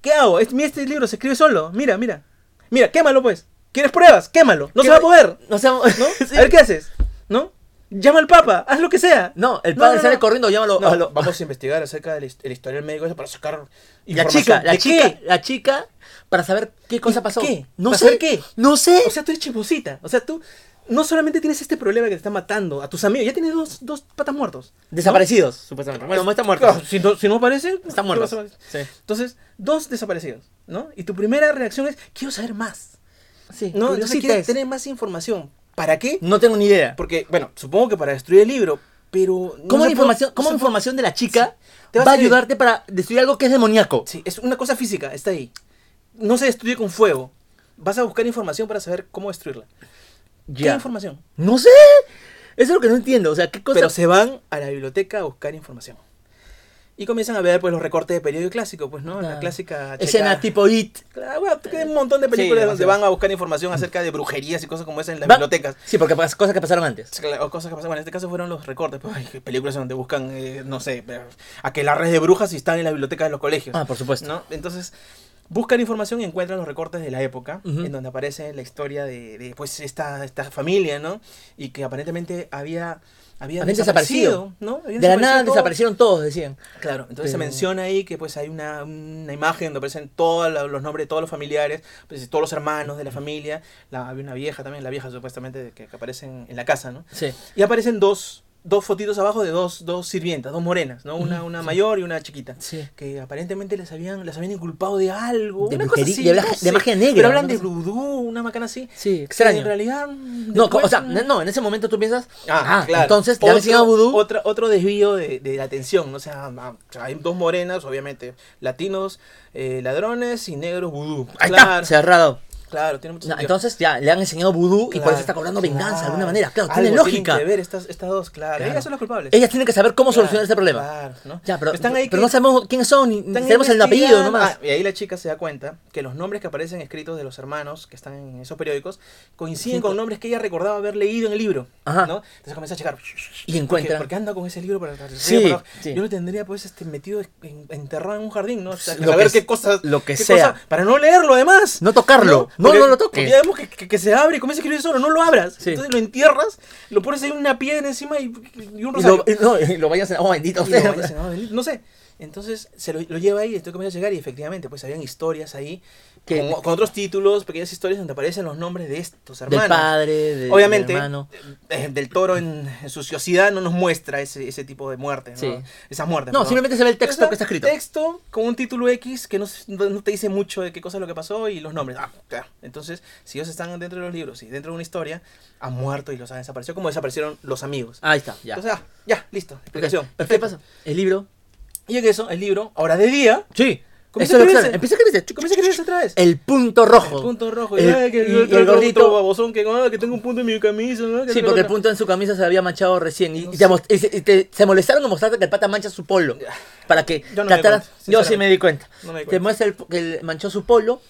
Speaker 2: ¿Qué hago? Este, mira, este libro se escribe solo. Mira, mira. Mira, quémalo pues. ¿Quieres pruebas? Quémalo. No se va a poder.
Speaker 1: No, se va-
Speaker 2: ¿No?
Speaker 1: Sí.
Speaker 2: A ver qué haces. ¿No? Llama al papa. Haz lo que sea.
Speaker 1: No, el
Speaker 2: No,
Speaker 1: padre
Speaker 2: no,
Speaker 1: sale
Speaker 2: no.
Speaker 1: corriendo, llámalo.
Speaker 2: No,
Speaker 1: hazlo.
Speaker 2: Vamos a investigar acerca del his- el historial médico eso para sacar
Speaker 1: La
Speaker 2: información.
Speaker 1: chica, la
Speaker 2: ¿De
Speaker 1: chica,
Speaker 2: qué?
Speaker 1: la chica, para saber qué cosa
Speaker 2: ¿Y
Speaker 1: pasó.
Speaker 2: qué?
Speaker 1: No
Speaker 2: ¿Para
Speaker 1: sé.
Speaker 2: saber qué?
Speaker 1: No sé.
Speaker 2: O sea, tú eres chismosita. O sea, tú no solamente tienes este problema que te está matando a tus amigos, ya tienes dos, dos patas muertos.
Speaker 1: Desaparecidos, supuestamente. Bueno, están muertos.
Speaker 2: Claro, si, no, si no aparecen,
Speaker 1: Están
Speaker 2: ¿qué
Speaker 1: muertos.
Speaker 2: vas a-
Speaker 1: Sí.
Speaker 2: Entonces, dos desaparecidos, ¿no? Y tu primera reacción es, quiero saber más.
Speaker 1: Sí,
Speaker 2: ¿No?
Speaker 1: curiosita
Speaker 2: Entonces quieres
Speaker 1: es.
Speaker 2: tener más información. ¿Para qué?
Speaker 1: No tengo ni idea.
Speaker 2: Porque, bueno, supongo que para destruir el libro, pero... no
Speaker 1: ¿Cómo,
Speaker 2: se
Speaker 1: la información,
Speaker 2: puede-
Speaker 1: cómo la
Speaker 2: no se puede-
Speaker 1: información de la chica
Speaker 2: Sí. Te va
Speaker 1: va,
Speaker 2: a
Speaker 1: a
Speaker 2: servir.
Speaker 1: ayudarte para destruir algo que es demoníaco?
Speaker 2: Sí, es una cosa física, está ahí. No se destruye con fuego. Vas a buscar información para saber cómo destruirla. ¿Qué
Speaker 1: Ya.
Speaker 2: información?
Speaker 1: No sé. Eso es lo que no entiendo. O sea, ¿qué cosa?
Speaker 2: Pero se van a la biblioteca a buscar información. Y comienzan a ver pues los recortes de periódico clásico, pues, ¿no? La
Speaker 1: Ah.
Speaker 2: clásica
Speaker 1: Escena
Speaker 2: checa-
Speaker 1: tipo IT.
Speaker 2: Claro, bueno, tú que hay un montón de películas
Speaker 1: Sí,
Speaker 2: donde
Speaker 1: demasiado.
Speaker 2: van a buscar información acerca de brujerías y cosas como esas en las
Speaker 1: Va-
Speaker 2: bibliotecas.
Speaker 1: Sí, porque pas- cosas que pasaron antes.
Speaker 2: O cosas que pasan, bueno, en este caso fueron los recortes, pues, hay películas donde buscan, eh, no sé, aquelarres de brujas y están en la biblioteca de los colegios.
Speaker 1: Ah, por supuesto.
Speaker 2: ¿no? Entonces, buscan información y encuentran los recortes de la época,
Speaker 1: Ujú.
Speaker 2: en donde aparece la historia de, de, pues, esta, esta familia, ¿no? Y que aparentemente había, había
Speaker 1: Habían desaparecido.
Speaker 2: ¿no? Habían
Speaker 1: De la nada
Speaker 2: todo.
Speaker 1: desaparecieron todos, decían.
Speaker 2: Claro, entonces se
Speaker 1: Pero-
Speaker 2: menciona ahí que pues hay una, una imagen donde aparecen todos la- los nombres de todos los familiares, pues, todos los hermanos de la familia, la, había una vieja también, la vieja supuestamente que, que aparecen en la casa, ¿no?
Speaker 1: Sí.
Speaker 2: Y aparecen dos, dos fotitos abajo de dos, dos sirvientas, dos morenas, ¿no? Una, una mayor y una chiquita.
Speaker 1: Sí.
Speaker 2: Que aparentemente les habían, las habían inculpado de algo.
Speaker 1: De
Speaker 2: una cosa
Speaker 1: brujería,
Speaker 2: así,
Speaker 1: de
Speaker 2: no
Speaker 1: blaja- de
Speaker 2: sé.
Speaker 1: magia negra,
Speaker 2: Pero hablan
Speaker 1: una
Speaker 2: de
Speaker 1: cosa
Speaker 2: vudú, una macana así.
Speaker 1: Sí,
Speaker 2: Que
Speaker 1: extraño.
Speaker 2: en realidad.
Speaker 1: No, co-
Speaker 2: después-
Speaker 1: o sea, no, en ese momento tú piensas, ah, entonces le
Speaker 2: otro,
Speaker 1: han enseñado vudú.
Speaker 2: Otro, otro desvío de, de la atención, ¿no? O sea, ah, o sea, hay dos morenas, obviamente, latinos, eh, ladrones y negros vudú.
Speaker 1: Ahí está,
Speaker 2: claro,
Speaker 1: cerrado.
Speaker 2: claro, tiene mucho
Speaker 1: No,
Speaker 2: sentido.
Speaker 1: entonces ya le han enseñado vudú y por eso está cobrando
Speaker 2: Claro,
Speaker 1: venganza de alguna
Speaker 2: claro.
Speaker 1: manera. Claro,
Speaker 2: Algo
Speaker 1: tiene lógica.
Speaker 2: Tienen que ver estas, estas dos, claro.
Speaker 1: Claro.
Speaker 2: Ellas son las culpables.
Speaker 1: Ellas tienen que saber cómo
Speaker 2: Claro,
Speaker 1: solucionar este problema.
Speaker 2: claro, ¿no?
Speaker 1: Ya, pero,
Speaker 2: Están ahí
Speaker 1: pero
Speaker 2: que-
Speaker 1: no sabemos quiénes son, ni ni
Speaker 2: Están
Speaker 1: tenemos el apellido
Speaker 2: investigando-
Speaker 1: nomás.
Speaker 2: Ah, y ahí la chica se da cuenta que los nombres que aparecen escritos de los hermanos que están en esos periódicos coinciden
Speaker 1: Sí,
Speaker 2: con
Speaker 1: co-
Speaker 2: nombres que ella recordaba haber leído en el libro.
Speaker 1: Ajá.
Speaker 2: ¿no? Entonces comienza a checar.
Speaker 1: Y encuentra.
Speaker 2: Porque anda con ese libro para para-
Speaker 1: Sí,
Speaker 2: para-
Speaker 1: sí.
Speaker 2: Yo lo tendría pues este, metido en- enterrado en un jardín, ¿no? O sea,
Speaker 1: Lo
Speaker 2: a ver
Speaker 1: que-
Speaker 2: qué cosas.
Speaker 1: lo que
Speaker 2: qué
Speaker 1: sea.
Speaker 2: cosa- para no leerlo además.
Speaker 1: No tocarlo. No,
Speaker 2: Porque-
Speaker 1: no lo toques.
Speaker 2: porque Ya vemos que, que- que se abre y comienza a escribir solo, no lo abras.
Speaker 1: Sí.
Speaker 2: Entonces lo entierras, lo pones ahí una piedra encima y, y un
Speaker 1: Y lo,
Speaker 2: rosario.
Speaker 1: y no, y lo vayan a Oh, bendito
Speaker 2: Y lo
Speaker 1: usted.
Speaker 2: vaya, no, Benito, no sé. Entonces se lo, lo lleva ahí, estoy comienza a llegar y efectivamente, pues habían historias ahí,
Speaker 1: Que-
Speaker 2: con, con otros títulos, pequeñas historias donde aparecen los nombres de estos hermanos.
Speaker 1: Del padre, de,
Speaker 2: Obviamente,
Speaker 1: del hermano.
Speaker 2: eh, del toro en, en su ociosidad no nos muestra ese, ese tipo de muerte, ¿no?
Speaker 1: Sí.
Speaker 2: Esas muertes.
Speaker 1: No,
Speaker 2: perdón.
Speaker 1: simplemente se ve el texto
Speaker 2: Esa-
Speaker 1: que está escrito.
Speaker 2: Texto con un título X que no, s- no- no te dice mucho de qué cosa es lo que pasó y los nombres. Ah, claro. Entonces, si ellos están dentro de los libros y dentro de una historia, han muerto y los han desaparecido, como desaparecieron los amigos.
Speaker 1: Ahí está, ya.
Speaker 2: Entonces, ah, ya, listo,
Speaker 1: Ok,
Speaker 2: explicación.
Speaker 1: ¿pero ¿Qué
Speaker 2: Perfecto.
Speaker 1: pasa? El libro.
Speaker 2: Y en eso, el libro, ahora de día,
Speaker 1: Sí.
Speaker 2: Comienza
Speaker 1: Eso es lo
Speaker 2: a
Speaker 1: que
Speaker 2: escribirse.
Speaker 1: sale. Empieza a escribirse. Chuc,
Speaker 2: comienza a escribirse otra vez.
Speaker 1: El punto rojo.
Speaker 2: El punto rojo.
Speaker 1: El-
Speaker 2: Ay, que
Speaker 1: y-
Speaker 2: yo
Speaker 1: y el
Speaker 2: otro- otro
Speaker 1: gordito.
Speaker 2: babosón que, ah, que tengo un punto en mi camisa. ah, que
Speaker 1: Sí,
Speaker 2: tengo
Speaker 1: porque el
Speaker 2: otra-
Speaker 1: punto en su camisa se había manchado recién. Y,
Speaker 2: No
Speaker 1: y
Speaker 2: sé.
Speaker 1: te, mos- y se- y te- se molestaron en mostrarte que el pata mancha su polo. Para que
Speaker 2: Yo no me
Speaker 1: trataras-
Speaker 2: di cuenta,
Speaker 1: Yo sí me di cuenta.
Speaker 2: No me di
Speaker 1: Te
Speaker 2: cuenta.
Speaker 1: muestra el po- que él manchó su polo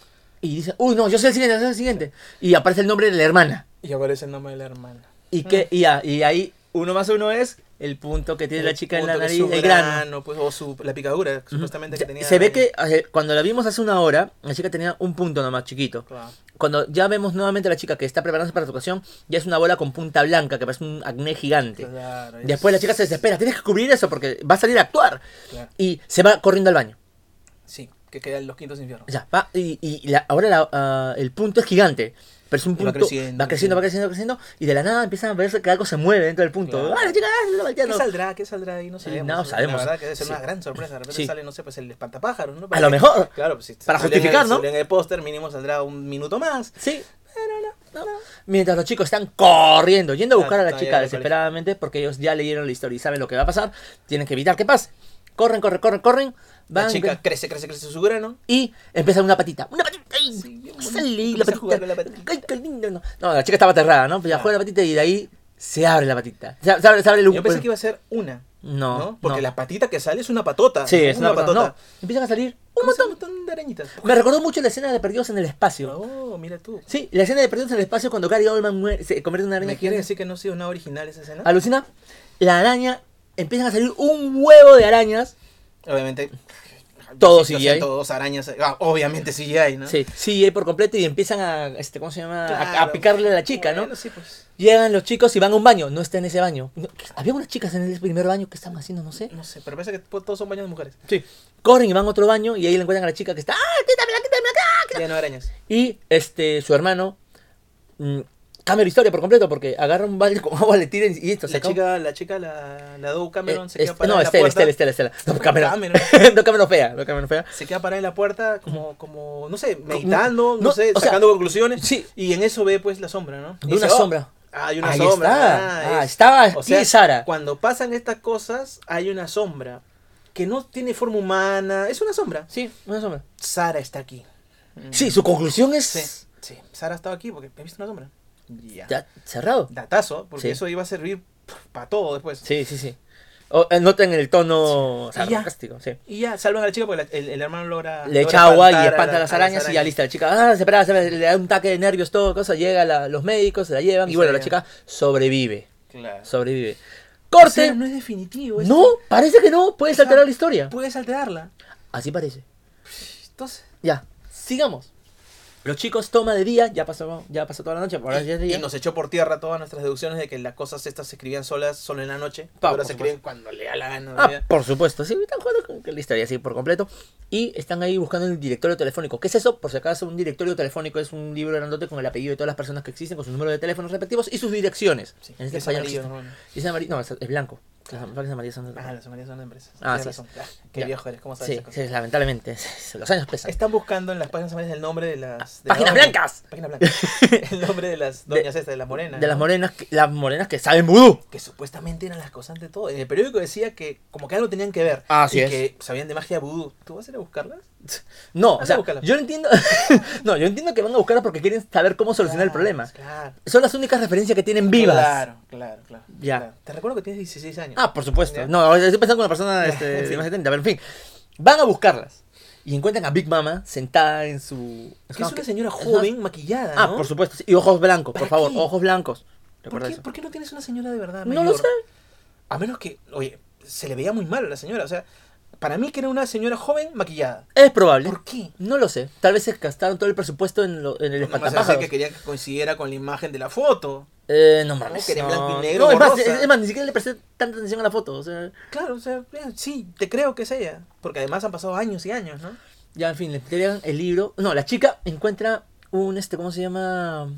Speaker 1: y dice, uy, no, yo soy el siguiente, yo soy el siguiente. Y aparece el nombre de la hermana.
Speaker 2: Y aparece el nombre de la hermana.
Speaker 1: Y, que, y, a- y ahí uno más uno es el punto que tiene la
Speaker 2: Mm. El
Speaker 1: chica en la
Speaker 2: punto que
Speaker 1: nariz,
Speaker 2: su
Speaker 1: el grano.
Speaker 2: pues, o su, la picadura, supuestamente que tenía.
Speaker 1: Se
Speaker 2: ahí.
Speaker 1: ve que eh, cuando la vimos hace una hora, la chica tenía un punto nomás chiquito.
Speaker 2: Claro.
Speaker 1: Cuando ya vemos nuevamente a la chica que está preparándose para su ocasión, ya es una bola con punta blanca que parece un acné gigante.
Speaker 2: pues, Claro, es-
Speaker 1: Después la chica se desespera, tienes que cubrir eso porque va a salir a actuar.
Speaker 2: Claro.
Speaker 1: Y se va corriendo al baño.
Speaker 2: Sí, que quedan los quintos infiernos.
Speaker 1: Ya, va, y y la- ahora la- ah, el punto es gigante. Pero es un
Speaker 2: Y va
Speaker 1: punto.
Speaker 2: creciendo,
Speaker 1: va creciendo, va creciendo, va creciendo. Y de la nada empiezan a verse que algo se mueve dentro del punto.
Speaker 2: Claro.
Speaker 1: ¡Ah, la chica! ah, se está
Speaker 2: ¿Qué
Speaker 1: volteando!
Speaker 2: saldrá? ¿Qué saldrá ahí? No sabemos.
Speaker 1: no sabemos.
Speaker 2: La verdad que debe ser una
Speaker 1: Sí.
Speaker 2: gran sorpresa. De repente
Speaker 1: Sí.
Speaker 2: sale, no sé, pues el espantapájaros, ¿no?
Speaker 1: A lo mejor.
Speaker 2: Claro, pues si
Speaker 1: Para
Speaker 2: sale en el-
Speaker 1: justificar, ¿no?
Speaker 2: sale En el póster mínimo saldrá un minuto más.
Speaker 1: Sí.
Speaker 2: Pero no.
Speaker 1: ¿no? Mientras los chicos están corriendo, yendo a buscar a
Speaker 2: Claro,
Speaker 1: la
Speaker 2: está
Speaker 1: chica
Speaker 2: llegando al colegio.
Speaker 1: desesperadamente, porque ellos ya leyeron la historia y saben lo que va a pasar, tienen que evitar que pase. Corren, corren, corren, corren.
Speaker 2: La
Speaker 1: Van,
Speaker 2: chica crece, crece, crece su grano.
Speaker 1: Y empieza una patita. Una patita. ¡ay! sale la
Speaker 2: Empieza a
Speaker 1: patita.
Speaker 2: jugar con la patita.
Speaker 1: ¡Ay, qué lindo! No, no, la chica estaba aterrada, ¿no? Pues ya
Speaker 2: Ah.
Speaker 1: juega la patita y de ahí se abre la patita. Se, se abre, se abre el
Speaker 2: Yo pensé que iba a ser una.
Speaker 1: No,
Speaker 2: Porque
Speaker 1: no.
Speaker 2: la patita que sale es una patota.
Speaker 1: Sí, es una,
Speaker 2: patota.
Speaker 1: patota. No, empiezan a salir
Speaker 2: Un montón, un montón de arañitas.
Speaker 1: Me recordó mucho la escena de Perdidos en el Espacio.
Speaker 2: Oh, mira tú.
Speaker 1: Sí, la escena de Perdidos en el Espacio cuando Gary Oldman muere- se convierte en una araña.
Speaker 2: ¿Me
Speaker 1: gigante.
Speaker 2: quieres decir que no ha sido nada original esa escena?
Speaker 1: Alucina, la araña, empiezan a salir un huevo de arañas.
Speaker 2: Obviamente.
Speaker 1: Todo
Speaker 2: sí,
Speaker 1: CGI.
Speaker 2: Todos arañas. ah, obviamente CGI, ¿no?
Speaker 1: Sí, sí, ahí por completo y empiezan a, este, ¿cómo se llama? A- A,
Speaker 2: Claro.
Speaker 1: picarle a la chica, ¿no?
Speaker 2: Bueno, sí, pues.
Speaker 1: Llegan los chicos y van a un baño. No está en ese baño. No, había unas chicas en el primer baño que estaban haciendo, no sé.
Speaker 2: No sé, pero parece que po- todos son baños de mujeres.
Speaker 1: Sí. Corren y van a otro baño y ahí le encuentran a la chica que está. ¡Ah, quítamela, quítamela! ah, quítamela".
Speaker 2: Ya no arañas.
Speaker 1: Y este, su hermano mm, cambia la historia por completo porque agarra un balde con agua, le tiran y esto se
Speaker 2: La
Speaker 1: acabó.
Speaker 2: chica, la chica, la, la Dow
Speaker 1: Eh,
Speaker 2: Cameron se
Speaker 1: es-
Speaker 2: queda parada
Speaker 1: no,
Speaker 2: en la
Speaker 1: Estela,
Speaker 2: puerta.
Speaker 1: Estela, Estela, Estela. No, Cameron.
Speaker 2: Cameron.
Speaker 1: no, Cameron fea. No, Cameron fea.
Speaker 2: Se queda parada en la puerta como, como no sé, meditando, no,
Speaker 1: no,
Speaker 2: sé,
Speaker 1: o sea,
Speaker 2: sacando conclusiones.
Speaker 1: sí.
Speaker 2: Y en eso ve pues la sombra, ¿no? Y
Speaker 1: Ve una
Speaker 2: dice, "Oh,
Speaker 1: sombra".
Speaker 2: hay una
Speaker 1: Ahí
Speaker 2: sombra.
Speaker 1: está. Ah,
Speaker 2: es-
Speaker 1: estaba aquí Sara.
Speaker 2: Cuando pasan estas cosas, hay una sombra que no tiene forma humana. Es una sombra.
Speaker 1: Sí, una sombra.
Speaker 2: Sara está aquí.
Speaker 1: Sí, su conclusión es.
Speaker 2: Sí, sí. Sara estaba aquí porque he visto una sombra. Ya.
Speaker 1: Ya, cerrado.
Speaker 2: Datazo, porque
Speaker 1: Sí.
Speaker 2: eso iba a servir para todo después.
Speaker 1: Sí, sí, sí. O, eh, noten el tono
Speaker 2: Sí. Y ya.
Speaker 1: sarcástico, sí.
Speaker 2: Y ya, salvan a la chica porque la- el, el hermano logra.
Speaker 1: Le
Speaker 2: logra
Speaker 1: echa agua y
Speaker 2: espantar a
Speaker 1: espanta
Speaker 2: la-
Speaker 1: las
Speaker 2: a
Speaker 1: arañas y ya lista. La chica, ah, se para, se para, le da un ataque de nervios, todo, cosa. Llega la- los médicos, se la llevan.
Speaker 2: Y
Speaker 1: Y,
Speaker 2: se
Speaker 1: bueno,
Speaker 2: la
Speaker 1: la
Speaker 2: llevan.
Speaker 1: chica sobrevive.
Speaker 2: Claro.
Speaker 1: Sobrevive.
Speaker 2: O sea,
Speaker 1: ¡Corte!
Speaker 2: no es definitivo. esto.
Speaker 1: no, parece que no. Puedes
Speaker 2: O sea,
Speaker 1: alterar la historia.
Speaker 2: Puedes alterarla.
Speaker 1: Así parece.
Speaker 2: Entonces.
Speaker 1: Ya, sigamos. Los chicos toma de día, ya pasó, ya pasó toda la noche, por ahora ya es
Speaker 2: Y,
Speaker 1: día.
Speaker 2: nos echó por tierra todas nuestras deducciones de que las cosas estas se escribían solas solo en la noche.
Speaker 1: Pa,
Speaker 2: ahora
Speaker 1: por
Speaker 2: se escriben cuando le da la gana.
Speaker 1: Ah,
Speaker 2: ¿verdad?
Speaker 1: por supuesto, sí, están jugando con que la historia así por completo. Y están ahí buscando el directorio telefónico. ¿Qué es eso? Por si acaso, un directorio telefónico es un libro grandote con el apellido de todas las personas que existen, con sus números de teléfonos respectivos y sus direcciones.
Speaker 2: Sí,
Speaker 1: En este
Speaker 2: es
Speaker 1: país no
Speaker 2: amarillo,
Speaker 1: existe.
Speaker 2: ¿no?
Speaker 1: Y ese amarillo- no, es, es blanco. Las amarillas amarillas son de-
Speaker 2: Ah, las amarillas son de empresas.
Speaker 1: Ah,
Speaker 2: Tienes
Speaker 1: sí.
Speaker 2: razón. Ah, Qué
Speaker 1: Ya.
Speaker 2: viejo eres, ¿cómo sabes?
Speaker 1: Sí,
Speaker 2: esas
Speaker 1: sí,
Speaker 2: cosas?
Speaker 1: lamentablemente. Los años pesan.
Speaker 2: Están buscando en las páginas amarillas el nombre de las. de
Speaker 1: ¡Páginas
Speaker 2: las doñas.
Speaker 1: blancas!
Speaker 2: Páginas blancas. el nombre de las doñas estas, de las morenas.
Speaker 1: De las
Speaker 2: ¿no?
Speaker 1: morenas, que- las morenas que saben vudú.
Speaker 2: que supuestamente eran las cosas de todo. En el periódico decía que como que algo tenían que ver.
Speaker 1: Así
Speaker 2: y
Speaker 1: es.
Speaker 2: que sabían de magia vudú. ¿Tú vas a ir a buscarlas?
Speaker 1: No, o
Speaker 2: Anda,
Speaker 1: sea,
Speaker 2: Ah, búscala.
Speaker 1: yo no entiendo. no, yo entiendo que van a buscarla porque quieren saber cómo solucionar el
Speaker 2: Claro,
Speaker 1: problema.
Speaker 2: Claro.
Speaker 1: Son las únicas referencias que tienen vivas.
Speaker 2: Ah, Claro, claro, claro.
Speaker 1: Ya.
Speaker 2: claro. Te recuerdo que tienes 16 años.
Speaker 1: Ah, por supuesto.
Speaker 2: Ya.
Speaker 1: No, ahora estoy pensando con una persona este,
Speaker 2: En fin.
Speaker 1: de más de 70, pero en fin. Van a buscarlas. Y encuentran a Big Mama sentada en su.
Speaker 2: Que es
Speaker 1: que-
Speaker 2: una señora
Speaker 1: es
Speaker 2: joven, maquillada,
Speaker 1: Ah,
Speaker 2: ¿no?
Speaker 1: por supuesto. sí, Y ojos blancos, por
Speaker 2: ¿Para
Speaker 1: favor.
Speaker 2: qué?
Speaker 1: Ojos blancos.
Speaker 2: ¿Por
Speaker 1: Recuerda
Speaker 2: qué,
Speaker 1: eso.
Speaker 2: por qué no tienes una señora de verdad
Speaker 1: No
Speaker 2: mayor?
Speaker 1: lo sé.
Speaker 2: A menos que, oye, se le veía muy mal a la señora. O sea, para mí que era una señora joven maquillada.
Speaker 1: Es probable.
Speaker 2: ¿Por qué?
Speaker 1: No lo sé. Tal vez se gastaron todo el presupuesto en, lo- en el
Speaker 2: No me vas a decir
Speaker 1: espantapájaros.
Speaker 2: que quería que coincidiera con la imagen de la foto.
Speaker 1: Eh, no mames.
Speaker 2: que era en
Speaker 1: No,
Speaker 2: blanco y negro,
Speaker 1: No, es más,
Speaker 2: borrosa.
Speaker 1: es- es más, ni siquiera le presté tanta atención a la foto. O sea,
Speaker 2: Claro, o sea, eh, sí, te creo que es ella. Porque además han pasado años y años, ¿no?
Speaker 1: ya, en fin, le entregan el libro. No, la chica encuentra un, este, ¿cómo se llama?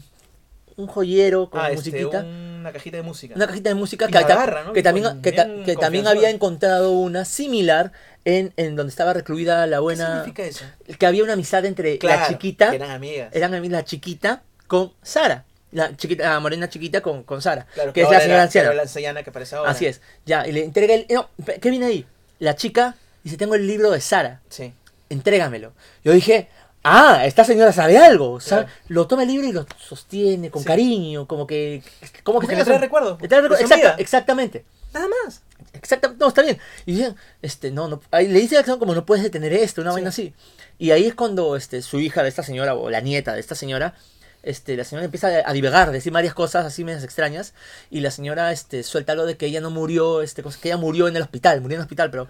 Speaker 1: Un joyero con
Speaker 2: Ah, este,
Speaker 1: musiquita.
Speaker 2: una cajita de música.
Speaker 1: Una cajita de música
Speaker 2: Y
Speaker 1: que,
Speaker 2: la
Speaker 1: ta-
Speaker 2: agarra, ¿no?
Speaker 1: que
Speaker 2: Y
Speaker 1: también,
Speaker 2: con-
Speaker 1: que, ta-
Speaker 2: bien
Speaker 1: que también
Speaker 2: confianzuda.
Speaker 1: había encontrado una similar en, en donde estaba recluida la
Speaker 2: ¿Qué
Speaker 1: buena.
Speaker 2: significa eso?
Speaker 1: Que había una amistad entre
Speaker 2: Claro,
Speaker 1: la chiquita,
Speaker 2: que
Speaker 1: eran,
Speaker 2: eran amigas.
Speaker 1: ami- la chiquita con Sara. La chiquita, la morena chiquita con, con Sara,
Speaker 2: Claro,
Speaker 1: que es la
Speaker 2: ahora
Speaker 1: señora
Speaker 2: era-
Speaker 1: anciana.
Speaker 2: era la anciana que aparece ahora.
Speaker 1: Así es. Ya, y le entrega el. No, pe- ¿qué viene ahí? La chica dice: Tengo el libro de Sara,
Speaker 2: Sí.
Speaker 1: entrégamelo. Yo dije. Ah, esta señora sabe algo. ¿sabe?
Speaker 2: Claro.
Speaker 1: Lo toma el libro y lo sostiene con
Speaker 2: Sí.
Speaker 1: cariño, como que. Como que,
Speaker 2: Como que
Speaker 1: tenga
Speaker 2: le trae
Speaker 1: su-
Speaker 2: recuerdos,
Speaker 1: le trae recuerdos,
Speaker 2: pues, amiga.
Speaker 1: exacta- exactamente.
Speaker 2: Nada más.
Speaker 1: Exactamente, no, está bien. Y dicen, este, no, no, ahí le dice a Jackson como no puedes detener esto, una
Speaker 2: Sí.
Speaker 1: vaina así. Y ahí es cuando este, su hija de esta señora, o la nieta de esta señora, este, la señora empieza a divagar, decir varias cosas así medias extrañas, y la señora este, suelta lo de que ella no murió, este, cosa- que ella murió en el hospital, murió en el hospital, pero,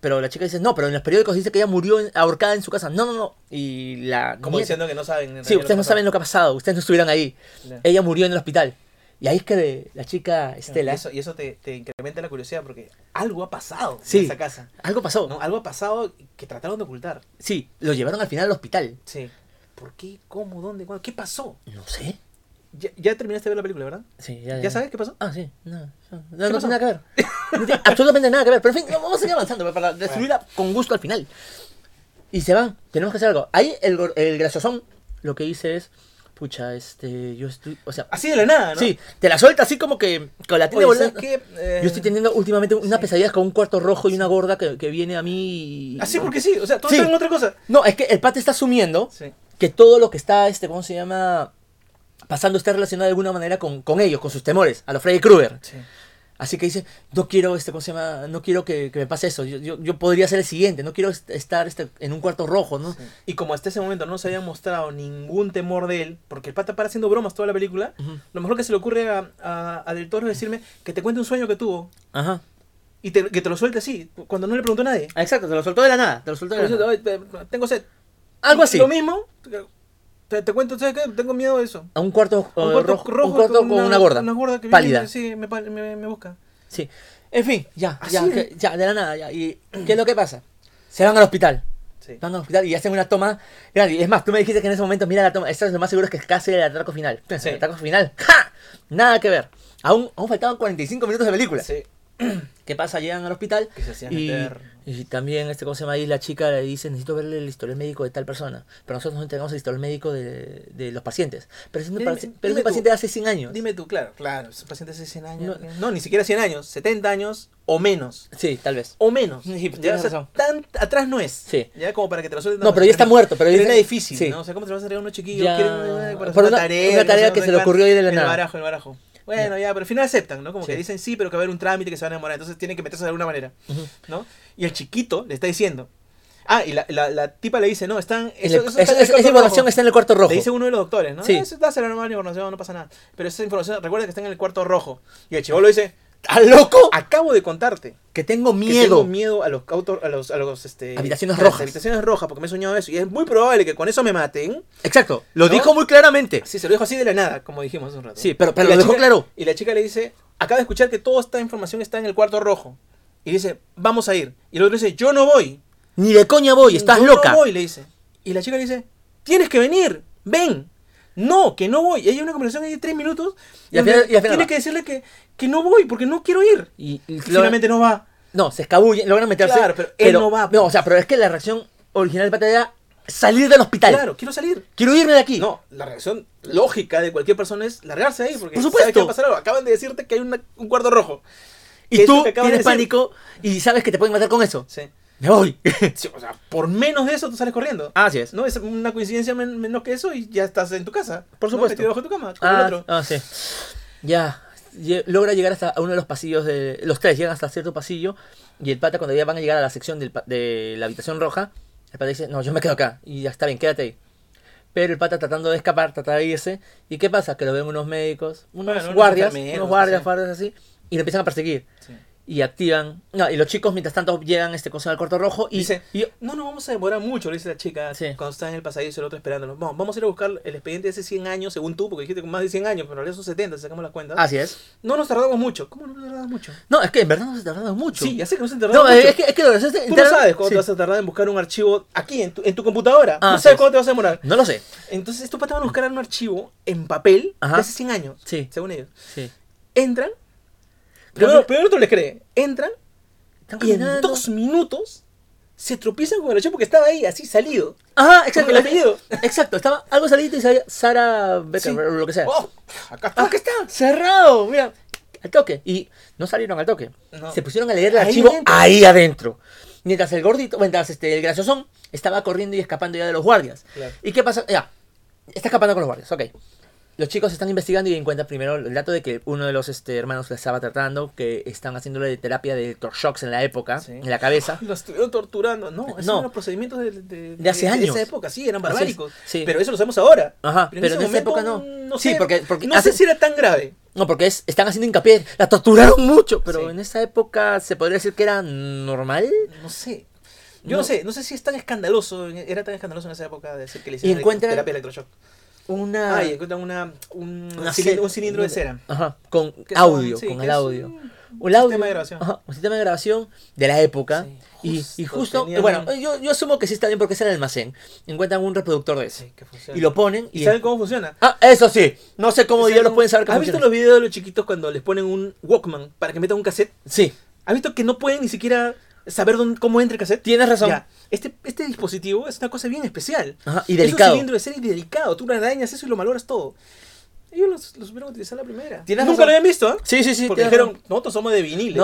Speaker 1: pero la chica dice, no, pero en los periódicos dice que ella murió en- ahorcada en su casa. No, no, no. Y la
Speaker 2: Como
Speaker 1: nieta-
Speaker 2: diciendo que no saben. en
Speaker 1: Sí, ustedes
Speaker 2: realidad
Speaker 1: no
Speaker 2: lo que pasó.
Speaker 1: saben lo que ha pasado, ustedes no estuvieron ahí.
Speaker 2: Claro.
Speaker 1: Ella murió en el hospital. Y ahí es que la chica Estela...
Speaker 2: Y eso, y eso te, te incrementa la curiosidad porque algo ha pasado en
Speaker 1: Sí.
Speaker 2: esa casa.
Speaker 1: Algo pasó.
Speaker 2: ¿no? Algo ha pasado que trataron de ocultar.
Speaker 1: Sí, lo llevaron al final al hospital.
Speaker 2: Sí. ¿Por qué? ¿Cómo? ¿Dónde? ¿Cuándo? ¿Qué pasó?
Speaker 1: No sé.
Speaker 2: Ya, ya terminaste de ver la película, ¿verdad?
Speaker 1: Sí,
Speaker 2: ¿Ya sabes qué pasó?
Speaker 1: Ah, sí. No, no, no
Speaker 2: pasó?
Speaker 1: tiene nada que ver. No tiene absolutamente nada que ver. Pero en fin, vamos a seguir avanzando pues, para destruirla con gusto al final. Y se van. Tenemos que hacer algo. Ahí el, gor- el graciosón lo que dice es... Pucha, este... Yo estoy... O sea...
Speaker 2: Así de la nada, Ah, ¿no?
Speaker 1: Sí, te la suelta así como que con la tiene
Speaker 2: Oye, ¿sabes
Speaker 1: volando.
Speaker 2: qué? Eh,
Speaker 1: Yo estoy teniendo últimamente unas
Speaker 2: sí.
Speaker 1: pesadillas con un cuarto rojo y una gorda que, que viene a mí y...
Speaker 2: Así porque ¿Ah, sí. O sea, todos
Speaker 1: Sí.
Speaker 2: saben otra cosa.
Speaker 1: No, es que el pate está asumiendo
Speaker 2: Sí.
Speaker 1: que todo lo que está, este, ¿cómo se llama? Pasando está relacionado de alguna manera con, con ellos, con sus temores, a los Freddy Krueger.
Speaker 2: Sí.
Speaker 1: Así que dice, no quiero, este, ¿cómo se llama? No quiero que, que me pase eso. Yo, yo, yo podría ser el siguiente. No quiero est- estar este, en un cuarto rojo, ¿no?
Speaker 2: Y como hasta ese momento no se había mostrado ningún temor de él, porque el pata para haciendo bromas toda la película,
Speaker 1: Ujú.
Speaker 2: lo mejor que se le ocurre a, a, a Del Toro es decirme que te cuente un sueño que tuvo
Speaker 1: Ajá.
Speaker 2: y te- que te lo suelte así, cuando no le preguntó a nadie.
Speaker 1: Ah, Exacto, te lo soltó de la nada. Te lo soltó de la
Speaker 2: Por eso,
Speaker 1: nada.
Speaker 2: "Ay, te- tengo sed.
Speaker 1: Algo así.
Speaker 2: Lo mismo, te, te cuento, ¿sabes qué? Tengo miedo de eso.
Speaker 1: A un cuarto, eh,
Speaker 2: Un cuarto
Speaker 1: rojo,
Speaker 2: rojo
Speaker 1: un cuarto con una, gorda.
Speaker 2: Una gorda que viene,
Speaker 1: pálida.
Speaker 2: sí, me, pal- me- me busca.
Speaker 1: Sí. En fin, ya,
Speaker 2: Así
Speaker 1: ya,
Speaker 2: es.
Speaker 1: que- ya, de la nada, ya. ¿Y qué es lo que pasa? Se van al hospital.
Speaker 2: Sí.
Speaker 1: Van al hospital y hacen una toma. grande. Y Es más, tú me dijiste que en ese momento, mira la toma. Esto es lo más seguro es que es casi el atraco final.
Speaker 2: Sí.
Speaker 1: El atraco final, ¡ja! Nada que ver. Aún, aún faltaban 45 minutos de película.
Speaker 2: Sí.
Speaker 1: ¿Qué pasa? Llegan al hospital
Speaker 2: Que se hacían
Speaker 1: y,
Speaker 2: meter.
Speaker 1: y también, este, ¿cómo se llama ahí? La chica le dice, necesito verle el historial médico de tal persona. Pero nosotros no entregamos el historial médico de, de los pacientes. Pero es un,
Speaker 2: Dime-
Speaker 1: paci- pero es
Speaker 2: dime
Speaker 1: un
Speaker 2: tú.
Speaker 1: paciente de hace 100 años.
Speaker 2: Dime tú, claro, claro, es un paciente de 100 años.
Speaker 1: No.
Speaker 2: No, ni siquiera 100 años, 70 años o menos.
Speaker 1: Sí, tal vez.
Speaker 2: O menos.
Speaker 1: Sí, pues tienes
Speaker 2: Ya, o sea,
Speaker 1: razón.
Speaker 2: tan atrás no es.
Speaker 1: Sí.
Speaker 2: Ya como para que te lo suelten.
Speaker 1: No, pero ya está muerto, pero ya
Speaker 2: era
Speaker 1: está-
Speaker 2: difícil,
Speaker 1: sí.
Speaker 2: ¿no? O sea, ¿cómo te vas a entregar a unos chiquillos?
Speaker 1: Ya.
Speaker 2: Quieren, eh,
Speaker 1: Por
Speaker 2: para hacer
Speaker 1: una-
Speaker 2: una tarea.
Speaker 1: una tarea
Speaker 2: no sé,
Speaker 1: que
Speaker 2: no
Speaker 1: se
Speaker 2: sé
Speaker 1: le
Speaker 2: cuánto.
Speaker 1: ocurrió ahí de la
Speaker 2: el
Speaker 1: nada.
Speaker 2: barajo, el barajo. Bueno, ya, pero al final aceptan, ¿no? Como que
Speaker 1: Sí.
Speaker 2: dicen sí, pero que va a haber un trámite que se van a demorar. Entonces tienen que meterse de alguna manera,
Speaker 1: Ujú.
Speaker 2: ¿no? Y el chiquito le está diciendo. Ah, y la, la, la tipa le dice, no, están.
Speaker 1: En
Speaker 2: eso-
Speaker 1: el-
Speaker 2: eso está en
Speaker 1: esa-
Speaker 2: el
Speaker 1: esa
Speaker 2: cuarto
Speaker 1: información
Speaker 2: rojo.
Speaker 1: está en el cuarto rojo.
Speaker 2: Le dice uno de los doctores, ¿no?
Speaker 1: Sí.
Speaker 2: Sí. Eso, dásela normal información, no pasa nada. Pero esa información, recuerda que está en el cuarto rojo. Y el chivolo dice,
Speaker 1: ¿Estás loco?
Speaker 2: acabo de contarte.
Speaker 1: Que tengo
Speaker 2: que
Speaker 1: miedo.
Speaker 2: tengo miedo a los, auto- a los, a los este,
Speaker 1: Habitaciones
Speaker 2: a las
Speaker 1: rojas.
Speaker 2: Habitaciones rojas, porque me he soñado eso. Y es muy probable que con eso me maten.
Speaker 1: Exacto, lo
Speaker 2: ¿No?
Speaker 1: dijo muy claramente.
Speaker 2: Sí, se lo dijo así de la nada, como dijimos hace un rato.
Speaker 1: Sí, pero- pero
Speaker 2: Y
Speaker 1: lo
Speaker 2: la
Speaker 1: dejó
Speaker 2: chica-
Speaker 1: claro.
Speaker 2: Y la chica le dice, acabo de escuchar que toda esta información está en el cuarto rojo. Y dice, vamos a ir. Y el otro dice, yo no voy.
Speaker 1: Ni de coña voy, estás
Speaker 2: Yo
Speaker 1: loca.
Speaker 2: No voy, le dice. Y la chica le dice, tienes que venir, ven. No, que no voy. Y hay una conversación ahí de tres minutos.
Speaker 1: Y al
Speaker 2: donde
Speaker 1: final- y al final
Speaker 2: tiene
Speaker 1: va.
Speaker 2: que decirle que, que no voy porque no quiero ir.
Speaker 1: Y, y
Speaker 2: Y
Speaker 1: logra-
Speaker 2: finalmente no va.
Speaker 1: No, se escabulle, logran meterse.
Speaker 2: Claro, pero él no va, pues.
Speaker 1: No, o sea, pero es que la reacción original de Pata era salir del hospital.
Speaker 2: Claro, quiero salir.
Speaker 1: Quiero irme de aquí.
Speaker 2: No, la reacción lógica de cualquier persona es largarse ahí porque
Speaker 1: Por supuesto.
Speaker 2: sabe que va a pasar algo. Acaban de decirte que hay una- un cuarto rojo.
Speaker 1: y
Speaker 2: que eso
Speaker 1: tú
Speaker 2: que acabas de
Speaker 1: tienes
Speaker 2: decir.
Speaker 1: pánico y sabes que te pueden matar con eso.
Speaker 2: Sí.
Speaker 1: Me voy.
Speaker 2: Sí, O sea, por menos de eso tú sales corriendo.
Speaker 1: Así es.
Speaker 2: No es una coincidencia men- menos que eso y ya estás en tu casa.
Speaker 1: Por
Speaker 2: ¿no?
Speaker 1: supuesto.
Speaker 2: Metido bajo tu cama. como el
Speaker 1: Ah,
Speaker 2: otro.
Speaker 1: ah, sí. Ya. Lle- Logra llegar hasta uno de los pasillos de. Los tres llegan hasta cierto pasillo. Y el pata, cuando ya van a llegar a la sección del pa- de la habitación roja, el pata dice: No, yo me quedo acá. Y ya está bien, quédate ahí. Pero el pata tratando de escapar, tratando de irse. ¿Y qué pasa? Que lo ven unos médicos, unos
Speaker 2: Bueno, unos
Speaker 1: guardias,
Speaker 2: enfermeros,
Speaker 1: unos guardias,
Speaker 2: sí.
Speaker 1: guardias así. Y lo empiezan a perseguir.
Speaker 2: Sí.
Speaker 1: Y activan. No, y los chicos, mientras tanto, llegan este cosa al corto rojo. Y,
Speaker 2: dice,
Speaker 1: y-
Speaker 2: no nos vamos a demorar mucho, le dice la chica
Speaker 1: Sí.
Speaker 2: cuando está en el pasadizo el otro esperándolo. Vamos, vamos a ir a buscar el expediente de hace 100 años, según tú, porque dijiste que más de 100 años, pero en realidad son 70, si sacamos las cuentas.
Speaker 1: Así es.
Speaker 2: No nos tardamos mucho. ¿Cómo no nos tardamos mucho?
Speaker 1: No, es que en verdad no se tardaron mucho.
Speaker 2: Sí, ya sé que no se
Speaker 1: no,
Speaker 2: tardaron mucho.
Speaker 1: es que, es que lo
Speaker 2: Tú no sabes cuándo te vas a tardar en buscar un archivo aquí, en tu, en tu computadora.
Speaker 1: Ah,
Speaker 2: no
Speaker 1: así es.
Speaker 2: sabes cuándo te vas a demorar.
Speaker 1: No lo sé.
Speaker 2: Entonces estos patas van a buscar un archivo en papel
Speaker 1: Ajá.
Speaker 2: de hace 100 años,
Speaker 1: Sí.
Speaker 2: según ellos.
Speaker 1: Sí.
Speaker 2: Entran.
Speaker 1: Pero
Speaker 2: Primero,
Speaker 1: mira-
Speaker 2: primero no les cree. Entran
Speaker 1: Están
Speaker 2: y en
Speaker 1: caminando.
Speaker 2: dos minutos se tropiezan con el archivo porque estaba ahí, así salido.
Speaker 1: Ajá, Ah, exacto.
Speaker 2: Con el apellido.
Speaker 1: Exacto, estaba algo salido y salía Sara Becker,
Speaker 2: Sí.
Speaker 1: o lo que sea.
Speaker 2: Oh, acá está.
Speaker 1: Ah, acá está, cerrado, mira, al toque. Y no salieron al toque.
Speaker 2: No.
Speaker 1: Se pusieron a leer el
Speaker 2: Ahí
Speaker 1: archivo
Speaker 2: adentro.
Speaker 1: ahí adentro. Mientras el gordito, mientras este, el graciosón estaba corriendo y escapando ya de los guardias.
Speaker 2: Claro.
Speaker 1: ¿Y qué pasa? Ya, está escapando con los guardias, ok. Los chicos están investigando y encuentran primero el dato de que uno de los este, hermanos le estaba tratando, que están haciéndole terapia de electroshocks en la época,
Speaker 2: Sí.
Speaker 1: en la cabeza.
Speaker 2: Los estuvieron torturando. No, esos
Speaker 1: No.
Speaker 2: eran los procedimientos de, de,
Speaker 1: De hace años.
Speaker 2: esa época, sí, eran
Speaker 1: Así es,
Speaker 2: barbáricos.
Speaker 1: sí.
Speaker 2: Pero eso lo sabemos ahora.
Speaker 1: Ajá, pero en esa época no. Sí,
Speaker 2: sé,
Speaker 1: porque- porque
Speaker 2: no
Speaker 1: hace-
Speaker 2: sé si era tan grave.
Speaker 1: No, porque es- están haciendo hincapié. La torturaron mucho, pero
Speaker 2: Sí.
Speaker 1: en esa época se podría decir que era normal.
Speaker 2: No sé. Yo no.
Speaker 1: No.
Speaker 2: sé, no sé si es tan escandaloso, era tan escandaloso en esa época de decir que
Speaker 1: Y
Speaker 2: le hicieron
Speaker 1: encuentran-
Speaker 2: terapia de electroshock.
Speaker 1: Una.
Speaker 2: Ah, y encuentran una, un,
Speaker 1: una
Speaker 2: cilindro,
Speaker 1: cera-
Speaker 2: un cilindro de cera.
Speaker 1: Ajá, con
Speaker 2: Que son-
Speaker 1: audio,
Speaker 2: sí,
Speaker 1: con
Speaker 2: que
Speaker 1: el
Speaker 2: es
Speaker 1: audio.
Speaker 2: un
Speaker 1: Un audio-
Speaker 2: sistema de grabación.
Speaker 1: Ajá, un sistema de grabación de la época.
Speaker 2: Sí,
Speaker 1: y, y
Speaker 2: justo
Speaker 1: justo,
Speaker 2: tenían-
Speaker 1: bueno, yo, yo asumo que sí está bien porque es el almacén. Encuentran un reproductor de ese.
Speaker 2: Sí, que funciona.
Speaker 1: y lo ponen
Speaker 2: ¿Y
Speaker 1: y.
Speaker 2: saben cómo funciona?
Speaker 1: Ah, eso sí. No sé cómo
Speaker 2: ¿Saben
Speaker 1: diablos
Speaker 2: cómo-
Speaker 1: pueden saber que
Speaker 2: ¿Has visto
Speaker 1: funciona.
Speaker 2: los videos de los chiquitos cuando les ponen un Walkman para que metan un cassette?
Speaker 1: Sí,
Speaker 2: ¿Has visto que no pueden ni siquiera saber dónde, cómo entra el cassette?
Speaker 1: tienes razón.
Speaker 2: Ya, este, este dispositivo es una cosa bien especial.
Speaker 1: Ajá, y
Speaker 2: Es un
Speaker 1: delicado.
Speaker 2: cilindro de serie delicado. Tú lo dañas eso y lo malogras todo. Ellos los, los supieron utilizar la primera.
Speaker 1: Tienes
Speaker 2: Nunca
Speaker 1: razón.
Speaker 2: lo habían visto, ¿eh?
Speaker 1: Sí, sí, sí.
Speaker 2: Porque
Speaker 1: tienes
Speaker 2: dijeron,
Speaker 1: razón.
Speaker 2: nosotros somos de viniles.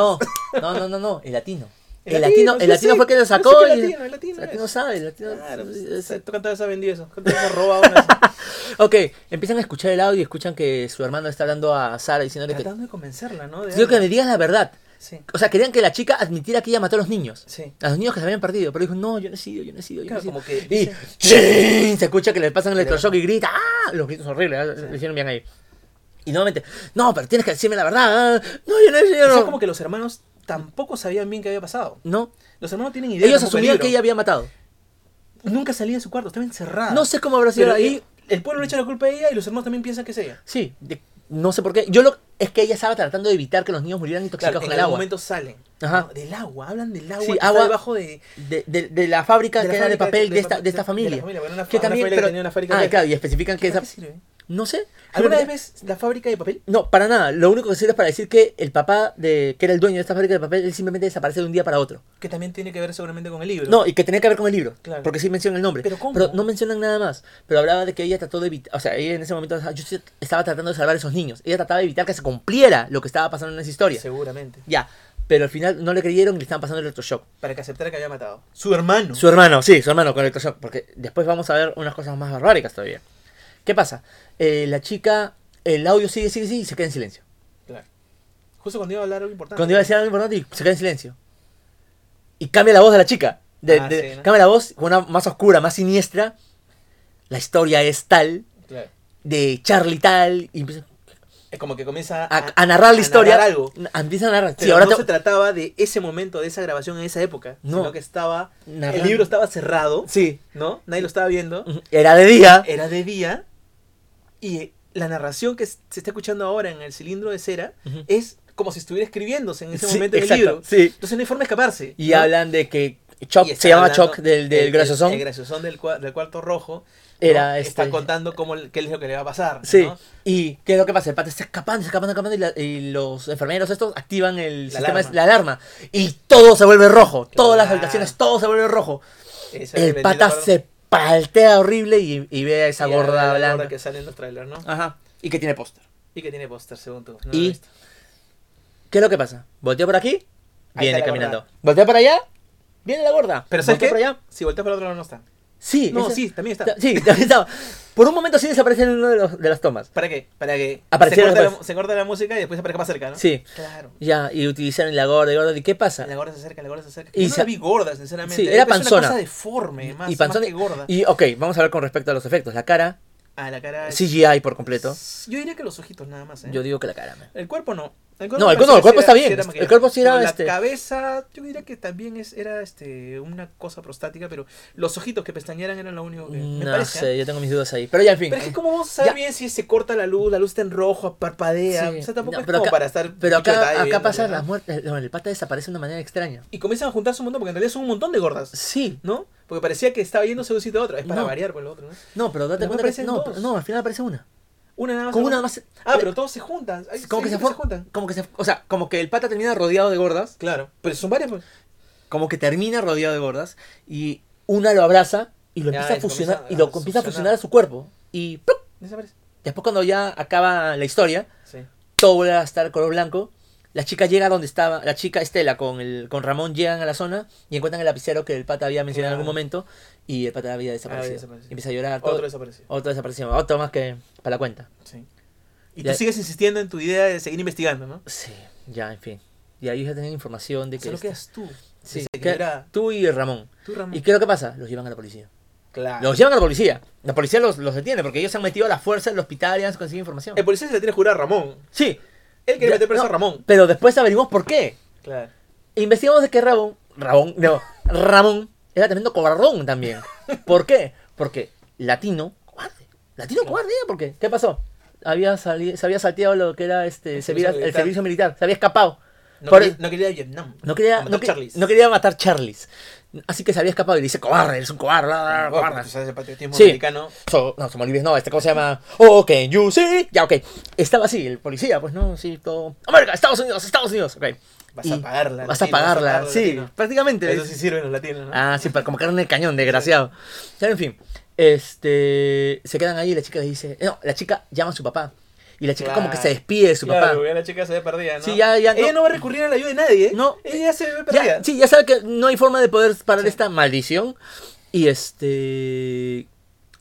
Speaker 1: No, no, no, no, no, el latino. El latino, el
Speaker 2: yo
Speaker 1: latino
Speaker 2: sé,
Speaker 1: fue que
Speaker 2: yo
Speaker 1: lo
Speaker 2: sé
Speaker 1: sacó.
Speaker 2: que
Speaker 1: y-
Speaker 2: El latino, el latino. es.
Speaker 1: sabe, el latino.
Speaker 2: Claro, pues,
Speaker 1: es-
Speaker 2: ese- ¿cuántas veces ha vendido eso? ¿Cuántas veces ha robado una de esas?
Speaker 1: Ok, empiezan a escuchar el audio y escuchan que su hermano está hablando a Sara diciéndole que.
Speaker 2: Tratando de convencerla, ¿no? De
Speaker 1: Digo que
Speaker 2: algo.
Speaker 1: me digas la verdad.
Speaker 2: Sí,
Speaker 1: O sea, querían que la chica admitiera que ella mató a los niños.
Speaker 2: sí.
Speaker 1: A los niños que se habían perdido. Pero dijo, no, yo no he sido, yo no he sido, yo no he
Speaker 2: Claro,
Speaker 1: sido.
Speaker 2: como que
Speaker 1: Y
Speaker 2: dice-
Speaker 1: ¡chin! se escucha que le pasan el electroshock y grita. ¡Ah! Los gritos horribles, ¿eh? lo hicieron bien ahí. Y nuevamente, no, pero tienes que decirme la verdad. ¿eh? No, yo no he sido.
Speaker 2: O sea,
Speaker 1: no".
Speaker 2: como que los hermanos tampoco sabían bien qué había pasado.
Speaker 1: No,
Speaker 2: Los hermanos tienen idea.
Speaker 1: ellos
Speaker 2: de cómo
Speaker 1: asumían
Speaker 2: peligro.
Speaker 1: que ella había matado.
Speaker 2: nunca salía de su cuarto, estaba encerrada.
Speaker 1: No sé cómo habrá sido
Speaker 2: Ah. Pero
Speaker 1: ahí.
Speaker 2: ahí el pueblo le echa la culpa a ella y los hermanos también piensan que es ella.
Speaker 1: Sí, de- no sé por qué. Yo lo es que ella estaba tratando de evitar que los niños murieran
Speaker 2: Claro,
Speaker 1: intoxicados
Speaker 2: en
Speaker 1: con el
Speaker 2: algún
Speaker 1: agua.
Speaker 2: momento salen.
Speaker 1: Ajá.
Speaker 2: ¿no? Del agua, hablan del agua
Speaker 1: Sí,
Speaker 2: que
Speaker 1: agua
Speaker 2: está debajo de.
Speaker 1: De, de- de la fábrica
Speaker 2: De la
Speaker 1: que era de
Speaker 2: fábrica
Speaker 1: papel
Speaker 2: de-
Speaker 1: de esta,
Speaker 2: de-
Speaker 1: de esta
Speaker 2: de la
Speaker 1: familia.
Speaker 2: familia, bueno, una fa-
Speaker 1: que
Speaker 2: una
Speaker 1: también,
Speaker 2: familia que
Speaker 1: pero-
Speaker 2: tenía una fábrica
Speaker 1: ah,
Speaker 2: de-
Speaker 1: claro, y especifican que
Speaker 2: ¿Para
Speaker 1: esa.
Speaker 2: qué sirve?
Speaker 1: No sé.
Speaker 2: ¿Alguna vez ves la fábrica de papel?
Speaker 1: No, para nada. Lo único que sirve es para decir que el papá de que era el dueño de esta fábrica de papel, él simplemente desaparece de un día para otro.
Speaker 2: Que también tiene que ver seguramente con el libro.
Speaker 1: No, y que tenía que ver con el libro.
Speaker 2: Claro.
Speaker 1: Porque sí menciona el nombre.
Speaker 2: Pero ¿cómo?
Speaker 1: no mencionan nada más. Pero hablaba de que ella trató de evitar. O sea, ella en ese momento o sea, yo sí estaba tratando de salvar a esos niños. Ella trataba de evitar que se cumpliera lo que estaba pasando en esa historia.
Speaker 2: Seguramente.
Speaker 1: Ya. Pero al final no le creyeron y le estaban pasando el electroshock.
Speaker 2: Para que aceptara que había matado. Su hermano.
Speaker 1: Su hermano, sí, su hermano con electroshock. Porque después vamos a ver unas cosas más barbáricas todavía. ¿Qué pasa? Eh, la chica, el audio sigue, sigue, sigue y se queda en silencio.
Speaker 2: Claro. Justo cuando iba a hablar algo importante.
Speaker 1: Cuando iba a decir algo importante y se queda en silencio. Y cambia la voz de la chica. De-
Speaker 2: Ah,
Speaker 1: de-
Speaker 2: sí, ¿no?
Speaker 1: Cambia la voz con una más oscura, más siniestra. La historia es tal,
Speaker 2: Claro.
Speaker 1: de Charlie tal. Y empieza
Speaker 2: Es como que comienza
Speaker 1: a, a narrar la historia.
Speaker 2: narrar algo.
Speaker 1: Empieza a narrar. Sí,
Speaker 2: Pero
Speaker 1: ahora
Speaker 2: no
Speaker 1: te-
Speaker 2: se trataba de ese momento, de esa grabación en esa época,
Speaker 1: No.
Speaker 2: sino que estaba
Speaker 1: Narrando.
Speaker 2: el libro estaba cerrado,
Speaker 1: Sí.
Speaker 2: ¿no? Nadie lo estaba viendo.
Speaker 1: Ujú. Era de día.
Speaker 2: Era de día y la narración que s- se está escuchando ahora en el cilindro de cera
Speaker 1: Ujú.
Speaker 2: es como si estuviera escribiéndose en ese
Speaker 1: Sí,
Speaker 2: momento en el
Speaker 1: exacto,
Speaker 2: libro.
Speaker 1: sí.
Speaker 2: Entonces no hay forma de escaparse.
Speaker 1: Y
Speaker 2: ¿no?
Speaker 1: hablan de que
Speaker 2: Y
Speaker 1: Choc,
Speaker 2: está
Speaker 1: se llama
Speaker 2: hablando
Speaker 1: Choc del, del
Speaker 2: el-
Speaker 1: graciosón.
Speaker 2: El, graciosón del, cua- del cuarto rojo.
Speaker 1: Era
Speaker 2: ¿no?
Speaker 1: este-
Speaker 2: Está contando cómo, el- qué es lo que le va a pasar.
Speaker 1: Sí.
Speaker 2: ¿no?
Speaker 1: ¿Y qué es lo que pasa? El pata está escapando, escapando, escapando y, la- y los enfermeros estos activan el
Speaker 2: La
Speaker 1: sistema,
Speaker 2: alarma.
Speaker 1: la alarma. Y todo se vuelve rojo. Todas las
Speaker 2: Claro.
Speaker 1: habitaciones, todo se vuelve rojo.
Speaker 2: Ese es
Speaker 1: El pata
Speaker 2: ventilador.
Speaker 1: se paltea horrible y, y ve a esa
Speaker 2: Y a la- la
Speaker 1: gorda
Speaker 2: gorda
Speaker 1: blanca.
Speaker 2: que sale en los trailers, ¿no?
Speaker 1: Ajá. Y que tiene póster.
Speaker 2: Y que tiene póster, según tú. No lo he
Speaker 1: Y-
Speaker 2: visto.
Speaker 1: ¿Qué es lo que pasa? Volteo por aquí,
Speaker 2: Ahí
Speaker 1: viene
Speaker 2: está la
Speaker 1: caminando.
Speaker 2: gorda.
Speaker 1: Volteo para allá, viene la gorda.
Speaker 2: Pero ¿sabes
Speaker 1: Volteo
Speaker 2: qué?
Speaker 1: por allá.
Speaker 2: Si volteas para el otro lado no está.
Speaker 1: Sí,
Speaker 2: No,
Speaker 1: esa-
Speaker 2: sí, también está.
Speaker 1: Sí, también estaba. Por un momento sí desaparece en uno de, los- de las tomas.
Speaker 2: ¿Para qué? Para que se
Speaker 1: Apareciera
Speaker 2: corta, la,
Speaker 1: después.
Speaker 2: se corta la música y después se aparezca más cerca, ¿no?
Speaker 1: Sí.
Speaker 2: Claro.
Speaker 1: Ya, y utilizaron la gorda, y gorda. ¿Y qué pasa?
Speaker 2: La gorda se acerca, la gorda se acerca.
Speaker 1: Y
Speaker 2: Y Yo no
Speaker 1: se-
Speaker 2: la vi gorda, sinceramente.
Speaker 1: Sí, era
Speaker 2: Es
Speaker 1: panzona.
Speaker 2: Una cosa deforme, más,
Speaker 1: y panzón-
Speaker 2: más que gorda.
Speaker 1: Y ok, vamos a hablar con respecto a los efectos. La cara,
Speaker 2: A la cara...
Speaker 1: CGI por completo.
Speaker 2: Yo diría que los ojitos nada más, ¿eh?
Speaker 1: Yo digo que la cara. man.
Speaker 2: El cuerpo no. El
Speaker 1: No, el cuerpo-
Speaker 2: parece
Speaker 1: el cuerpo
Speaker 2: que sí
Speaker 1: está
Speaker 2: era-
Speaker 1: bien.
Speaker 2: era maquillaje.
Speaker 1: El cuerpo sí era,
Speaker 2: No,
Speaker 1: este-
Speaker 2: La cabeza, yo diría que también es, era este, una cosa prostática, pero los ojitos que pestañearan eran lo único que me
Speaker 1: No
Speaker 2: parece. ¿eh?
Speaker 1: sé, yo tengo mis dudas ahí. Pero ya, en fin.
Speaker 2: Pero es que
Speaker 1: eh,
Speaker 2: cómo vamos a saber
Speaker 1: Ya.
Speaker 2: bien si se corta la luz, la luz está en rojo, parpadea.
Speaker 1: sí,
Speaker 2: O sea, tampoco
Speaker 1: no,
Speaker 2: es como
Speaker 1: acá-
Speaker 2: para estar
Speaker 1: Pero
Speaker 2: mucho detalle
Speaker 1: acá, acá
Speaker 2: viéndole,
Speaker 1: pasa
Speaker 2: ¿no?
Speaker 1: las muertes. no, el pata desaparece de una manera extraña.
Speaker 2: Y comienzan a juntarse un montón, porque en realidad son un montón de gordas,
Speaker 1: Sí.
Speaker 2: ¿no? Porque parecía que estaba yéndose de un sitio a otro. Es para
Speaker 1: No.
Speaker 2: variar por el otro, ¿no?
Speaker 1: No, pero date
Speaker 2: Pero
Speaker 1: cuenta que.
Speaker 2: aparecen
Speaker 1: No,
Speaker 2: dos.
Speaker 1: no, al final aparece una.
Speaker 2: Una nada más.
Speaker 1: Como
Speaker 2: ¿no?
Speaker 1: una más.
Speaker 2: Ah, pero todos se juntan. Ay,
Speaker 1: Como que
Speaker 2: sí,
Speaker 1: se,
Speaker 2: siempre
Speaker 1: for-
Speaker 2: juntan.
Speaker 1: como que se- o sea, como que el pata termina rodeado de gordas,
Speaker 2: Claro. Pero son varias. pues.
Speaker 1: como que termina rodeado de gordas y una lo abraza y lo
Speaker 2: Ya,
Speaker 1: empieza a
Speaker 2: y
Speaker 1: fusionar
Speaker 2: comienza
Speaker 1: y
Speaker 2: a
Speaker 1: lo empieza a
Speaker 2: fusionar.
Speaker 1: fusionar a su cuerpo y ¡plup!
Speaker 2: Desaparece.
Speaker 1: después cuando ya acaba la historia,
Speaker 2: Sí.
Speaker 1: todo vuelve a estar color blanco. La chica llega a donde estaba, la chica Estela con el con Ramón llegan a la zona y encuentran el lapicero que el pata había mencionado en algún
Speaker 2: Claro.
Speaker 1: momento y el pata había desaparecido.
Speaker 2: desaparecido.
Speaker 1: Empieza a llorar todo.
Speaker 2: Otro
Speaker 1: Otro,
Speaker 2: desapareció.
Speaker 1: desaparecido, otro más que para la cuenta.
Speaker 2: Sí. Y
Speaker 1: Ya.
Speaker 2: tú sigues insistiendo en tu idea de seguir investigando, ¿no?
Speaker 1: Sí, ya, en fin. Y ahí ya tenían información de que
Speaker 2: Solo
Speaker 1: este-
Speaker 2: quedas tú.
Speaker 1: Sí,
Speaker 2: Desequilibrada.
Speaker 1: que- tú y Ramón.
Speaker 2: Tú, Ramón.
Speaker 1: ¿Y qué es lo que pasa? Los llevan a la policía.
Speaker 2: Claro.
Speaker 1: Los llevan a la policía. La policía los, los detiene porque ellos se han metido a la fuerza en los hospital y han conseguido información.
Speaker 2: El policía se le tiene que jurar a Ramón.
Speaker 1: Sí.
Speaker 2: Él quiere
Speaker 1: Ya,
Speaker 2: meter preso
Speaker 1: no,
Speaker 2: a Ramón.
Speaker 1: Pero después averiguamos por qué.
Speaker 2: Claro.
Speaker 1: Investigamos de que Ramón. Ramón, no. Ramón era tremendo cobarrón también. ¿Por qué? Porque latino. Cobarde. Latino cobarde, ¿eh? porque ¿qué pasó? Había sali- se había salteado lo que era este
Speaker 2: El
Speaker 1: servir-
Speaker 2: servicio
Speaker 1: el
Speaker 2: militar.
Speaker 1: servicio militar. Se había escapado.
Speaker 2: No,
Speaker 1: Por-
Speaker 2: quería, no quería ir a Vietnam.
Speaker 1: No quería, no,
Speaker 2: Como tal
Speaker 1: que-
Speaker 2: Charlies.
Speaker 1: no quería matar Charlies. Así que se había escapado y le dice, cobarde, eres un cobarde, bla, bla, bla,
Speaker 2: Bueno,
Speaker 1: cobarde.
Speaker 2: tú sabes, el patriotismo
Speaker 1: Sí.
Speaker 2: americano.
Speaker 1: So- no, Somalives no, este cómo se llama. Oh, can you see? Ya, ok. Estaba así, el policía, pues no, sí, todo. América, Estados Unidos, Estados Unidos. Ok.
Speaker 2: Vas a pagarla,
Speaker 1: Vas a
Speaker 2: latino, vas a
Speaker 1: pagarla,
Speaker 2: pagarla,
Speaker 1: sí,
Speaker 2: latino.
Speaker 1: prácticamente.
Speaker 2: Eso sí sirve en los latinos, ¿no?
Speaker 1: Ah, sí, para como carne de cañón, desgraciado. eh, Ya, en fin, este, se quedan ahí y la chica le dice, no, la chica llama a su papá Y la chica como que
Speaker 2: Claro.
Speaker 1: se despide de su
Speaker 2: Claro,
Speaker 1: papá.
Speaker 2: ya la chica se ve perdida, ¿no?
Speaker 1: Sí, ya- ya no-
Speaker 2: Ella no va a recurrir a la ayuda de nadie, ¿eh?
Speaker 1: No.
Speaker 2: Ella se ve perdida.
Speaker 1: Ya, sí, ya sabe que no hay forma de poder parar esta maldición. Y este...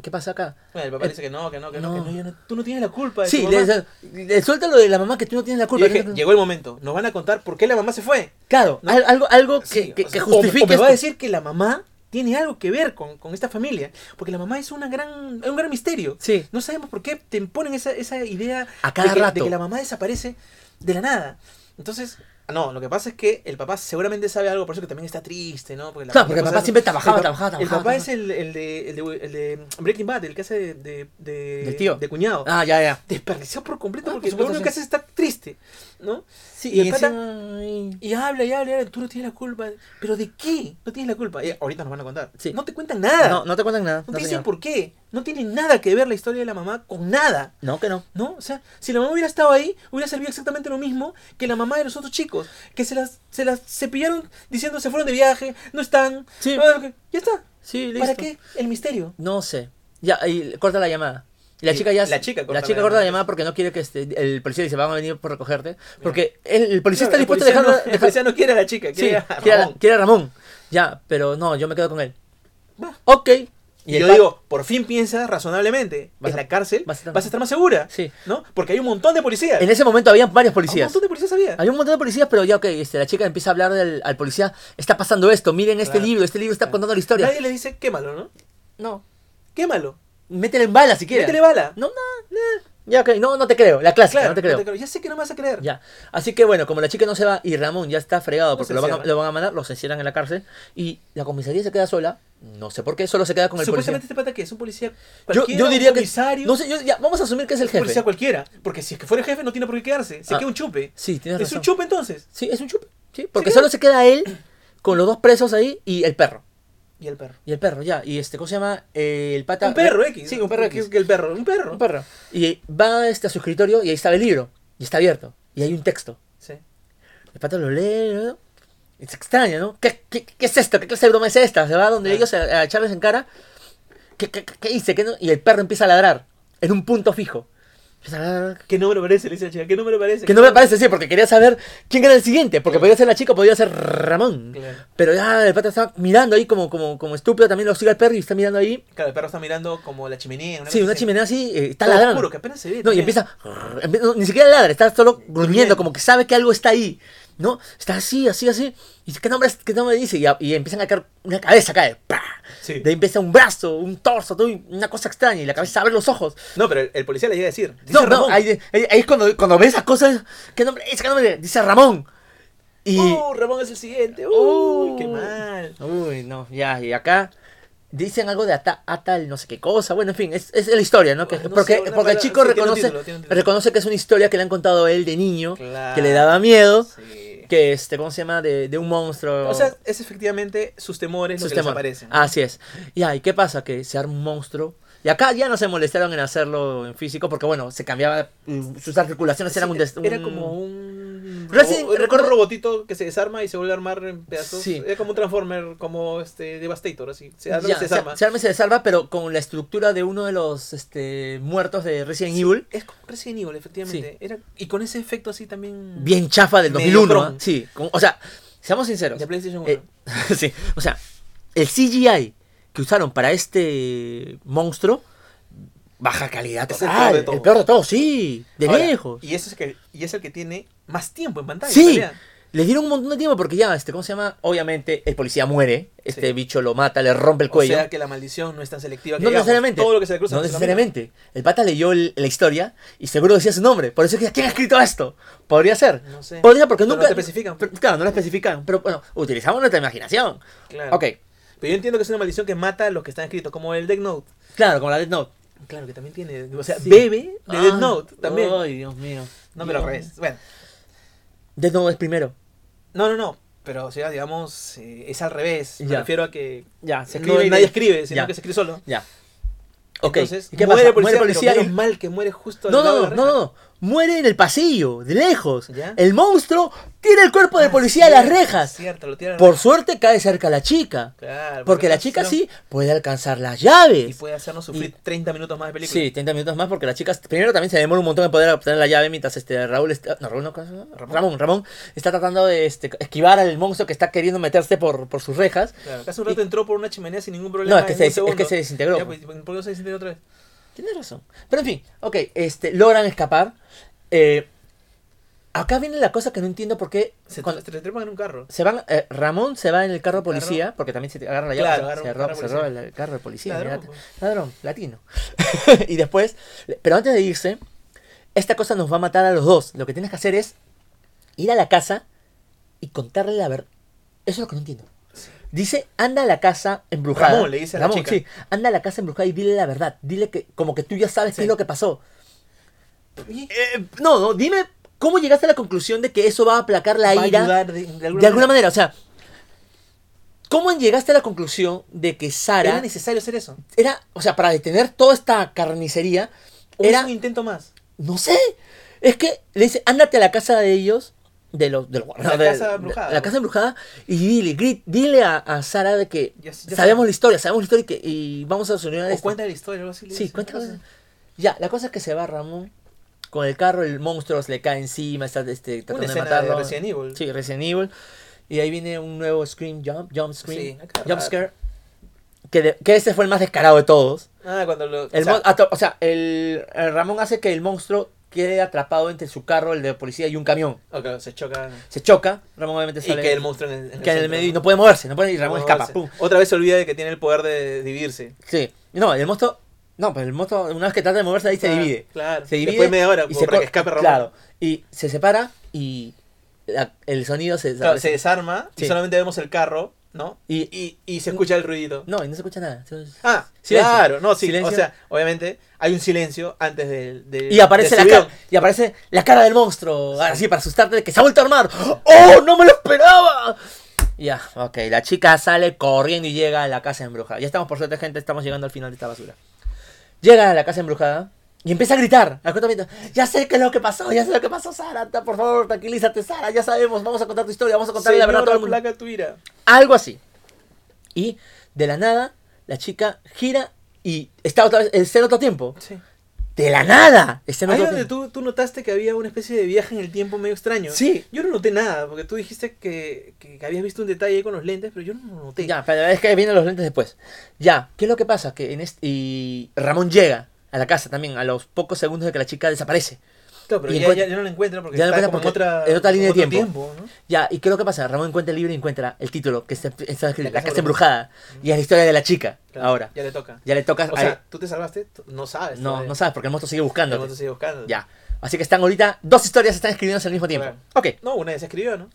Speaker 1: ¿Qué pasa acá?
Speaker 2: Bueno, el papá dice que no, que no, que no,
Speaker 1: Eh, no.
Speaker 2: que no, ya no- tú no tienes la culpa. de
Speaker 1: Sí,
Speaker 2: tu
Speaker 1: le,
Speaker 2: mamá.
Speaker 1: le suelta lo de la mamá que tú no tienes la
Speaker 2: Y
Speaker 1: culpa.
Speaker 2: yo dije,
Speaker 1: que no-
Speaker 2: llegó el momento, nos van a contar por qué la mamá se fue.
Speaker 1: Claro, al- algo, algo que,
Speaker 2: Sí,
Speaker 1: que-
Speaker 2: o
Speaker 1: que
Speaker 2: sea, o-
Speaker 1: justifique.
Speaker 2: o me va a
Speaker 1: esto.
Speaker 2: decir que la mamá tiene algo que ver con, con esta familia, porque la mamá es una gran, es un gran misterio.
Speaker 1: Sí.
Speaker 2: No sabemos por qué te imponen esa, esa idea
Speaker 1: A cada
Speaker 2: de, que, de
Speaker 1: rato.
Speaker 2: que la mamá desaparece de la nada. Entonces, no, lo que pasa es que el papá seguramente sabe algo, por eso que también está triste, ¿no? Porque la-
Speaker 1: Claro, porque el
Speaker 2: cosa
Speaker 1: papá
Speaker 2: es-
Speaker 1: siempre trabajaba,
Speaker 2: el pa-
Speaker 1: trabajaba,
Speaker 2: El
Speaker 1: trabajaba,
Speaker 2: papá es
Speaker 1: trabajaba.
Speaker 2: el, el de, el, de, el de Breaking Bad, el que hace de, de, de-
Speaker 1: Del tío.
Speaker 2: de cuñado.
Speaker 1: Ah, ya, ya.
Speaker 2: Desperdició por completo
Speaker 1: Ah,
Speaker 2: porque
Speaker 1: por
Speaker 2: lo
Speaker 1: supuesto,
Speaker 2: único
Speaker 1: sí.
Speaker 2: que hace es estar triste, ¿no?
Speaker 1: Sí,
Speaker 2: Y
Speaker 1: y
Speaker 2: el pata-
Speaker 1: encima- ay.
Speaker 2: Y habla, y habla, y habla, tú no tienes la culpa. ¿Pero de qué? No tienes la culpa. Eh, ahorita nos van a contar.
Speaker 1: Sí.
Speaker 2: No te cuentan nada.
Speaker 1: No,
Speaker 2: No,
Speaker 1: no te cuentan nada.
Speaker 2: te
Speaker 1: no,
Speaker 2: dicen
Speaker 1: señor.
Speaker 2: por qué. No tiene nada que ver la historia de la mamá con nada.
Speaker 1: No, que no.
Speaker 2: ¿No? O sea, si la mamá hubiera estado ahí, hubiera servido exactamente lo mismo que la mamá de los otros chicos. Que se las, se las cepillaron diciendo se fueron de viaje, no están.
Speaker 1: Sí.
Speaker 2: Ah, Ya está.
Speaker 1: Sí,
Speaker 2: ¿Para qué? El misterio.
Speaker 1: No sé. Ya, ahí corta la llamada. Y la
Speaker 2: Sí,
Speaker 1: chica ya.
Speaker 2: la chica corta
Speaker 1: la, chica
Speaker 2: la
Speaker 1: corta la
Speaker 2: llamada. pues.
Speaker 1: llamada porque no quiere que este, el policía dice: Van a venir por recogerte. Porque el, el policía está
Speaker 2: Claro, el
Speaker 1: dispuesto
Speaker 2: policía
Speaker 1: a
Speaker 2: no-
Speaker 1: dejarla.
Speaker 2: El policía no quiere a la chica,
Speaker 1: Sí,
Speaker 2: quiere a
Speaker 1: quiere a-
Speaker 2: Ramón.
Speaker 1: quiere a Ramón. Ya, pero no, yo me quedo con él.
Speaker 2: Va.
Speaker 1: Ok.
Speaker 2: Y,
Speaker 1: el
Speaker 2: yo
Speaker 1: pa-
Speaker 2: digo, por fin piensa razonablemente.
Speaker 1: Vas
Speaker 2: en
Speaker 1: a-
Speaker 2: la cárcel
Speaker 1: vas a estar-
Speaker 2: vas a estar más segura.
Speaker 1: Sí.
Speaker 2: ¿No? Porque hay un montón de policías.
Speaker 1: En ese momento había varios
Speaker 2: Ah, Un
Speaker 1: policías.
Speaker 2: montón de policías había.
Speaker 1: Hay un montón de policías, pero ya, ok, este, la chica empieza a hablar del- al policía, está pasando esto, miren este
Speaker 2: Claro.
Speaker 1: libro, este libro está contando la historia.
Speaker 2: Nadie le dice quémalo, ¿no?
Speaker 1: No,
Speaker 2: Quémalo.
Speaker 1: métele en bala si quieres.
Speaker 2: Métele bala.
Speaker 1: No, no, no. Ya, ok, no, no te creo, la clásica,
Speaker 2: claro,
Speaker 1: no te creo.
Speaker 2: Ya sé que no me vas a creer.
Speaker 1: Ya. Así que bueno, como la chica no se va y Ramón ya está fregado
Speaker 2: Los
Speaker 1: porque lo van, a,
Speaker 2: encierran.
Speaker 1: lo van a mandar, los encierran en la cárcel y la comisaría se queda sola, no sé por qué, solo se queda con el policía.
Speaker 2: Supuestamente este pata que es un policía
Speaker 1: Yo,
Speaker 2: cualquiera,
Speaker 1: yo diría
Speaker 2: un
Speaker 1: que.
Speaker 2: comisario,
Speaker 1: No sé, yo- ya, vamos a asumir que es el
Speaker 2: un policía
Speaker 1: jefe.
Speaker 2: cualquiera, porque si es que fuera el jefe no tiene por qué quedarse, se
Speaker 1: Ah.
Speaker 2: queda un chupe.
Speaker 1: Sí, tienes
Speaker 2: es
Speaker 1: razón.
Speaker 2: un chupe entonces.
Speaker 1: Sí, es un chupe. Sí, porque
Speaker 2: claro.
Speaker 1: solo se queda él con los dos presos ahí y el perro.
Speaker 2: Y el perro.
Speaker 1: Y el perro, ya. Y este, ¿cómo se llama? Eh, el pata.
Speaker 2: Un perro X.
Speaker 1: Sí, un perro X.
Speaker 2: Que- que El perro, un perro.
Speaker 1: Un perro. Y va este, a su escritorio y ahí está el libro. Y está abierto. Y hay un texto.
Speaker 2: Sí.
Speaker 1: El pata lo lee, ¿no? Es extraño, ¿no? ¿Qué, qué, qué es esto? ¿Qué clase de broma es esta? Se va donde
Speaker 2: Ah.
Speaker 1: ellos a, a echarles en cara. ¿Qué, qué, qué- qué hice? ¿Qué no? Y el perro empieza a ladrar en un punto fijo. Empieza a ladrar.
Speaker 2: ¿Qué nombre parece? Le dice la chica, ¿qué nombre parece?
Speaker 1: Que no me parece, sí, porque quería saber quién era el siguiente. Porque podía ser la chica, podía ser Ramón.
Speaker 2: Claro.
Speaker 1: Pero ya el pata está mirando ahí como, como, como estúpido. También lo sigue el perro y está mirando ahí.
Speaker 2: Claro, el perro está mirando como la chimenea.
Speaker 1: Sí,
Speaker 2: cosa
Speaker 1: una
Speaker 2: así.
Speaker 1: chimenea así, eh, está
Speaker 2: Todo
Speaker 1: ladrando.
Speaker 2: oscuro, que apenas se ve
Speaker 1: No, y
Speaker 2: también.
Speaker 1: empieza, empie- no, ni siquiera ladra, está solo gruñendo,
Speaker 2: Gruñendo.
Speaker 1: como que sabe que algo está ahí, ¿no? Está así, así, así. Y dice, ¿qué nombre, es- qué nombre dice? Y, a- y empiezan a caer, una cabeza cae, ¡pa!
Speaker 2: Sí.
Speaker 1: De ahí empieza un brazo, un torso, todo, y una cosa extraña, y la cabeza abre los ojos.
Speaker 2: No, pero el, el policía le llega a decir. Dice
Speaker 1: no,
Speaker 2: Ramón.
Speaker 1: no, ahí, ahí- ahí es cuando, cuando ves esas cosas, ¿qué nombre es? ¿Qué nombre es? Dice Ramón. Y...
Speaker 2: ¡Uh, Ramón es el siguiente! ¡Uh, qué
Speaker 1: Uh.
Speaker 2: mal!
Speaker 1: Uy, no, ya, y acá... Dicen algo de ata, atal, no sé qué cosa. Bueno, en fin, es, es la historia, ¿no? Que-
Speaker 2: Bueno, no
Speaker 1: porque
Speaker 2: sé, una
Speaker 1: porque el
Speaker 2: palabra-
Speaker 1: chico
Speaker 2: sí, tiene un
Speaker 1: reconoce,
Speaker 2: título, tiene un título.
Speaker 1: reconoce que es una historia que le han contado a él de niño,
Speaker 2: Claro.
Speaker 1: que le daba miedo,
Speaker 2: Sí.
Speaker 1: que este, ¿cómo se llama? De, de un monstruo.
Speaker 2: O sea, es efectivamente sus temores
Speaker 1: sus Ah,
Speaker 2: lo que
Speaker 1: temas.
Speaker 2: les aparecen.
Speaker 1: Así es. Ya, ¿y qué pasa? Que se arma un monstruo. Y acá ya no se molestaron en hacerlo en físico, porque bueno, se cambiaba, mm, sus articulaciones eran
Speaker 2: Sí, e
Speaker 1: un... des-
Speaker 2: Era
Speaker 1: un-
Speaker 2: como un...
Speaker 1: Resident-
Speaker 2: robo- era
Speaker 1: recuerdo-
Speaker 2: un robotito que se desarma y se vuelve a armar en pedazos.
Speaker 1: Sí.
Speaker 2: Era como un Transformer, como este Devastator, así. Se
Speaker 1: Ya,
Speaker 2: arma y se
Speaker 1: se,
Speaker 2: desarma.
Speaker 1: se arma y se desarma, pero con la estructura de uno de los este, muertos de Resident Evil.
Speaker 2: Es como Resident Evil, efectivamente. Era... Y con ese efecto así también...
Speaker 1: bien chafa del
Speaker 2: Medio
Speaker 1: 2001. ¿ah?
Speaker 2: prom.
Speaker 1: Sí, como- o sea, seamos sinceros.
Speaker 2: De PlayStation 1.
Speaker 1: Eh, sí, o sea, el CGI que usaron para este monstruo, baja calidad
Speaker 2: Es el
Speaker 1: total.
Speaker 2: peor de todo.
Speaker 1: El peor de todo, sí, de
Speaker 2: Ahora,
Speaker 1: lejos.
Speaker 2: Y, eso es que, y es el que tiene más tiempo en pantalla. en
Speaker 1: Sí,
Speaker 2: realidad.
Speaker 1: le dieron un montón de tiempo porque ya, este, ¿cómo se llama? Obviamente, el policía muere, este
Speaker 2: Sí.
Speaker 1: bicho lo mata, le rompe el
Speaker 2: O
Speaker 1: cuello.
Speaker 2: sea que la maldición no es tan selectiva que
Speaker 1: No
Speaker 2: digamos,
Speaker 1: necesariamente.
Speaker 2: todo lo que se le cruza.
Speaker 1: No
Speaker 2: en su
Speaker 1: necesariamente. El pata leyó el- la historia y seguro decía su nombre. Por eso es que ¿quién ha escrito esto? Podría ser.
Speaker 2: No sé.
Speaker 1: Podría porque
Speaker 2: Pero
Speaker 1: nunca.
Speaker 2: no lo especifican. pues.
Speaker 1: pero- claro, no lo especifican. Pero bueno, utilizamos nuestra imaginación.
Speaker 2: camino. Claro.
Speaker 1: Ok.
Speaker 2: Pero yo entiendo que es una maldición que mata a los que están escritos, como el Death Note.
Speaker 1: Claro, como la Death Note.
Speaker 2: Claro, que también tiene. O sea,
Speaker 1: Sí.
Speaker 2: bebe de Death
Speaker 1: Ah,
Speaker 2: Note también.
Speaker 1: Ay, Dios mío.
Speaker 2: no, pero
Speaker 1: Dios.
Speaker 2: al revés. Bueno,
Speaker 1: Death Note es primero.
Speaker 2: no, no, no. Pero, o sea, digamos, eh, es al revés. Me
Speaker 1: Ya.
Speaker 2: refiero a que
Speaker 1: Ya, se
Speaker 2: no-
Speaker 1: escribe y
Speaker 2: nadie
Speaker 1: le-
Speaker 2: escribe, sino
Speaker 1: ya.
Speaker 2: que se escribe solo.
Speaker 1: Ya. Ok.
Speaker 2: Entonces,
Speaker 1: ¿Y qué
Speaker 2: muere
Speaker 1: pasa?
Speaker 2: policía,
Speaker 1: Muere
Speaker 2: pero
Speaker 1: policía y-
Speaker 2: menos mal que muere justo al
Speaker 1: No,
Speaker 2: lado
Speaker 1: no,
Speaker 2: de
Speaker 1: no,
Speaker 2: la
Speaker 1: no,
Speaker 2: reja.
Speaker 1: no. muere en el pasillo, de lejos.
Speaker 2: ¿Ya? Ah,
Speaker 1: El monstruo tira el cuerpo del policía a las
Speaker 2: Cierto,
Speaker 1: rejas.
Speaker 2: Cierto, lo tiran a
Speaker 1: Por
Speaker 2: las-
Speaker 1: suerte cae cerca la chica.
Speaker 2: Claro,
Speaker 1: Porque la chica
Speaker 2: si no-
Speaker 1: sí puede alcanzar las
Speaker 2: Y
Speaker 1: llaves.
Speaker 2: puede hacernos sufrir 30 minutos más de película.
Speaker 1: Sí, 30 minutos más porque la chica primero también se demora un montón en poder obtener la llave mientras este Raúl está, no, Raúl no, ¿cómo se llama? Ramón. Ramón, está tratando de este, esquivar al monstruo que está queriendo meterse por, por sus rejas.
Speaker 2: Claro, que hace un rato entró por una chimenea sin ningún problema.
Speaker 1: No, es que
Speaker 2: en
Speaker 1: se
Speaker 2: un
Speaker 1: des- es que
Speaker 2: segundo.
Speaker 1: se desintegró.
Speaker 2: Ya, pues, ¿Por qué no se desintegró otra vez?
Speaker 1: Tienes razón. Pero en fin, ok, este, logran escapar. Eh, acá viene la cosa que no entiendo por qué
Speaker 2: Se,
Speaker 1: cuando-
Speaker 2: se trepan en un carro.
Speaker 1: se van, eh, Ramón se va en el carro de
Speaker 2: Carro.
Speaker 1: policía, porque también se agarra la llave,
Speaker 2: Claro,
Speaker 1: se-
Speaker 2: agarra
Speaker 1: se,
Speaker 2: un
Speaker 1: roba,
Speaker 2: carro de
Speaker 1: se roba el carro de policía.
Speaker 2: Ladrón,
Speaker 1: Ladrón,
Speaker 2: pues.
Speaker 1: ladrón latino. y después, pero antes de irse, esta cosa nos va a matar a los dos. Lo que tienes que hacer es ir a la casa y contarle la verdad. Eso es lo que no entiendo. Dice, anda a la casa embrujada.
Speaker 2: Ramón, le dice a la chica.
Speaker 1: sí, anda a la casa embrujada y dile la verdad. Dile que como que tú ya sabes qué
Speaker 2: Sí.
Speaker 1: es lo que pasó.
Speaker 2: Y
Speaker 1: Eh, no, no, dime cómo llegaste a la conclusión de que eso va a aplacar la
Speaker 2: va a
Speaker 1: ira.
Speaker 2: ayudar de, de
Speaker 1: De alguna manera, o sea, ¿cómo llegaste a la conclusión de que Sara
Speaker 2: ¿Era necesario hacer eso?
Speaker 1: era, o sea, para detener toda esta carnicería,
Speaker 2: ¿O
Speaker 1: era,
Speaker 2: es un intento más?
Speaker 1: no sé, es que le dice, ándate a la casa de ellos, de los, de los
Speaker 2: La
Speaker 1: de-
Speaker 2: casa
Speaker 1: de-
Speaker 2: embrujada,
Speaker 1: la
Speaker 2: ¿no?
Speaker 1: casa embrujada, y dile, grit- dile a, a Sara de que
Speaker 2: Ya- ya
Speaker 1: sabemos
Speaker 2: sabemos.
Speaker 1: la historia, sabemos la historia y, que, y vamos a solucionar
Speaker 2: ¿O
Speaker 1: esto.
Speaker 2: cuenta la historia? Algo así, le
Speaker 1: Sí,
Speaker 2: dice,
Speaker 1: cuenta.
Speaker 2: una cosa.
Speaker 1: Ya, la cosa es que se va Ramón con el carro, el monstruo se le cae encima, está este,
Speaker 2: Una
Speaker 1: tratando de
Speaker 2: escena
Speaker 1: matarlo.
Speaker 2: de Resident Evil.
Speaker 1: Sí, Resident Evil. Y ahí viene un nuevo Scream Jump, Jump Scream,
Speaker 2: Sí, acá,
Speaker 1: Jump
Speaker 2: ah.
Speaker 1: Scare. Que, de- que ese fue el más descarado de todos.
Speaker 2: Ah, cuando lo...
Speaker 1: El
Speaker 2: o sea,
Speaker 1: mon- ato- o sea, el, el Ramón hace que el monstruo quede atrapado entre su carro, el de policía, y un camión.
Speaker 2: ah, ok, se chocan.
Speaker 1: Se choca, Ramón obviamente
Speaker 2: Y
Speaker 1: sale.
Speaker 2: que el monstruo en el, en
Speaker 1: que en el
Speaker 2: centro,
Speaker 1: medio y no puede moverse, no puede, y Ramón
Speaker 2: No,
Speaker 1: escapa.
Speaker 2: se-
Speaker 1: pum.
Speaker 2: Otra vez se olvida de que tiene el poder de dividirse.
Speaker 1: Sí. No, el monstruo. No, pero el monstruo, una vez que trata de moverse, ahí se
Speaker 2: Claro,
Speaker 1: divide.
Speaker 2: Ah, Claro.
Speaker 1: se divide
Speaker 2: Después de media hora,
Speaker 1: y
Speaker 2: como
Speaker 1: se
Speaker 2: para
Speaker 1: co-
Speaker 2: que escape Ramón.
Speaker 1: Claro, y se separa y la- el sonido se
Speaker 2: Claro,
Speaker 1: desaparece.
Speaker 2: se desarma
Speaker 1: Sí.
Speaker 2: y solamente vemos el carro, ¿no?
Speaker 1: Y-
Speaker 2: Y, y, se escucha el ruidito.
Speaker 1: No, y no se escucha nada. Entonces-
Speaker 2: Ah,
Speaker 1: Silencio.
Speaker 2: claro, no, sí.
Speaker 1: Silencio.
Speaker 2: O sea, obviamente hay un silencio antes del. del-
Speaker 1: Y aparece,
Speaker 2: del
Speaker 1: la cara,
Speaker 2: subidón.
Speaker 1: y aparece la cara del monstruo, así para asustarte de que se ha vuelto a armar. ¡Oh, no me lo esperaba! Ya, ok, la chica sale corriendo y llega a la casa embrujada. Ya estamos, por suerte, gente, estamos llegando al final de esta basura. Llega a la casa embrujada y empieza a gritar. Al cuento mientras, ya sé qué es lo que pasó, ya sé lo que pasó, Sara. ta- Por favor, tranquilízate, Sara, ya sabemos, vamos a contar tu historia, vamos a contarle la verdad a todo el
Speaker 2: Señor,
Speaker 1: mundo.
Speaker 2: aplaca tu ira.
Speaker 1: Algo así. Y de la nada, la chica gira y está otra vez, está en otro tiempo.
Speaker 2: Sí.
Speaker 1: De la nada, está en
Speaker 2: Ahí
Speaker 1: otro
Speaker 2: donde
Speaker 1: tiempo.
Speaker 2: tú, tú notaste que había una especie de viaje en el tiempo medio extraño.
Speaker 1: Sí.
Speaker 2: Yo no noté nada, porque tú dijiste que, que, que habías visto un detalle ahí con los lentes, pero yo no lo noté.
Speaker 1: Ya, pero es que vienen los lentes después. Ya, ¿qué es lo que pasa? Que en este, y Ramón llega a la casa también a los pocos segundos de que la chica desaparece.
Speaker 2: Claro, pero
Speaker 1: Y
Speaker 2: ya,
Speaker 1: encuentra-
Speaker 2: ya- ya no lo encuentro porque
Speaker 1: ya no
Speaker 2: está
Speaker 1: encuentra
Speaker 2: como
Speaker 1: porque
Speaker 2: en, otra,
Speaker 1: en otra línea de
Speaker 2: otro
Speaker 1: tiempo.
Speaker 2: ¿no?
Speaker 1: Ya, ¿y qué es lo que pasa? Ramón encuentra el libro y encuentra el título que está, está escrito,
Speaker 2: La
Speaker 1: La
Speaker 2: casa
Speaker 1: casa embrujada. Y es la historia de la chica,
Speaker 2: Claro,
Speaker 1: ahora.
Speaker 2: Ya le toca.
Speaker 1: Ya le tocas...
Speaker 2: O
Speaker 1: a-
Speaker 2: sea, tú te salvaste, Tú- no sabes.
Speaker 1: no,
Speaker 2: todavía.
Speaker 1: no sabes porque el monstruo sigue
Speaker 2: El
Speaker 1: buscando.
Speaker 2: otro sigue buscando.
Speaker 1: Ya. Así que están ahorita, dos historias están escribiéndose al mismo tiempo.
Speaker 2: Claro.
Speaker 1: Ok.
Speaker 2: No, una vez se escribió, ¿no?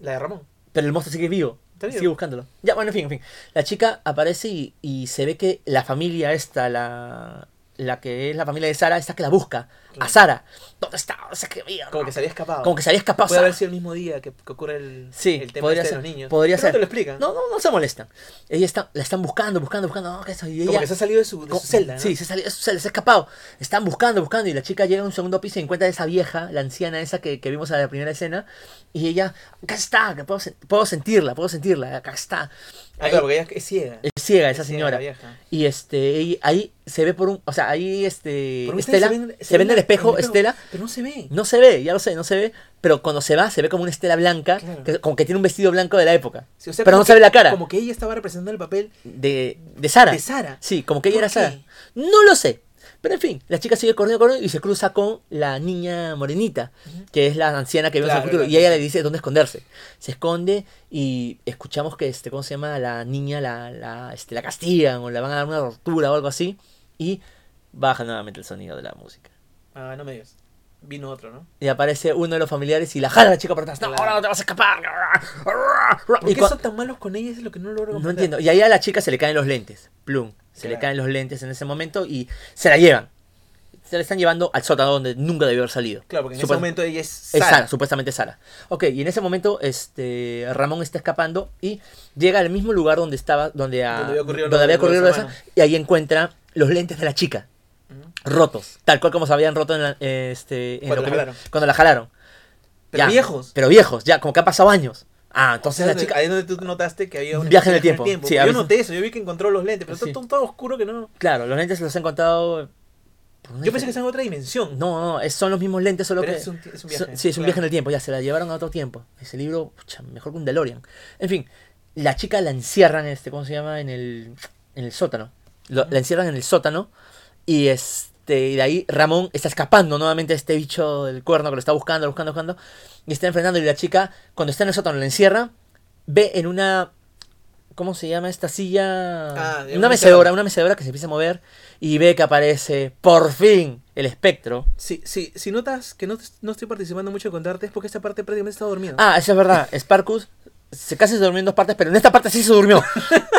Speaker 2: La de Ramón.
Speaker 1: Pero el monstruo sigue vivo.
Speaker 2: Está vivo.
Speaker 1: Sigue buscándolo. Ya, bueno, en fin, en fin. La chica aparece y, y se ve que la familia esta, la, la que es la familia de Sara, esta que la busca. A
Speaker 2: Claro.
Speaker 1: Sara. ¿Dónde está? O sea, que mierda.
Speaker 2: Como que se había escapado.
Speaker 1: Como que se había escapado.
Speaker 2: Puede haber
Speaker 1: Sara.
Speaker 2: sido el mismo día que, que ocurre el,
Speaker 1: Sí,
Speaker 2: el tema
Speaker 1: podría
Speaker 2: este
Speaker 1: ser,
Speaker 2: de los niños.
Speaker 1: podría
Speaker 2: Pero
Speaker 1: ser.
Speaker 2: No te lo explican.
Speaker 1: No, no, no se molestan. Ella está, la están buscando, buscando, buscando. No, que eso, y
Speaker 2: Como
Speaker 1: ella-
Speaker 2: que se ha salido de su, de su
Speaker 1: Co-
Speaker 2: celda. ¿no?
Speaker 1: Sí, se salió, se les ha escapado. Están buscando, buscando. Y la chica llega a un segundo piso y encuentra a esa vieja, la anciana esa que, que vimos en la primera escena. Y ella, acá está, que puedo, sen- puedo sentirla, puedo sentirla, acá está.
Speaker 2: Ah, claro, porque ella es ciega.
Speaker 1: Es ciega esa
Speaker 2: Es ciega la
Speaker 1: señora.
Speaker 2: vieja.
Speaker 1: Y este, y ahí se ve por un. O sea, ahí este.
Speaker 2: Por un instante
Speaker 1: Estela se,
Speaker 2: ven-
Speaker 1: ve en el
Speaker 2: la-
Speaker 1: espejo, Estela.
Speaker 2: Pero no se ve.
Speaker 1: No se ve, ya lo sé, no se ve. Pero cuando se va, se ve como una estela blanca,
Speaker 2: Claro.
Speaker 1: que- como que tiene un vestido blanco de la época.
Speaker 2: Sí, o sea,
Speaker 1: pero
Speaker 2: como
Speaker 1: no se
Speaker 2: que-
Speaker 1: ve la cara.
Speaker 2: Como que ella estaba representando el papel
Speaker 1: De, de Sara.
Speaker 2: de Sara.
Speaker 1: Sí, como que ella
Speaker 2: ¿Por
Speaker 1: era
Speaker 2: qué?
Speaker 1: Sara. No lo sé. Pero en fin, la chica sigue corriendo, corriendo y se cruza con la niña morenita, que es la anciana que vemos en el
Speaker 2: Claro,
Speaker 1: futuro.
Speaker 2: claro.
Speaker 1: Y ella le dice dónde esconderse. Se esconde y escuchamos que, este, ¿cómo se llama? La niña la, la, este, la castigan o le van a dar una tortura o algo así. Y baja nuevamente el sonido de la música.
Speaker 2: Ah, no me digas. Vino otro, ¿no?
Speaker 1: Y aparece uno de los familiares y la jala a la chica por atrás. No,
Speaker 2: Claro.
Speaker 1: ahora no te vas a escapar.
Speaker 2: ¿Por
Speaker 1: Y
Speaker 2: qué
Speaker 1: cua-
Speaker 2: son tan malos con ella? Es lo que no logro
Speaker 1: No
Speaker 2: comprender.
Speaker 1: entiendo. Y ahí a la chica se le caen los lentes. Plum. Se le
Speaker 2: Claro.
Speaker 1: caen los lentes en ese momento y se la llevan. Se la están llevando al sótano donde nunca debió haber salido.
Speaker 2: Claro, porque en
Speaker 1: Supuest-
Speaker 2: ese momento ella es
Speaker 1: Es
Speaker 2: Sara.
Speaker 1: Sara, supuestamente Sara. Ok, y en ese momento este Ramón está escapando y llega al mismo lugar donde estaba, donde, ah,
Speaker 2: Donde había ocurrido lo
Speaker 1: donde
Speaker 2: de-
Speaker 1: había
Speaker 2: lo de
Speaker 1: ocurrido
Speaker 2: su
Speaker 1: lo de esa,
Speaker 2: hermano.
Speaker 1: y ahí encuentra los lentes de la chica.
Speaker 2: Ujú.
Speaker 1: rotos, tal cual como se habían roto en la, eh, este, en
Speaker 2: Cuando la
Speaker 1: primero-
Speaker 2: jalaron.
Speaker 1: cuando la jalaron.
Speaker 2: Pero
Speaker 1: Ya,
Speaker 2: viejos.
Speaker 1: Pero viejos, ya, como que ha pasado años. Ah, entonces la
Speaker 2: Ahí
Speaker 1: chica...
Speaker 2: Ahí donde tú notaste que había
Speaker 1: Un viaje en el tiempo. Sí, a
Speaker 2: yo
Speaker 1: veces-
Speaker 2: noté eso, yo vi que encontró los lentes, pero
Speaker 1: Sí.
Speaker 2: está todo, todo oscuro que no.
Speaker 1: Claro, los lentes los he encontrado... por una
Speaker 2: Yo pensé
Speaker 1: diferen-
Speaker 2: que está en otra dimensión.
Speaker 1: No, no, es- son los mismos lentes, solo
Speaker 2: Pero
Speaker 1: que...
Speaker 2: es un- es un
Speaker 1: son-
Speaker 2: viaje,
Speaker 1: sí, es un
Speaker 2: claro.
Speaker 1: viaje en el tiempo, ya se la llevaron a otro tiempo. Ese libro, pucha, mejor que un DeLorean. En fin, la chica la encierran, este, ¿cómo se llama? En el, en el sótano. Lo- la encierran en el sótano y este, y de ahí Ramón está escapando nuevamente de este bicho del cuerno que lo está buscando, lo buscando, buscando. Y está enfrentando y la chica, cuando está en el sótano, la encierra, ve en una... ¿Cómo se llama esta silla?
Speaker 2: Ah,
Speaker 1: una
Speaker 2: una
Speaker 1: mecedora,
Speaker 2: mecedora.
Speaker 1: una mecedora que se empieza a mover y ve que aparece por fin el espectro.
Speaker 2: Sí, sí, si notas que no, no estoy participando mucho en contarte es porque esta parte prácticamente está dormida.
Speaker 1: Ah, eso es verdad. Sparkus se casi se durmió en dos partes, pero en esta parte sí se durmió.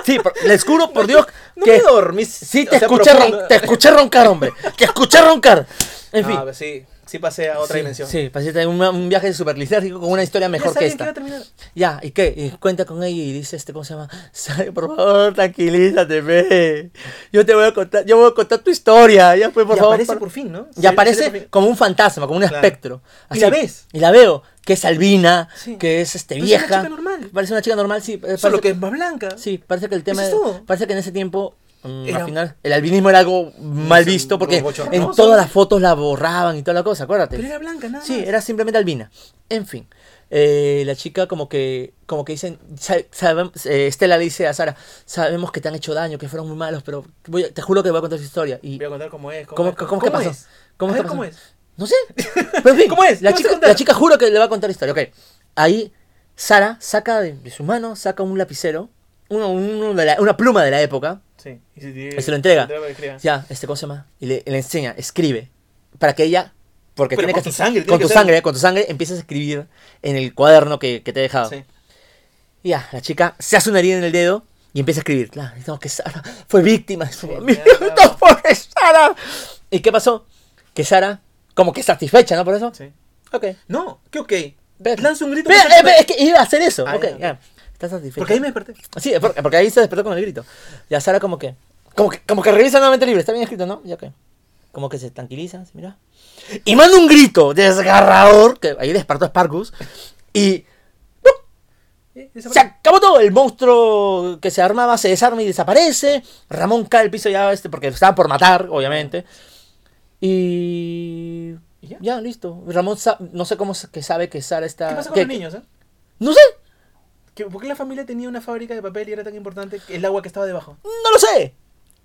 Speaker 1: Sí, por- les juro por Dios
Speaker 2: no
Speaker 1: que
Speaker 2: me dormís.
Speaker 1: sí
Speaker 2: o
Speaker 1: te
Speaker 2: sea,
Speaker 1: escuché,
Speaker 2: profundo.
Speaker 1: ron- te escuché roncar, hombre. Te escuché roncar. En fin.
Speaker 2: Ah, pero sí, sí pasé a otra
Speaker 1: sí,
Speaker 2: dimensión.
Speaker 1: Sí, pasiste un, un viaje super lisérgico con una historia mejor
Speaker 2: ya
Speaker 1: que
Speaker 2: saben iba
Speaker 1: esta.
Speaker 2: a terminar.
Speaker 1: Ya, ¿y qué? Y cuenta con ella y dice este, ¿cómo se llama? Sale, por favor, tranquilízate, ve. Yo te voy a contar, yo voy a contar tu historia. Ya fue, por
Speaker 2: y
Speaker 1: favor.
Speaker 2: aparece
Speaker 1: por-
Speaker 2: por fin, ¿no?
Speaker 1: y aparece
Speaker 2: por fin.
Speaker 1: como un fantasma, como un
Speaker 2: Claro.
Speaker 1: espectro.
Speaker 2: Y la ves.
Speaker 1: Y la veo, que es albina,
Speaker 2: Sí.
Speaker 1: que es este,
Speaker 2: Parece
Speaker 1: vieja.
Speaker 2: una chica normal.
Speaker 1: Parece una chica normal, sí. eh, Parece,
Speaker 2: Solo que es más blanca.
Speaker 1: Sí, parece que el tema.
Speaker 2: ¿Eso es todo?
Speaker 1: parece que en ese tiempo. mm,
Speaker 2: Era-
Speaker 1: Al final, el albinismo era algo mal
Speaker 2: Es un-
Speaker 1: visto porque
Speaker 2: algo bochornoso.
Speaker 1: en todas las fotos la borraban y toda la cosa, acuérdate.
Speaker 2: Pero era blanca, nada
Speaker 1: Sí,
Speaker 2: más.
Speaker 1: era simplemente albina. En fin, eh, la chica como que como que dicen, sa- sabem- eh, Estela le dice a Sara, sabemos que te han hecho daño, que fueron muy malos, pero voy a- te juro que voy a contar su historia. Y
Speaker 2: Voy a contar cómo es.
Speaker 1: ¿Cómo,
Speaker 2: es,
Speaker 1: cómo, qué pasó?
Speaker 2: es.
Speaker 1: ¿Cómo,
Speaker 2: A
Speaker 1: qué
Speaker 2: ver,
Speaker 1: pasó?
Speaker 2: ¿Cómo es?
Speaker 1: No sé. Pero en fin,
Speaker 2: ¿Cómo es?
Speaker 1: La
Speaker 2: ¿Qué vas a
Speaker 1: chica,
Speaker 2: contar?
Speaker 1: la chica jura que le va a contar la historia. Ok. Ahí, Sara saca de, de su mano, saca un lapicero, uno- uno de la- una pluma de la época,
Speaker 2: Sí. Y
Speaker 1: y se lo entrega.
Speaker 2: para que escriba.
Speaker 1: Ya, este, ¿cómo se llama? Y le, le enseña, escribe. Para que ella, porque
Speaker 2: Pero
Speaker 1: tiene
Speaker 2: con
Speaker 1: que
Speaker 2: tu sangre,
Speaker 1: Con tu
Speaker 2: tiene que ser-
Speaker 1: sangre, con tu sangre, empiezas a escribir en el cuaderno que, que te he dejado.
Speaker 2: Sí.
Speaker 1: Y ya, la chica se hace una herida en el dedo y empieza a escribir. Claro, no, que Sara fue víctima de su familia.
Speaker 2: mierda.
Speaker 1: ¡No, pobre Sara! ¿Y qué pasó? Que Sara, como que satisfecha, ¿no? Por eso.
Speaker 2: Sí.
Speaker 1: Ok.
Speaker 2: No, que ok.
Speaker 1: Ve-
Speaker 2: Lanza un grito.
Speaker 1: Ve-
Speaker 2: que
Speaker 1: eh,
Speaker 2: salta-
Speaker 1: ve, es que iba a hacer eso.
Speaker 2: Ah,
Speaker 1: ok,
Speaker 2: ya, ok.
Speaker 1: ya. Estás satisfecha.
Speaker 2: Porque ahí me desperté.
Speaker 1: Sí, es por- porque, ahí se despertó con el grito. Ya Sara como que... Como que, como que revisa nuevamente el libro. Está bien escrito, ¿no? Ya que... Como que se tranquiliza, así, mira. Y manda un grito desgarrador, que ahí despertó Sparkus. Y
Speaker 2: Eh, esa
Speaker 1: se acabó todo. El monstruo que se armaba se desarma y desaparece. Ramón cae al piso ya, este, porque lo estaban por matar, obviamente. Y...
Speaker 2: ¿Y ya?
Speaker 1: Ya, listo. Ramón sa- no sé cómo es que sabe que Sara está...
Speaker 2: ¿Qué pasa con
Speaker 1: que-
Speaker 2: los niños? eh?
Speaker 1: No sé,
Speaker 2: ¿Que- ¿Por qué la familia tenía una fábrica de papel y era tan importante que el agua que estaba debajo?
Speaker 1: no lo sé.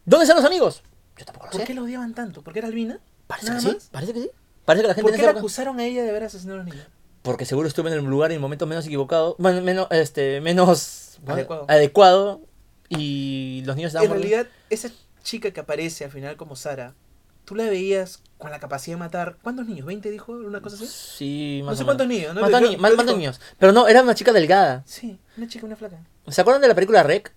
Speaker 1: ¿Dónde están los amigos? Yo tampoco lo
Speaker 2: ¿Por
Speaker 1: sé.
Speaker 2: qué la odiaban tanto? ¿Porque era albina?
Speaker 1: Parece
Speaker 2: Nada
Speaker 1: que sí,
Speaker 2: más.
Speaker 1: parece que sí. Parece que la gente
Speaker 2: ¿Por
Speaker 1: en
Speaker 2: qué
Speaker 1: esa
Speaker 2: la
Speaker 1: época-
Speaker 2: asecusaron a ella de haber asesinado a los niños?
Speaker 1: Porque seguro estuve en el lugar y en el momento menos equivocado, bueno, menos, este, menos bueno,
Speaker 2: Adecuado.
Speaker 1: adecuado, y los niños estaban
Speaker 2: En realidad, esa chica que aparece al final como Sara, tú la veías con la capacidad de matar. ¿Cuántos niños? ¿20 dijo? ¿Una cosa así?
Speaker 1: Sí,
Speaker 2: No
Speaker 1: más
Speaker 2: sé
Speaker 1: o menos.
Speaker 2: cuántos niños, ¿no?
Speaker 1: ¿Cuántos,
Speaker 2: Yo-
Speaker 1: niños?
Speaker 2: yo
Speaker 1: Más-
Speaker 2: digo-
Speaker 1: cuántos niños. Pero no, era una chica delgada.
Speaker 2: Sí, una chica, una flaca.
Speaker 1: ¿Se acuerdan de la película Rec?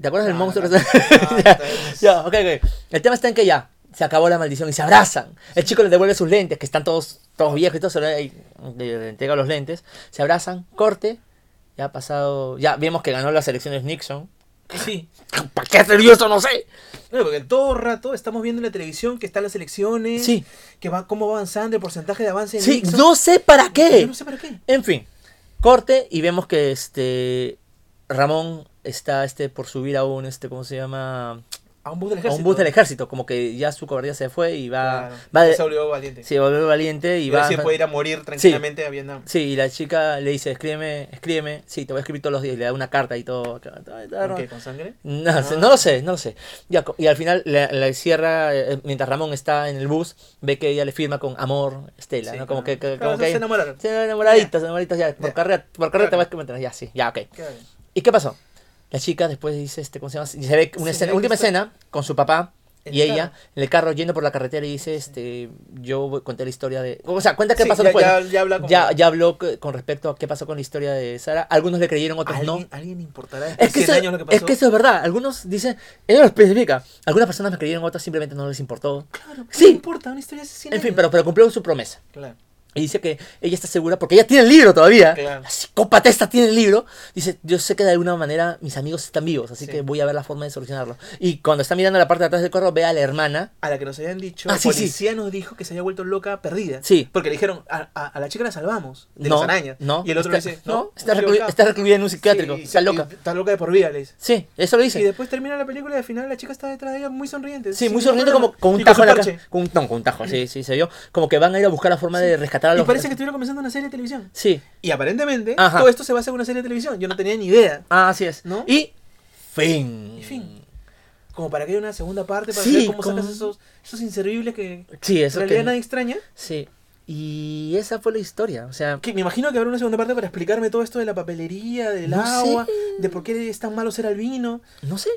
Speaker 1: ¿Te acuerdas del
Speaker 2: No,
Speaker 1: monstruo?
Speaker 2: no,
Speaker 1: que está-
Speaker 2: no, no,
Speaker 1: ya,
Speaker 2: no, es-
Speaker 1: ya, ok, ok. El tema está en que ya, se acabó la maldición y se abrazan. El chico le devuelve sus lentes, que están todos, todos viejos y todo, se le, le- le entrega los lentes. Se abrazan, corte. Ya ha pasado. Ya vemos que ganó las elecciones Nixon.
Speaker 2: Sí.
Speaker 1: ¿Para qué nervioso? No sé.
Speaker 2: No, porque todo rato estamos viendo en la televisión que están las elecciones,
Speaker 1: Sí.
Speaker 2: que va, cómo va avanzando el porcentaje de avance. de
Speaker 1: Sí,
Speaker 2: Nixon.
Speaker 1: no sé para
Speaker 2: Yo
Speaker 1: qué.
Speaker 2: no sé para qué.
Speaker 1: En fin, corte y vemos que este Ramón está este por subir a un este ¿cómo se llama?
Speaker 2: A un bus del
Speaker 1: A
Speaker 2: ejército.
Speaker 1: un bus del ejército, como que ya su cobardía se fue y va
Speaker 2: Claro.
Speaker 1: va de-
Speaker 2: Se volvió valiente.
Speaker 1: se volvió valiente y
Speaker 2: Y va.
Speaker 1: va
Speaker 2: Sí puede ir a morir tranquilamente a Vietnam.
Speaker 1: Sí, y la chica le dice, "Escríbeme, escríbeme." Sí, te voy a escribir todos los días, y le da una carta y todo.
Speaker 2: ¿Con qué? ¿Con sangre?
Speaker 1: No, sé, no lo sé, no lo sé. Ya, co- y al final la, la encierra, eh, mientras Ramón está en el bus, ve que ella le firma con amor Estela,
Speaker 2: Sí,
Speaker 1: ¿no? Como
Speaker 2: claro.
Speaker 1: que, que-
Speaker 2: Claro,
Speaker 1: como que-
Speaker 2: se enamoraron.
Speaker 1: Se enamoraditas, enamoraditas, ya, por
Speaker 2: Ya.
Speaker 1: carrera, por carrera te
Speaker 2: Claro.
Speaker 1: vas a comentar, ya, sí, ya, ok.
Speaker 2: Claro.
Speaker 1: ¿Y qué pasó? La chica después dice, este, ¿cómo se llama? Y se ve una
Speaker 2: Sí,
Speaker 1: escena,
Speaker 2: ahí
Speaker 1: última
Speaker 2: está.
Speaker 1: escena con su papá
Speaker 2: En
Speaker 1: y
Speaker 2: el
Speaker 1: ella
Speaker 2: carro.
Speaker 1: en el carro yendo por la carretera y dice, este, yo voy- conté la historia de... O sea, cuenta qué
Speaker 2: Sí,
Speaker 1: pasó
Speaker 2: ya,
Speaker 1: después.
Speaker 2: ya,
Speaker 1: ¿no?
Speaker 2: ya habla con
Speaker 1: Ya, ya habló c- con respecto a qué pasó con la historia de Sara. Algunos le creyeron, otros no.
Speaker 2: ¿Alguien, alguien importará después
Speaker 1: Es
Speaker 2: de
Speaker 1: que,
Speaker 2: 100
Speaker 1: eso,
Speaker 2: años lo que pasó?
Speaker 1: es que eso es verdad. Algunos dicen, ella lo especifica. Algunas personas me creyeron, otras simplemente no les importó.
Speaker 2: Claro, ¿qué
Speaker 1: Sí.
Speaker 2: importa? Una historia de hace 100
Speaker 1: En fin,
Speaker 2: años.
Speaker 1: pero, pero cumplió su promesa.
Speaker 2: Claro.
Speaker 1: Y dice que ella está segura, porque ella tiene el libro todavía.
Speaker 2: Claro.
Speaker 1: La psicópata esta tiene el libro. Dice, yo sé que de alguna manera mis amigos están vivos, así
Speaker 2: Sí.
Speaker 1: que voy a ver la forma de solucionarlo. Y cuando está mirando la parte de atrás del carro, ve a la hermana.
Speaker 2: A la que nos habían dicho,
Speaker 1: Ah, sí,
Speaker 2: la
Speaker 1: sí.
Speaker 2: policía nos dijo que se había vuelto loca perdida.
Speaker 1: Sí.
Speaker 2: Porque le dijeron, a, a- a la chica la salvamos de
Speaker 1: no,
Speaker 2: las arañas.
Speaker 1: No.
Speaker 2: Y el otro
Speaker 1: está-
Speaker 2: le dice, no,
Speaker 1: está,
Speaker 2: estoy
Speaker 1: reclu-
Speaker 2: loca".
Speaker 1: está recluida en un psiquiátrico.
Speaker 2: Sí, y-
Speaker 1: está
Speaker 2: y-
Speaker 1: loca.
Speaker 2: Está loca de por vida, le dice.
Speaker 1: Sí, eso lo
Speaker 2: Y
Speaker 1: dice.
Speaker 2: después termina la película y al final la chica está detrás de ella muy sonriente.
Speaker 1: Sí,
Speaker 2: sin
Speaker 1: muy
Speaker 2: ningún
Speaker 1: sonriente
Speaker 2: problema.
Speaker 1: como con un
Speaker 2: Y con
Speaker 1: tajo
Speaker 2: su
Speaker 1: en la
Speaker 2: parche.
Speaker 1: ca- con un- no, con un tajo, sí, sí, se vio. Como que van a ir a buscar la forma de rescatar a los...
Speaker 2: Y parece que estuviera comenzando una serie de televisión.
Speaker 1: Sí.
Speaker 2: Y aparentemente,
Speaker 1: Ajá.
Speaker 2: todo esto se basa en una serie de televisión. Yo no tenía ni idea.
Speaker 1: Ah, así es.
Speaker 2: ¿No?
Speaker 1: Y... Fin.
Speaker 2: Y fin. Como para que haya una segunda parte, para
Speaker 1: Sí,
Speaker 2: ver cómo
Speaker 1: como-
Speaker 2: sacas esos, esos inservibles que
Speaker 1: Sí, eso
Speaker 2: en
Speaker 1: que...
Speaker 2: realidad nadie extraña.
Speaker 1: Sí. Y esa fue la historia. O sea,
Speaker 2: Que me imagino que habrá una segunda parte para explicarme todo esto de la papelería, del
Speaker 1: No sé.
Speaker 2: agua, de por qué es tan malo ser albino.
Speaker 1: no sé.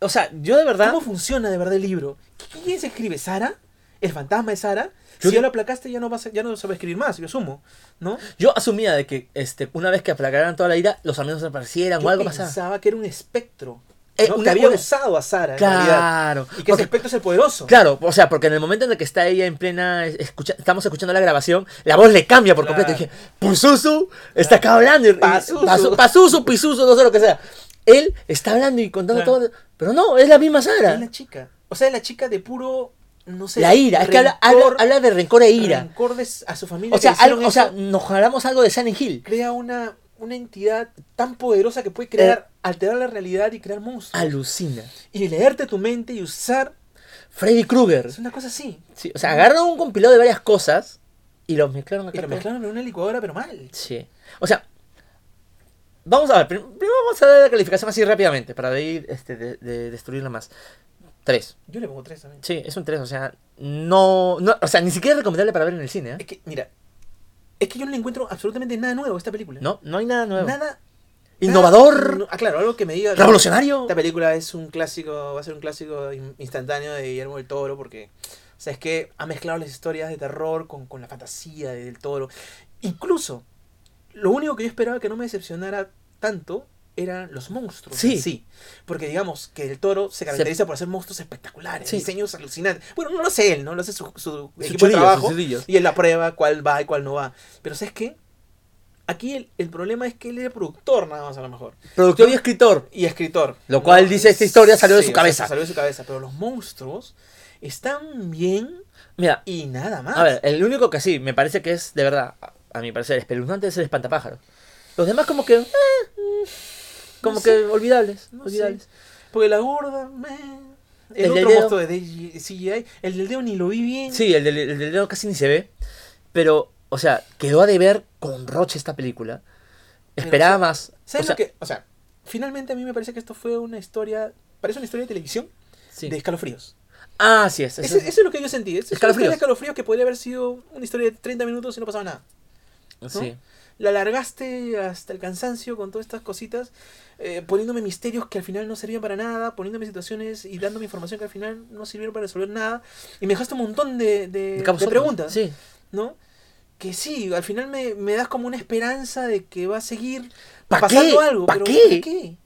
Speaker 1: O sea, yo de verdad.
Speaker 2: ¿Cómo funciona de verdad el libro? ¿Qui- ¿Quién se escribe? ¿Sara? ¿El fantasma de Sara?
Speaker 1: Yo
Speaker 2: Si
Speaker 1: di-
Speaker 2: ya lo aplacaste, ya no, vas a- ya no sabe escribir más, yo asumo. ¿No?
Speaker 1: Yo asumía de que este, una vez que aplacaran toda la ira, los amigos desaparecieran
Speaker 2: Yo
Speaker 1: o algo
Speaker 2: pensaba
Speaker 1: pasaba.
Speaker 2: que era un espectro.
Speaker 1: Eh,
Speaker 2: ¿no?
Speaker 1: una-
Speaker 2: que había
Speaker 1: una-
Speaker 2: usado a Sara. en realidad.
Speaker 1: Claro.
Speaker 2: Y que ese
Speaker 1: Porque-
Speaker 2: espectro es el poderoso.
Speaker 1: claro, o sea, porque en el momento en el que está ella en plena. es- escucha- estamos escuchando la grabación, la voz le cambia por
Speaker 2: Claro.
Speaker 1: completo. Dije, Pususu está acá hablando. y- y-
Speaker 2: Pasusu.
Speaker 1: Pasu- Pasusu, Pisusu, no sé lo que sea. Él está hablando y contando
Speaker 2: Claro.
Speaker 1: todo. Pero no, es la misma
Speaker 2: Es
Speaker 1: Sara.
Speaker 2: la chica. O sea, es la chica de puro. No sé.
Speaker 1: La ira. Es que habla, habla-
Speaker 2: rencor-
Speaker 1: habla de rencor e ira.
Speaker 2: rencor de s- a su familia.
Speaker 1: O sea,
Speaker 2: que le hicieron
Speaker 1: algo- o sea,
Speaker 2: eso,
Speaker 1: nos jalamos algo de Silent Hill.
Speaker 2: crea una, una entidad tan poderosa que puede crear,
Speaker 1: Eh.
Speaker 2: alterar la realidad y crear monstruos.
Speaker 1: Alucina.
Speaker 2: Y leerte tu mente y usar.
Speaker 1: Freddy Krueger.
Speaker 2: Es una cosa así.
Speaker 1: Sí, o sea, agarraron un compilado de varias cosas y los mezclaron acá.
Speaker 2: Y lo
Speaker 1: todo.
Speaker 2: mezclaron en una licuadora, pero mal.
Speaker 1: Sí. O sea, vamos a ver. prim- Primero vamos a dar la calificación así rápidamente para de ir este, de, de destruirla más. Tres.
Speaker 2: Yo le pongo tres también.
Speaker 1: Sí, es un tres. O sea, no, no. O sea, ni siquiera es recomendable para ver en el cine. ¿eh?
Speaker 2: Es que, mira. Es que yo no le encuentro absolutamente nada nuevo a esta película.
Speaker 1: No, no hay nada nuevo.
Speaker 2: Nada
Speaker 1: Innovador.
Speaker 2: No, Ah, claro, algo que me diga.
Speaker 1: Revolucionario.
Speaker 2: Esta película es un clásico, va a ser un clásico in- instantáneo de Guillermo del Toro porque, o sea, es que ha mezclado las historias de terror con, con la fantasía de del Toro. Incluso, lo único que yo esperaba que no me decepcionara tanto eran los monstruos.
Speaker 1: Sí.
Speaker 2: en Sí. Porque digamos que el Toro se caracteriza por hacer monstruos espectaculares,
Speaker 1: Sí.
Speaker 2: diseños alucinantes. Bueno, no lo hace él, ¿no? Lo hace su,
Speaker 1: Sus
Speaker 2: su equipo de
Speaker 1: chulillos,
Speaker 2: trabajo.
Speaker 1: sus chulillos.
Speaker 2: Y él la prueba cuál va y cuál no va. Pero ¿sabes qué? Aquí el, el problema es que él era productor nada más a lo mejor.
Speaker 1: Productor y escritor.
Speaker 2: Y escritor.
Speaker 1: Lo cual dice, esta historia salió de su
Speaker 2: o sea,
Speaker 1: cabeza.
Speaker 2: salió de su cabeza. Pero los monstruos están bien
Speaker 1: Mira,
Speaker 2: y nada más.
Speaker 1: A ver, el único que sí, me parece que es, de verdad, a- a mi parecer, espeluznante es el espantapájaro. Los demás como que... eh, mm, como
Speaker 2: No
Speaker 1: que
Speaker 2: sé.
Speaker 1: olvidables,
Speaker 2: No sé.
Speaker 1: olvidables.
Speaker 2: Porque la gorda, meh.
Speaker 1: El
Speaker 2: El,
Speaker 1: del
Speaker 2: otro
Speaker 1: dedo.
Speaker 2: monstruo de DJ CGI. El del dedo ni lo vi bien.
Speaker 1: Sí, el del, el del dedo casi ni se ve. Pero, o sea, quedó a deber con roche esta película.
Speaker 2: Pero,
Speaker 1: Esperaba
Speaker 2: o
Speaker 1: más.
Speaker 2: ¿Sabes
Speaker 1: O sea,
Speaker 2: lo que? O sea, finalmente a mí me parece que esto fue una historia. Parece una historia de televisión
Speaker 1: sí.
Speaker 2: de escalofríos.
Speaker 1: Ah, sí, es. es-
Speaker 2: Ese- Eso, es lo que yo sentí. Es una historia
Speaker 1: Escalofríos.
Speaker 2: de escalofríos que podría haber sido una historia de 30 minutos y no pasaba nada. Eh,
Speaker 1: sí.
Speaker 2: La alargaste hasta el cansancio con todas estas cositas, eh, poniéndome misterios que al final no servían para nada, poniéndome situaciones y dándome información que al final no sirvieron para resolver nada. Y me dejaste un montón de, de-
Speaker 1: De cabos
Speaker 2: de
Speaker 1: sueltos.
Speaker 2: preguntas,
Speaker 1: Sí.
Speaker 2: ¿no? Que sí, al final me, me das como una esperanza de que va a seguir
Speaker 1: ¿Pa'
Speaker 2: pasando
Speaker 1: qué?
Speaker 2: algo.
Speaker 1: ¿Pa'
Speaker 2: pero
Speaker 1: qué?
Speaker 2: ¿pa' qué?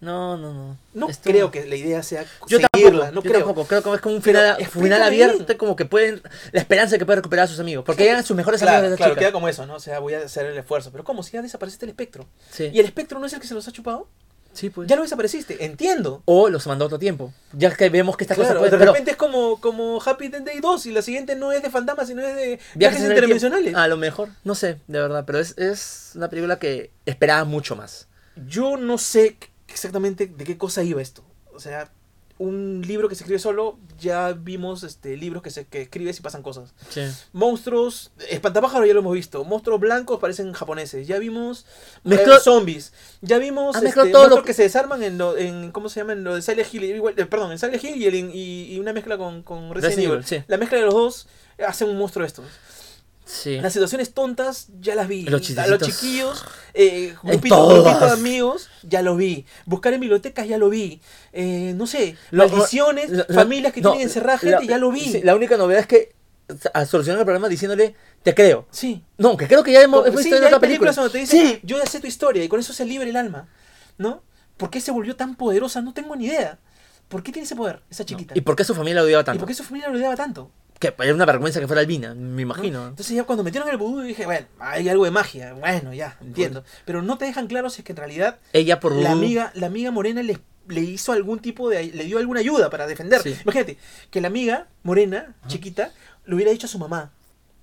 Speaker 1: No, no, no.
Speaker 2: No
Speaker 1: Esto-
Speaker 2: creo que la idea sea
Speaker 1: Yo
Speaker 2: seguirla,
Speaker 1: tampoco,
Speaker 2: no
Speaker 1: yo
Speaker 2: creo.
Speaker 1: tampoco. Creo que es como un
Speaker 2: Pero
Speaker 1: final,
Speaker 2: explícame
Speaker 1: final
Speaker 2: bien.
Speaker 1: abierto, como que pueden. La esperanza de que pueda recuperar a sus amigos. Porque eran sus mejores
Speaker 2: claro,
Speaker 1: amigos de
Speaker 2: claro,
Speaker 1: esta
Speaker 2: queda
Speaker 1: chica.
Speaker 2: como eso, ¿no? O sea, voy a hacer el esfuerzo. Pero ¿cómo? Si ya desapareciste el espectro.
Speaker 1: Sí.
Speaker 2: ¿Y el espectro no es el que se los ha chupado?
Speaker 1: Sí, pues.
Speaker 2: Ya lo desapareciste, entiendo.
Speaker 1: O los mandó a otro tiempo. Ya que vemos que estas
Speaker 2: Claro,
Speaker 1: cosas pueden.
Speaker 2: de
Speaker 1: pero
Speaker 2: repente es como, como Happy Death Day 2 y la siguiente no es de fantasmas, sino es de viajes,
Speaker 1: viajes en el tiempo, Ah.
Speaker 2: interdimensionales.
Speaker 1: A lo mejor. No sé, de verdad. Pero es, es una película que esperaba mucho más.
Speaker 2: Yo no sé c- exactamente de qué cosa iba esto. O sea, un libro que se escribe solo, ya vimos este, libros que, se, que escribes y pasan cosas.
Speaker 1: Sí.
Speaker 2: Monstruos, espantapájaros ya lo hemos visto. Monstruos blancos parecen japoneses. Ya vimos
Speaker 1: Mezcló-
Speaker 2: eh, zombies. Ya vimos
Speaker 1: Ha
Speaker 2: este,
Speaker 1: mezclado todo lo
Speaker 2: monstruos
Speaker 1: que-
Speaker 2: que se desarman en, lo, en ¿cómo se llama? En lo de Silent Hill, y igual- eh, perdón, en Silent Hill y, el- y- y una mezcla con, con Resident,
Speaker 1: Resident
Speaker 2: Evil.
Speaker 1: Evil, sí.
Speaker 2: La mezcla de los dos hace un monstruo esto.
Speaker 1: Sí.
Speaker 2: Las situaciones tontas ya las vi.
Speaker 1: Los
Speaker 2: a los
Speaker 1: chistecitos.
Speaker 2: chiquillos, eh, grupito,
Speaker 1: todas.
Speaker 2: grupito de amigos, ya los vi. Buscar en bibliotecas ya lo vi. Eh, no sé,
Speaker 1: Lo-
Speaker 2: maldiciones,
Speaker 1: la- la-
Speaker 2: familias que
Speaker 1: no,
Speaker 2: tienen encerrada
Speaker 1: la-
Speaker 2: gente, ya lo vi.
Speaker 1: sí,
Speaker 2: Sí.
Speaker 1: la única novedad es que a- solucionan el problema diciéndole, te creo. No, que creo que ya hemos,
Speaker 2: Como-
Speaker 1: hemos
Speaker 2: sí,
Speaker 1: visto en
Speaker 2: ya hay
Speaker 1: otra película.
Speaker 2: películas donde te
Speaker 1: Sí.
Speaker 2: dicen, yo ya sé tu historia y con eso se libre el alma, ¿no? ¿Por qué se volvió tan poderosa? No tengo ni idea. ¿Por qué tiene ese poder, esa "Ah, chiquita?
Speaker 1: ¿Y por qué su familia lo odiaba
Speaker 2: ¿Y
Speaker 1: tanto?
Speaker 2: por qué su familia lo odiaba tanto?
Speaker 1: Que era una vergüenza que fuera albina, me imagino.
Speaker 2: Entonces ya cuando metieron el vudú dije, bueno, hay algo de magia, bueno, ya, entiendo. Pero no te dejan claro si es que en realidad
Speaker 1: Ella por
Speaker 2: la
Speaker 1: vudú.
Speaker 2: amiga, la amiga morena le, le hizo algún tipo de, le dio alguna ayuda para defender.
Speaker 1: Sí.
Speaker 2: Imagínate, que la amiga morena, chiquita, le hubiera dicho a su mamá,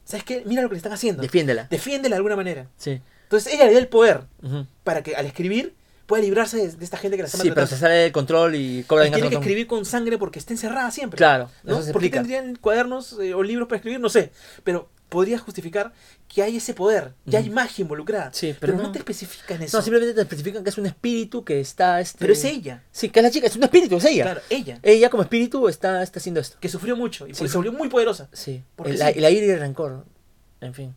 Speaker 2: ¿sabes qué? Mira lo que le están haciendo.
Speaker 1: Defiéndela.
Speaker 2: Defiéndela de alguna manera.
Speaker 1: Sí.
Speaker 2: Entonces ella le da el poder
Speaker 1: Ujú.
Speaker 2: para que al escribir pueda librarse de, de esta gente que la está
Speaker 1: Sí, pero se
Speaker 2: maltratando.
Speaker 1: sale del control y cobra
Speaker 2: Y tiene
Speaker 1: venganza.
Speaker 2: que
Speaker 1: con-
Speaker 2: escribir con sangre porque está encerrada siempre.
Speaker 1: Claro,
Speaker 2: ¿no?
Speaker 1: eso se
Speaker 2: ¿Por qué
Speaker 1: explica.
Speaker 2: tendrían cuadernos eh, o libros para escribir? No sé. Pero podría justificar que hay ese poder, ya hay
Speaker 1: Ujú.
Speaker 2: magia involucrada.
Speaker 1: Sí,
Speaker 2: pero
Speaker 1: pero
Speaker 2: no,
Speaker 1: no.
Speaker 2: te especifican eso.
Speaker 1: No, simplemente te especifican que es un espíritu que está. Este...
Speaker 2: Pero es ella.
Speaker 1: Sí, que es la chica, es un espíritu, es ella.
Speaker 2: Claro, ella,
Speaker 1: Ella como espíritu está, está haciendo esto.
Speaker 2: que sufrió mucho y
Speaker 1: Sí.
Speaker 2: porque se volvió muy poderosa.
Speaker 1: Sí.
Speaker 2: Porque
Speaker 1: El, la-
Speaker 2: sí.
Speaker 1: la ira y el rencor. En fin.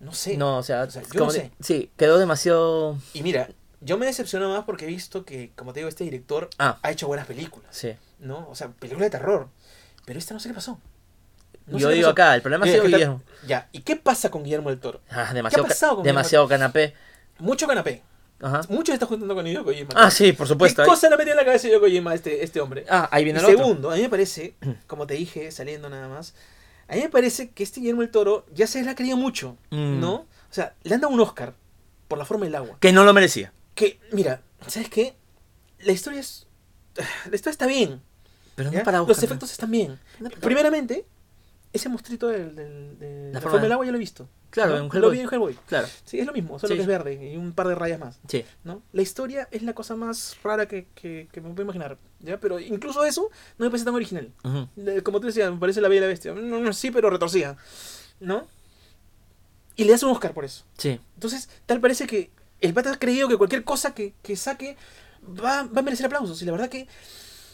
Speaker 2: No sé.
Speaker 1: No, o sea,
Speaker 2: O sea, yo
Speaker 1: como
Speaker 2: no
Speaker 1: de-
Speaker 2: sé.
Speaker 1: sí, quedó demasiado.
Speaker 2: Y mira, yo me decepciono más porque he visto que, como te digo, este director
Speaker 1: Ah.
Speaker 2: ha hecho buenas películas,
Speaker 1: Sí.
Speaker 2: ¿no? O sea, películas de terror. Pero esta no sé qué pasó. No
Speaker 1: Yo
Speaker 2: sé qué
Speaker 1: digo
Speaker 2: pasó.
Speaker 1: acá, el problema ha
Speaker 2: Mira,
Speaker 1: sido
Speaker 2: ¿qué tal?
Speaker 1: Guillermo.
Speaker 2: Ya, ¿y qué pasa con Guillermo del Toro?
Speaker 1: Ah, demasiado, ca-
Speaker 2: pasado con
Speaker 1: demasiado canapé.
Speaker 2: Mucho canapé.
Speaker 1: Ajá.
Speaker 2: Muchos están juntando con Hideo Kojima.
Speaker 1: Ah, sí, por supuesto.
Speaker 2: ¿Qué
Speaker 1: ahí-
Speaker 2: cosa le metió en la cabeza a Hideo Kojima a este, este hombre?
Speaker 1: Ah, ahí
Speaker 2: Y
Speaker 1: viene el otro.
Speaker 2: segundo, a mí me parece, como te dije, saliendo nada más, a mí me parece que este Guillermo el Toro ya se la ha querido mucho,
Speaker 1: Mm.
Speaker 2: ¿no? O sea, le han dado un Oscar por la forma del agua.
Speaker 1: Que no lo merecía.
Speaker 2: Que, mira, ¿sabes qué? La historia es... La historia está bien.
Speaker 1: Pero
Speaker 2: ¿ya?
Speaker 1: no para
Speaker 2: Los
Speaker 1: Oscar,
Speaker 2: efectos están bien.
Speaker 1: no. No para-
Speaker 2: Primeramente, ese monstruito del, del- de la, forma del agua yo lo he visto.
Speaker 1: Claro,
Speaker 2: ¿no?
Speaker 1: en
Speaker 2: Lo
Speaker 1: Hellboy.
Speaker 2: vi en Hellboy.
Speaker 1: Claro.
Speaker 2: Sí, es lo mismo, solo
Speaker 1: Sí.
Speaker 2: que es verde y un par de rayas más.
Speaker 1: Sí.
Speaker 2: ¿no? La historia es la cosa más rara que, que- que me puedo imaginar, ¿ya? Pero incluso eso no me parece tan original.
Speaker 1: Ujú.
Speaker 2: Eh, Como tú decías, me parece la bella y la bestia. No, no, sí, pero retorcida, ¿no? Y le das un Oscar por eso.
Speaker 1: Sí.
Speaker 2: Entonces, tal parece que el pata ha creído que cualquier cosa que, que saque va, va a merecer aplausos. Y la verdad que,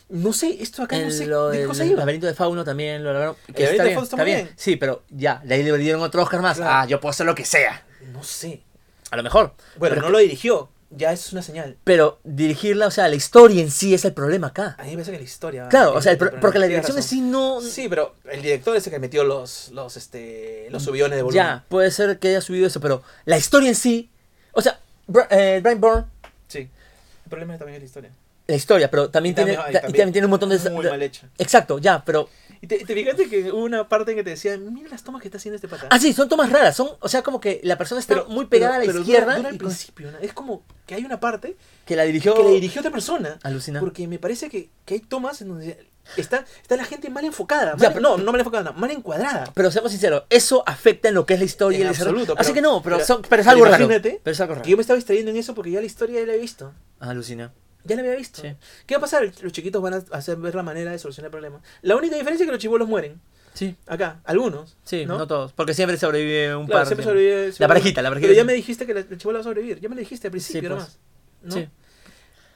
Speaker 2: no sé, esto acá no
Speaker 1: El-
Speaker 2: sé
Speaker 1: lo
Speaker 2: de qué
Speaker 1: del
Speaker 2: cosa iba.
Speaker 1: laberinto de Fauno también lo lograron. Que
Speaker 2: laberinto
Speaker 1: está,
Speaker 2: de
Speaker 1: bien,
Speaker 2: Fauno está
Speaker 1: está
Speaker 2: muy
Speaker 1: bien.
Speaker 2: bien.
Speaker 1: Sí, pero ya, de ahí le dieron otro Oscar más.
Speaker 2: Claro.
Speaker 1: Ah, yo puedo hacer lo que sea.
Speaker 2: No sé.
Speaker 1: A lo mejor.
Speaker 2: Bueno,
Speaker 1: pero,
Speaker 2: no lo dirigió. Ya eso es una señal.
Speaker 1: pero dirigirla, o sea, la historia en sí es el problema acá.
Speaker 2: A mí me parece que la historia...
Speaker 1: Claro, o sea, el pro-
Speaker 2: Ah, pero no,
Speaker 1: porque la
Speaker 2: tienes
Speaker 1: dirección en
Speaker 2: razón.
Speaker 1: sí no.
Speaker 2: Sí, pero el director es el que metió los, los, este, los subiones de volumen.
Speaker 1: Ya, puede ser que haya subido eso, pero la historia en sí. O sea, Bra- eh, Brian Bourne,
Speaker 2: Sí. El problema es también la historia.
Speaker 1: la historia, pero también,
Speaker 2: Y también-
Speaker 1: tiene,
Speaker 2: ay,
Speaker 1: ta- y
Speaker 2: también
Speaker 1: también tiene un montón de.
Speaker 2: muy
Speaker 1: de-
Speaker 2: mal hecha.
Speaker 1: Exacto, ya, pero.
Speaker 2: Y te, te fijaste que hubo una parte en que te decía, mira las tomas que está haciendo este pata.
Speaker 1: Ah, sí, son tomas raras. Son, o sea, como que la persona está muy pegada
Speaker 2: pero-
Speaker 1: a la
Speaker 2: pero
Speaker 1: izquierda
Speaker 2: Dura, dura al
Speaker 1: y con-
Speaker 2: principio, ¿no? Es como que hay una parte
Speaker 1: que la dirigió.
Speaker 2: que le dirigió a otra persona.
Speaker 1: Alucina.
Speaker 2: Porque me parece que, que hay tomas en donde está, está la gente mal enfocada. Mal,
Speaker 1: Ya, pero-
Speaker 2: no, no mal enfocada, no, mal encuadrada.
Speaker 1: Pero seamos sinceros, eso afecta en lo que es la historia. y
Speaker 2: En
Speaker 1: el desarrollo.
Speaker 2: absoluto,
Speaker 1: Así
Speaker 2: pero-
Speaker 1: que no, pero,
Speaker 2: pero-
Speaker 1: son- pero es algo
Speaker 2: pero
Speaker 1: raro.
Speaker 2: imagínate
Speaker 1: Pero es algo
Speaker 2: Que yo
Speaker 1: raro.
Speaker 2: me estaba distrayendo en eso porque ya la historia ya la he visto.
Speaker 1: Alucina.
Speaker 2: Ya la había visto.
Speaker 1: Sí.
Speaker 2: ¿Qué va a pasar? Los chiquitos van a hacer ver la manera de solucionar el problema. La única diferencia es que los chibolos mueren.
Speaker 1: Sí,
Speaker 2: Acá, algunos.
Speaker 1: sí, no,
Speaker 2: ¿no?
Speaker 1: todos. Porque siempre sobrevive un
Speaker 2: Claro,
Speaker 1: par.
Speaker 2: siempre
Speaker 1: siempre.
Speaker 2: sobrevive- sobrevive-
Speaker 1: La parejita, la parejita.
Speaker 2: Pero ya me dijiste que la, el chibola va a sobrevivir. Ya me lo dijiste al principio,
Speaker 1: Sí, pues.
Speaker 2: nomás. ¿no?
Speaker 1: Sí.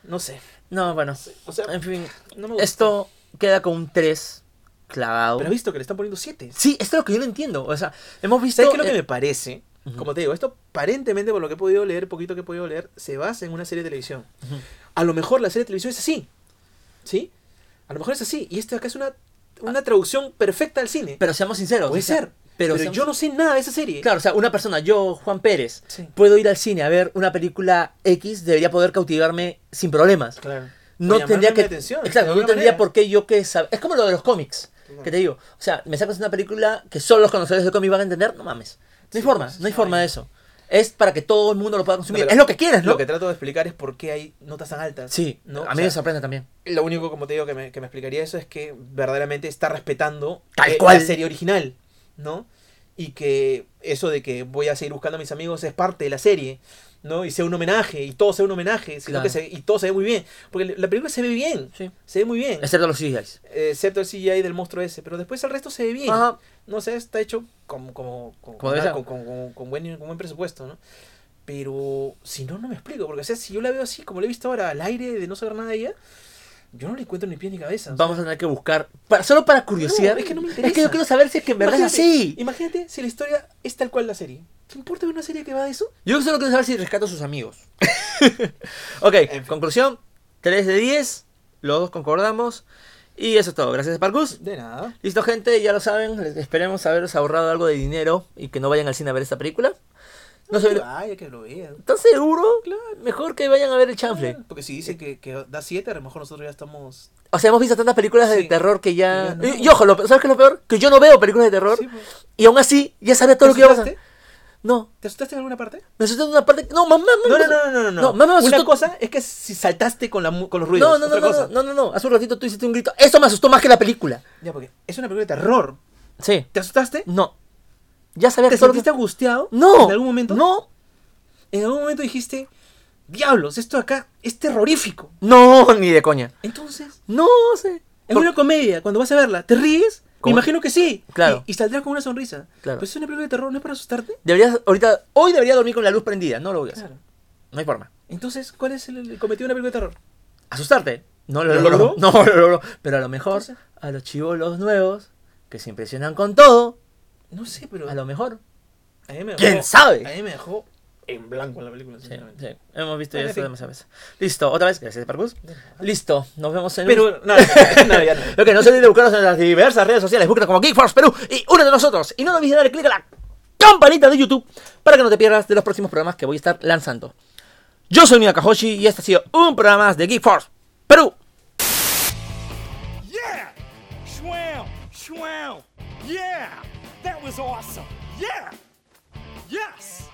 Speaker 2: No sé.
Speaker 1: No, bueno.
Speaker 2: O sea,
Speaker 1: En fin,
Speaker 2: no me gusta.
Speaker 1: esto queda con un 3 clavado.
Speaker 2: Pero has visto que le están poniendo 7.
Speaker 1: Sí, esto es lo que yo no entiendo. O sea, hemos visto.
Speaker 2: ¿Sabes qué es lo que
Speaker 1: eh,
Speaker 2: me parece?
Speaker 1: Ujú.
Speaker 2: Como te digo, esto aparentemente, por lo que he podido leer, poquito que he podido leer, se basa en una serie de televisión.
Speaker 1: Ujú.
Speaker 2: A lo mejor la serie de televisión es así. ¿Sí? A lo mejor es así. Y esto acá es una, una traducción perfecta al cine.
Speaker 1: Ah. Pero seamos sinceros.
Speaker 2: Puede
Speaker 1: o sea,
Speaker 2: ser. Pero,
Speaker 1: seamos-
Speaker 2: yo no sé nada de esa serie.
Speaker 1: Claro, o sea, una persona, yo, Juan Pérez,
Speaker 2: Sí.
Speaker 1: puedo ir al cine a ver una película X, debería poder cautivarme sin problemas.
Speaker 2: Claro.
Speaker 1: No
Speaker 2: O llamarme
Speaker 1: tendría que.
Speaker 2: la atención, de
Speaker 1: exacto, no
Speaker 2: alguna
Speaker 1: tendría
Speaker 2: manera.
Speaker 1: por qué yo que saber. Es como lo de los cómics,
Speaker 2: Claro.
Speaker 1: que te digo. O sea, me sacas una película que solo los conocedores de cómics van a entender, no mames. No hay
Speaker 2: Sí,
Speaker 1: forma,
Speaker 2: pues,
Speaker 1: no hay
Speaker 2: no
Speaker 1: forma
Speaker 2: hay.
Speaker 1: de eso. Es para que todo el mundo lo pueda consumir.
Speaker 2: No, pero
Speaker 1: es lo que quieres, ¿no?
Speaker 2: Lo que trato de explicar es por qué hay notas tan altas.
Speaker 1: Sí,
Speaker 2: ¿no?
Speaker 1: a
Speaker 2: O
Speaker 1: mí me
Speaker 2: sea,
Speaker 1: sorprende también.
Speaker 2: Lo único, como te digo, que me, que me explicaría eso es que verdaderamente está respetando
Speaker 1: Tal
Speaker 2: eh,
Speaker 1: cual.
Speaker 2: la serie original, ¿no? Y que eso de que voy a seguir buscando a mis amigos es parte de la serie, ¿no? Y sea un homenaje, y todo sea un homenaje, sino
Speaker 1: Claro.
Speaker 2: que se- y todo se ve muy bien. Porque la película se ve bien,
Speaker 1: Sí.
Speaker 2: se ve muy bien,
Speaker 1: Excepto los CGIs.
Speaker 2: excepto el CGI del monstruo ese, pero después el resto se ve bien.
Speaker 1: Ajá.
Speaker 2: No sé, está hecho como, como,
Speaker 1: Como
Speaker 2: como- con-
Speaker 1: debe ser.
Speaker 2: con, con- con- con buen, con buen presupuesto, ¿no? Pero si no, no me explico. Porque, o sea, si yo la veo así, como la he visto ahora, al aire, de no saber nada de ella, yo no le encuentro ni pies ni cabeza. o sea,
Speaker 1: Vamos a tener que buscar. para- solo para curiosidad.
Speaker 2: No, es que no me
Speaker 1: yo
Speaker 2: interesa.
Speaker 1: quiero saber si es que en verdad es
Speaker 2: imagínate-
Speaker 1: así.
Speaker 2: Imagínate si la historia es tal cual la serie. ¿Te importa ver una serie que va de eso?
Speaker 1: Yo solo quiero saber si rescato a sus amigos. ok,
Speaker 2: fin.
Speaker 1: conclusión. 3 de 10. Los dos concordamos. Y eso es todo. Gracias, Parkus.
Speaker 2: De nada.
Speaker 1: Listo, gente, ya lo saben. les- Esperemos haberos ahorrado algo de dinero y que no vayan al cine a ver esta película. No sé,
Speaker 2: Vaya, que lo vea. Ah,
Speaker 1: ¿Estás seguro? Mejor que vayan a ver el chanfle. Eh.
Speaker 2: Porque si dicen que, que da 7, a lo mejor nosotros ya estamos.
Speaker 1: O sea, hemos visto tantas películas de
Speaker 2: Sí.
Speaker 1: terror que ya.
Speaker 2: Ya no.
Speaker 1: Y, y ojo, lo pe- ¿sabes qué es lo peor? Que yo no veo películas de terror.
Speaker 2: Sí, pues.
Speaker 1: Y aún así, ya sabía todo
Speaker 2: ¿Te
Speaker 1: lo que iba a pasar.
Speaker 2: asustaste?
Speaker 1: No,
Speaker 2: ¿Te asustaste en alguna parte?
Speaker 1: me asusté en una parte. No, mamá,
Speaker 2: No, no, no, no, no. no.
Speaker 1: No, más me asustó-
Speaker 2: Una cosa es que si saltaste con, la, mu- con los ruidos.
Speaker 1: No, no, no,
Speaker 2: otra
Speaker 1: no,
Speaker 2: cosa.
Speaker 1: no, no, no, no. Hace un ratito tú hiciste un grito. Eso me asustó más que la película.
Speaker 2: Ya, porque es una película de terror.
Speaker 1: Sí.
Speaker 2: ¿Te asustaste?
Speaker 1: No. Ya sabía
Speaker 2: ¿Te
Speaker 1: todo lo que-
Speaker 2: sentiste angustiado?
Speaker 1: No.
Speaker 2: ¿En algún momento?
Speaker 1: No.
Speaker 2: En algún momento dijiste, diablos, esto acá es terrorífico.
Speaker 1: No, ni de coña.
Speaker 2: Entonces,
Speaker 1: No sé.
Speaker 2: en una comedia, cuando vas a verla, ¿te ríes? Me
Speaker 1: ¿Cómo?
Speaker 2: imagino que sí.
Speaker 1: Claro.
Speaker 2: Y, y saldrás con una sonrisa.
Speaker 1: Claro.
Speaker 2: Pues es una película de terror, ¿no es para asustarte?
Speaker 1: Deberías, ahorita, hoy debería dormir con la luz prendida. No lo voy a hacer. No hay forma.
Speaker 2: Entonces, ¿cuál es el, el cometido de una película de terror?
Speaker 1: Asustarte. No lo,
Speaker 2: ¿Lo
Speaker 1: logró.
Speaker 2: logró?
Speaker 1: No lo logró. Pero a lo mejor,
Speaker 2: Entonces-
Speaker 1: a los chivolos nuevos, que se impresionan con todo,
Speaker 2: No sé, pero...
Speaker 1: a lo mejor.
Speaker 2: a mí me
Speaker 1: ¿Quién sabe?
Speaker 2: A mí me dejó en blanco la película, sinceramente.
Speaker 1: Hemos visto
Speaker 2: ya esto
Speaker 1: demasiadas veces. Listo, otra vez. Gracias, Parkus. Listo, nos vemos en
Speaker 2: Pero, no, no, no, ya no.
Speaker 1: Lo que no se olviden de buscarnos en las diversas redes sociales. Búscanos como Geek Force Perú y únete a nosotros. Y no olvides de darle click a la campanita de YouTube para que no te pierdas de los próximos programas que voy a estar lanzando. Yo soy Mia Kahoshi y este ha sido un programa más de Geek Force Perú.
Speaker 3: Yeah! Schwam! Schwam! Yeah! That was awesome! Yeah! Yes!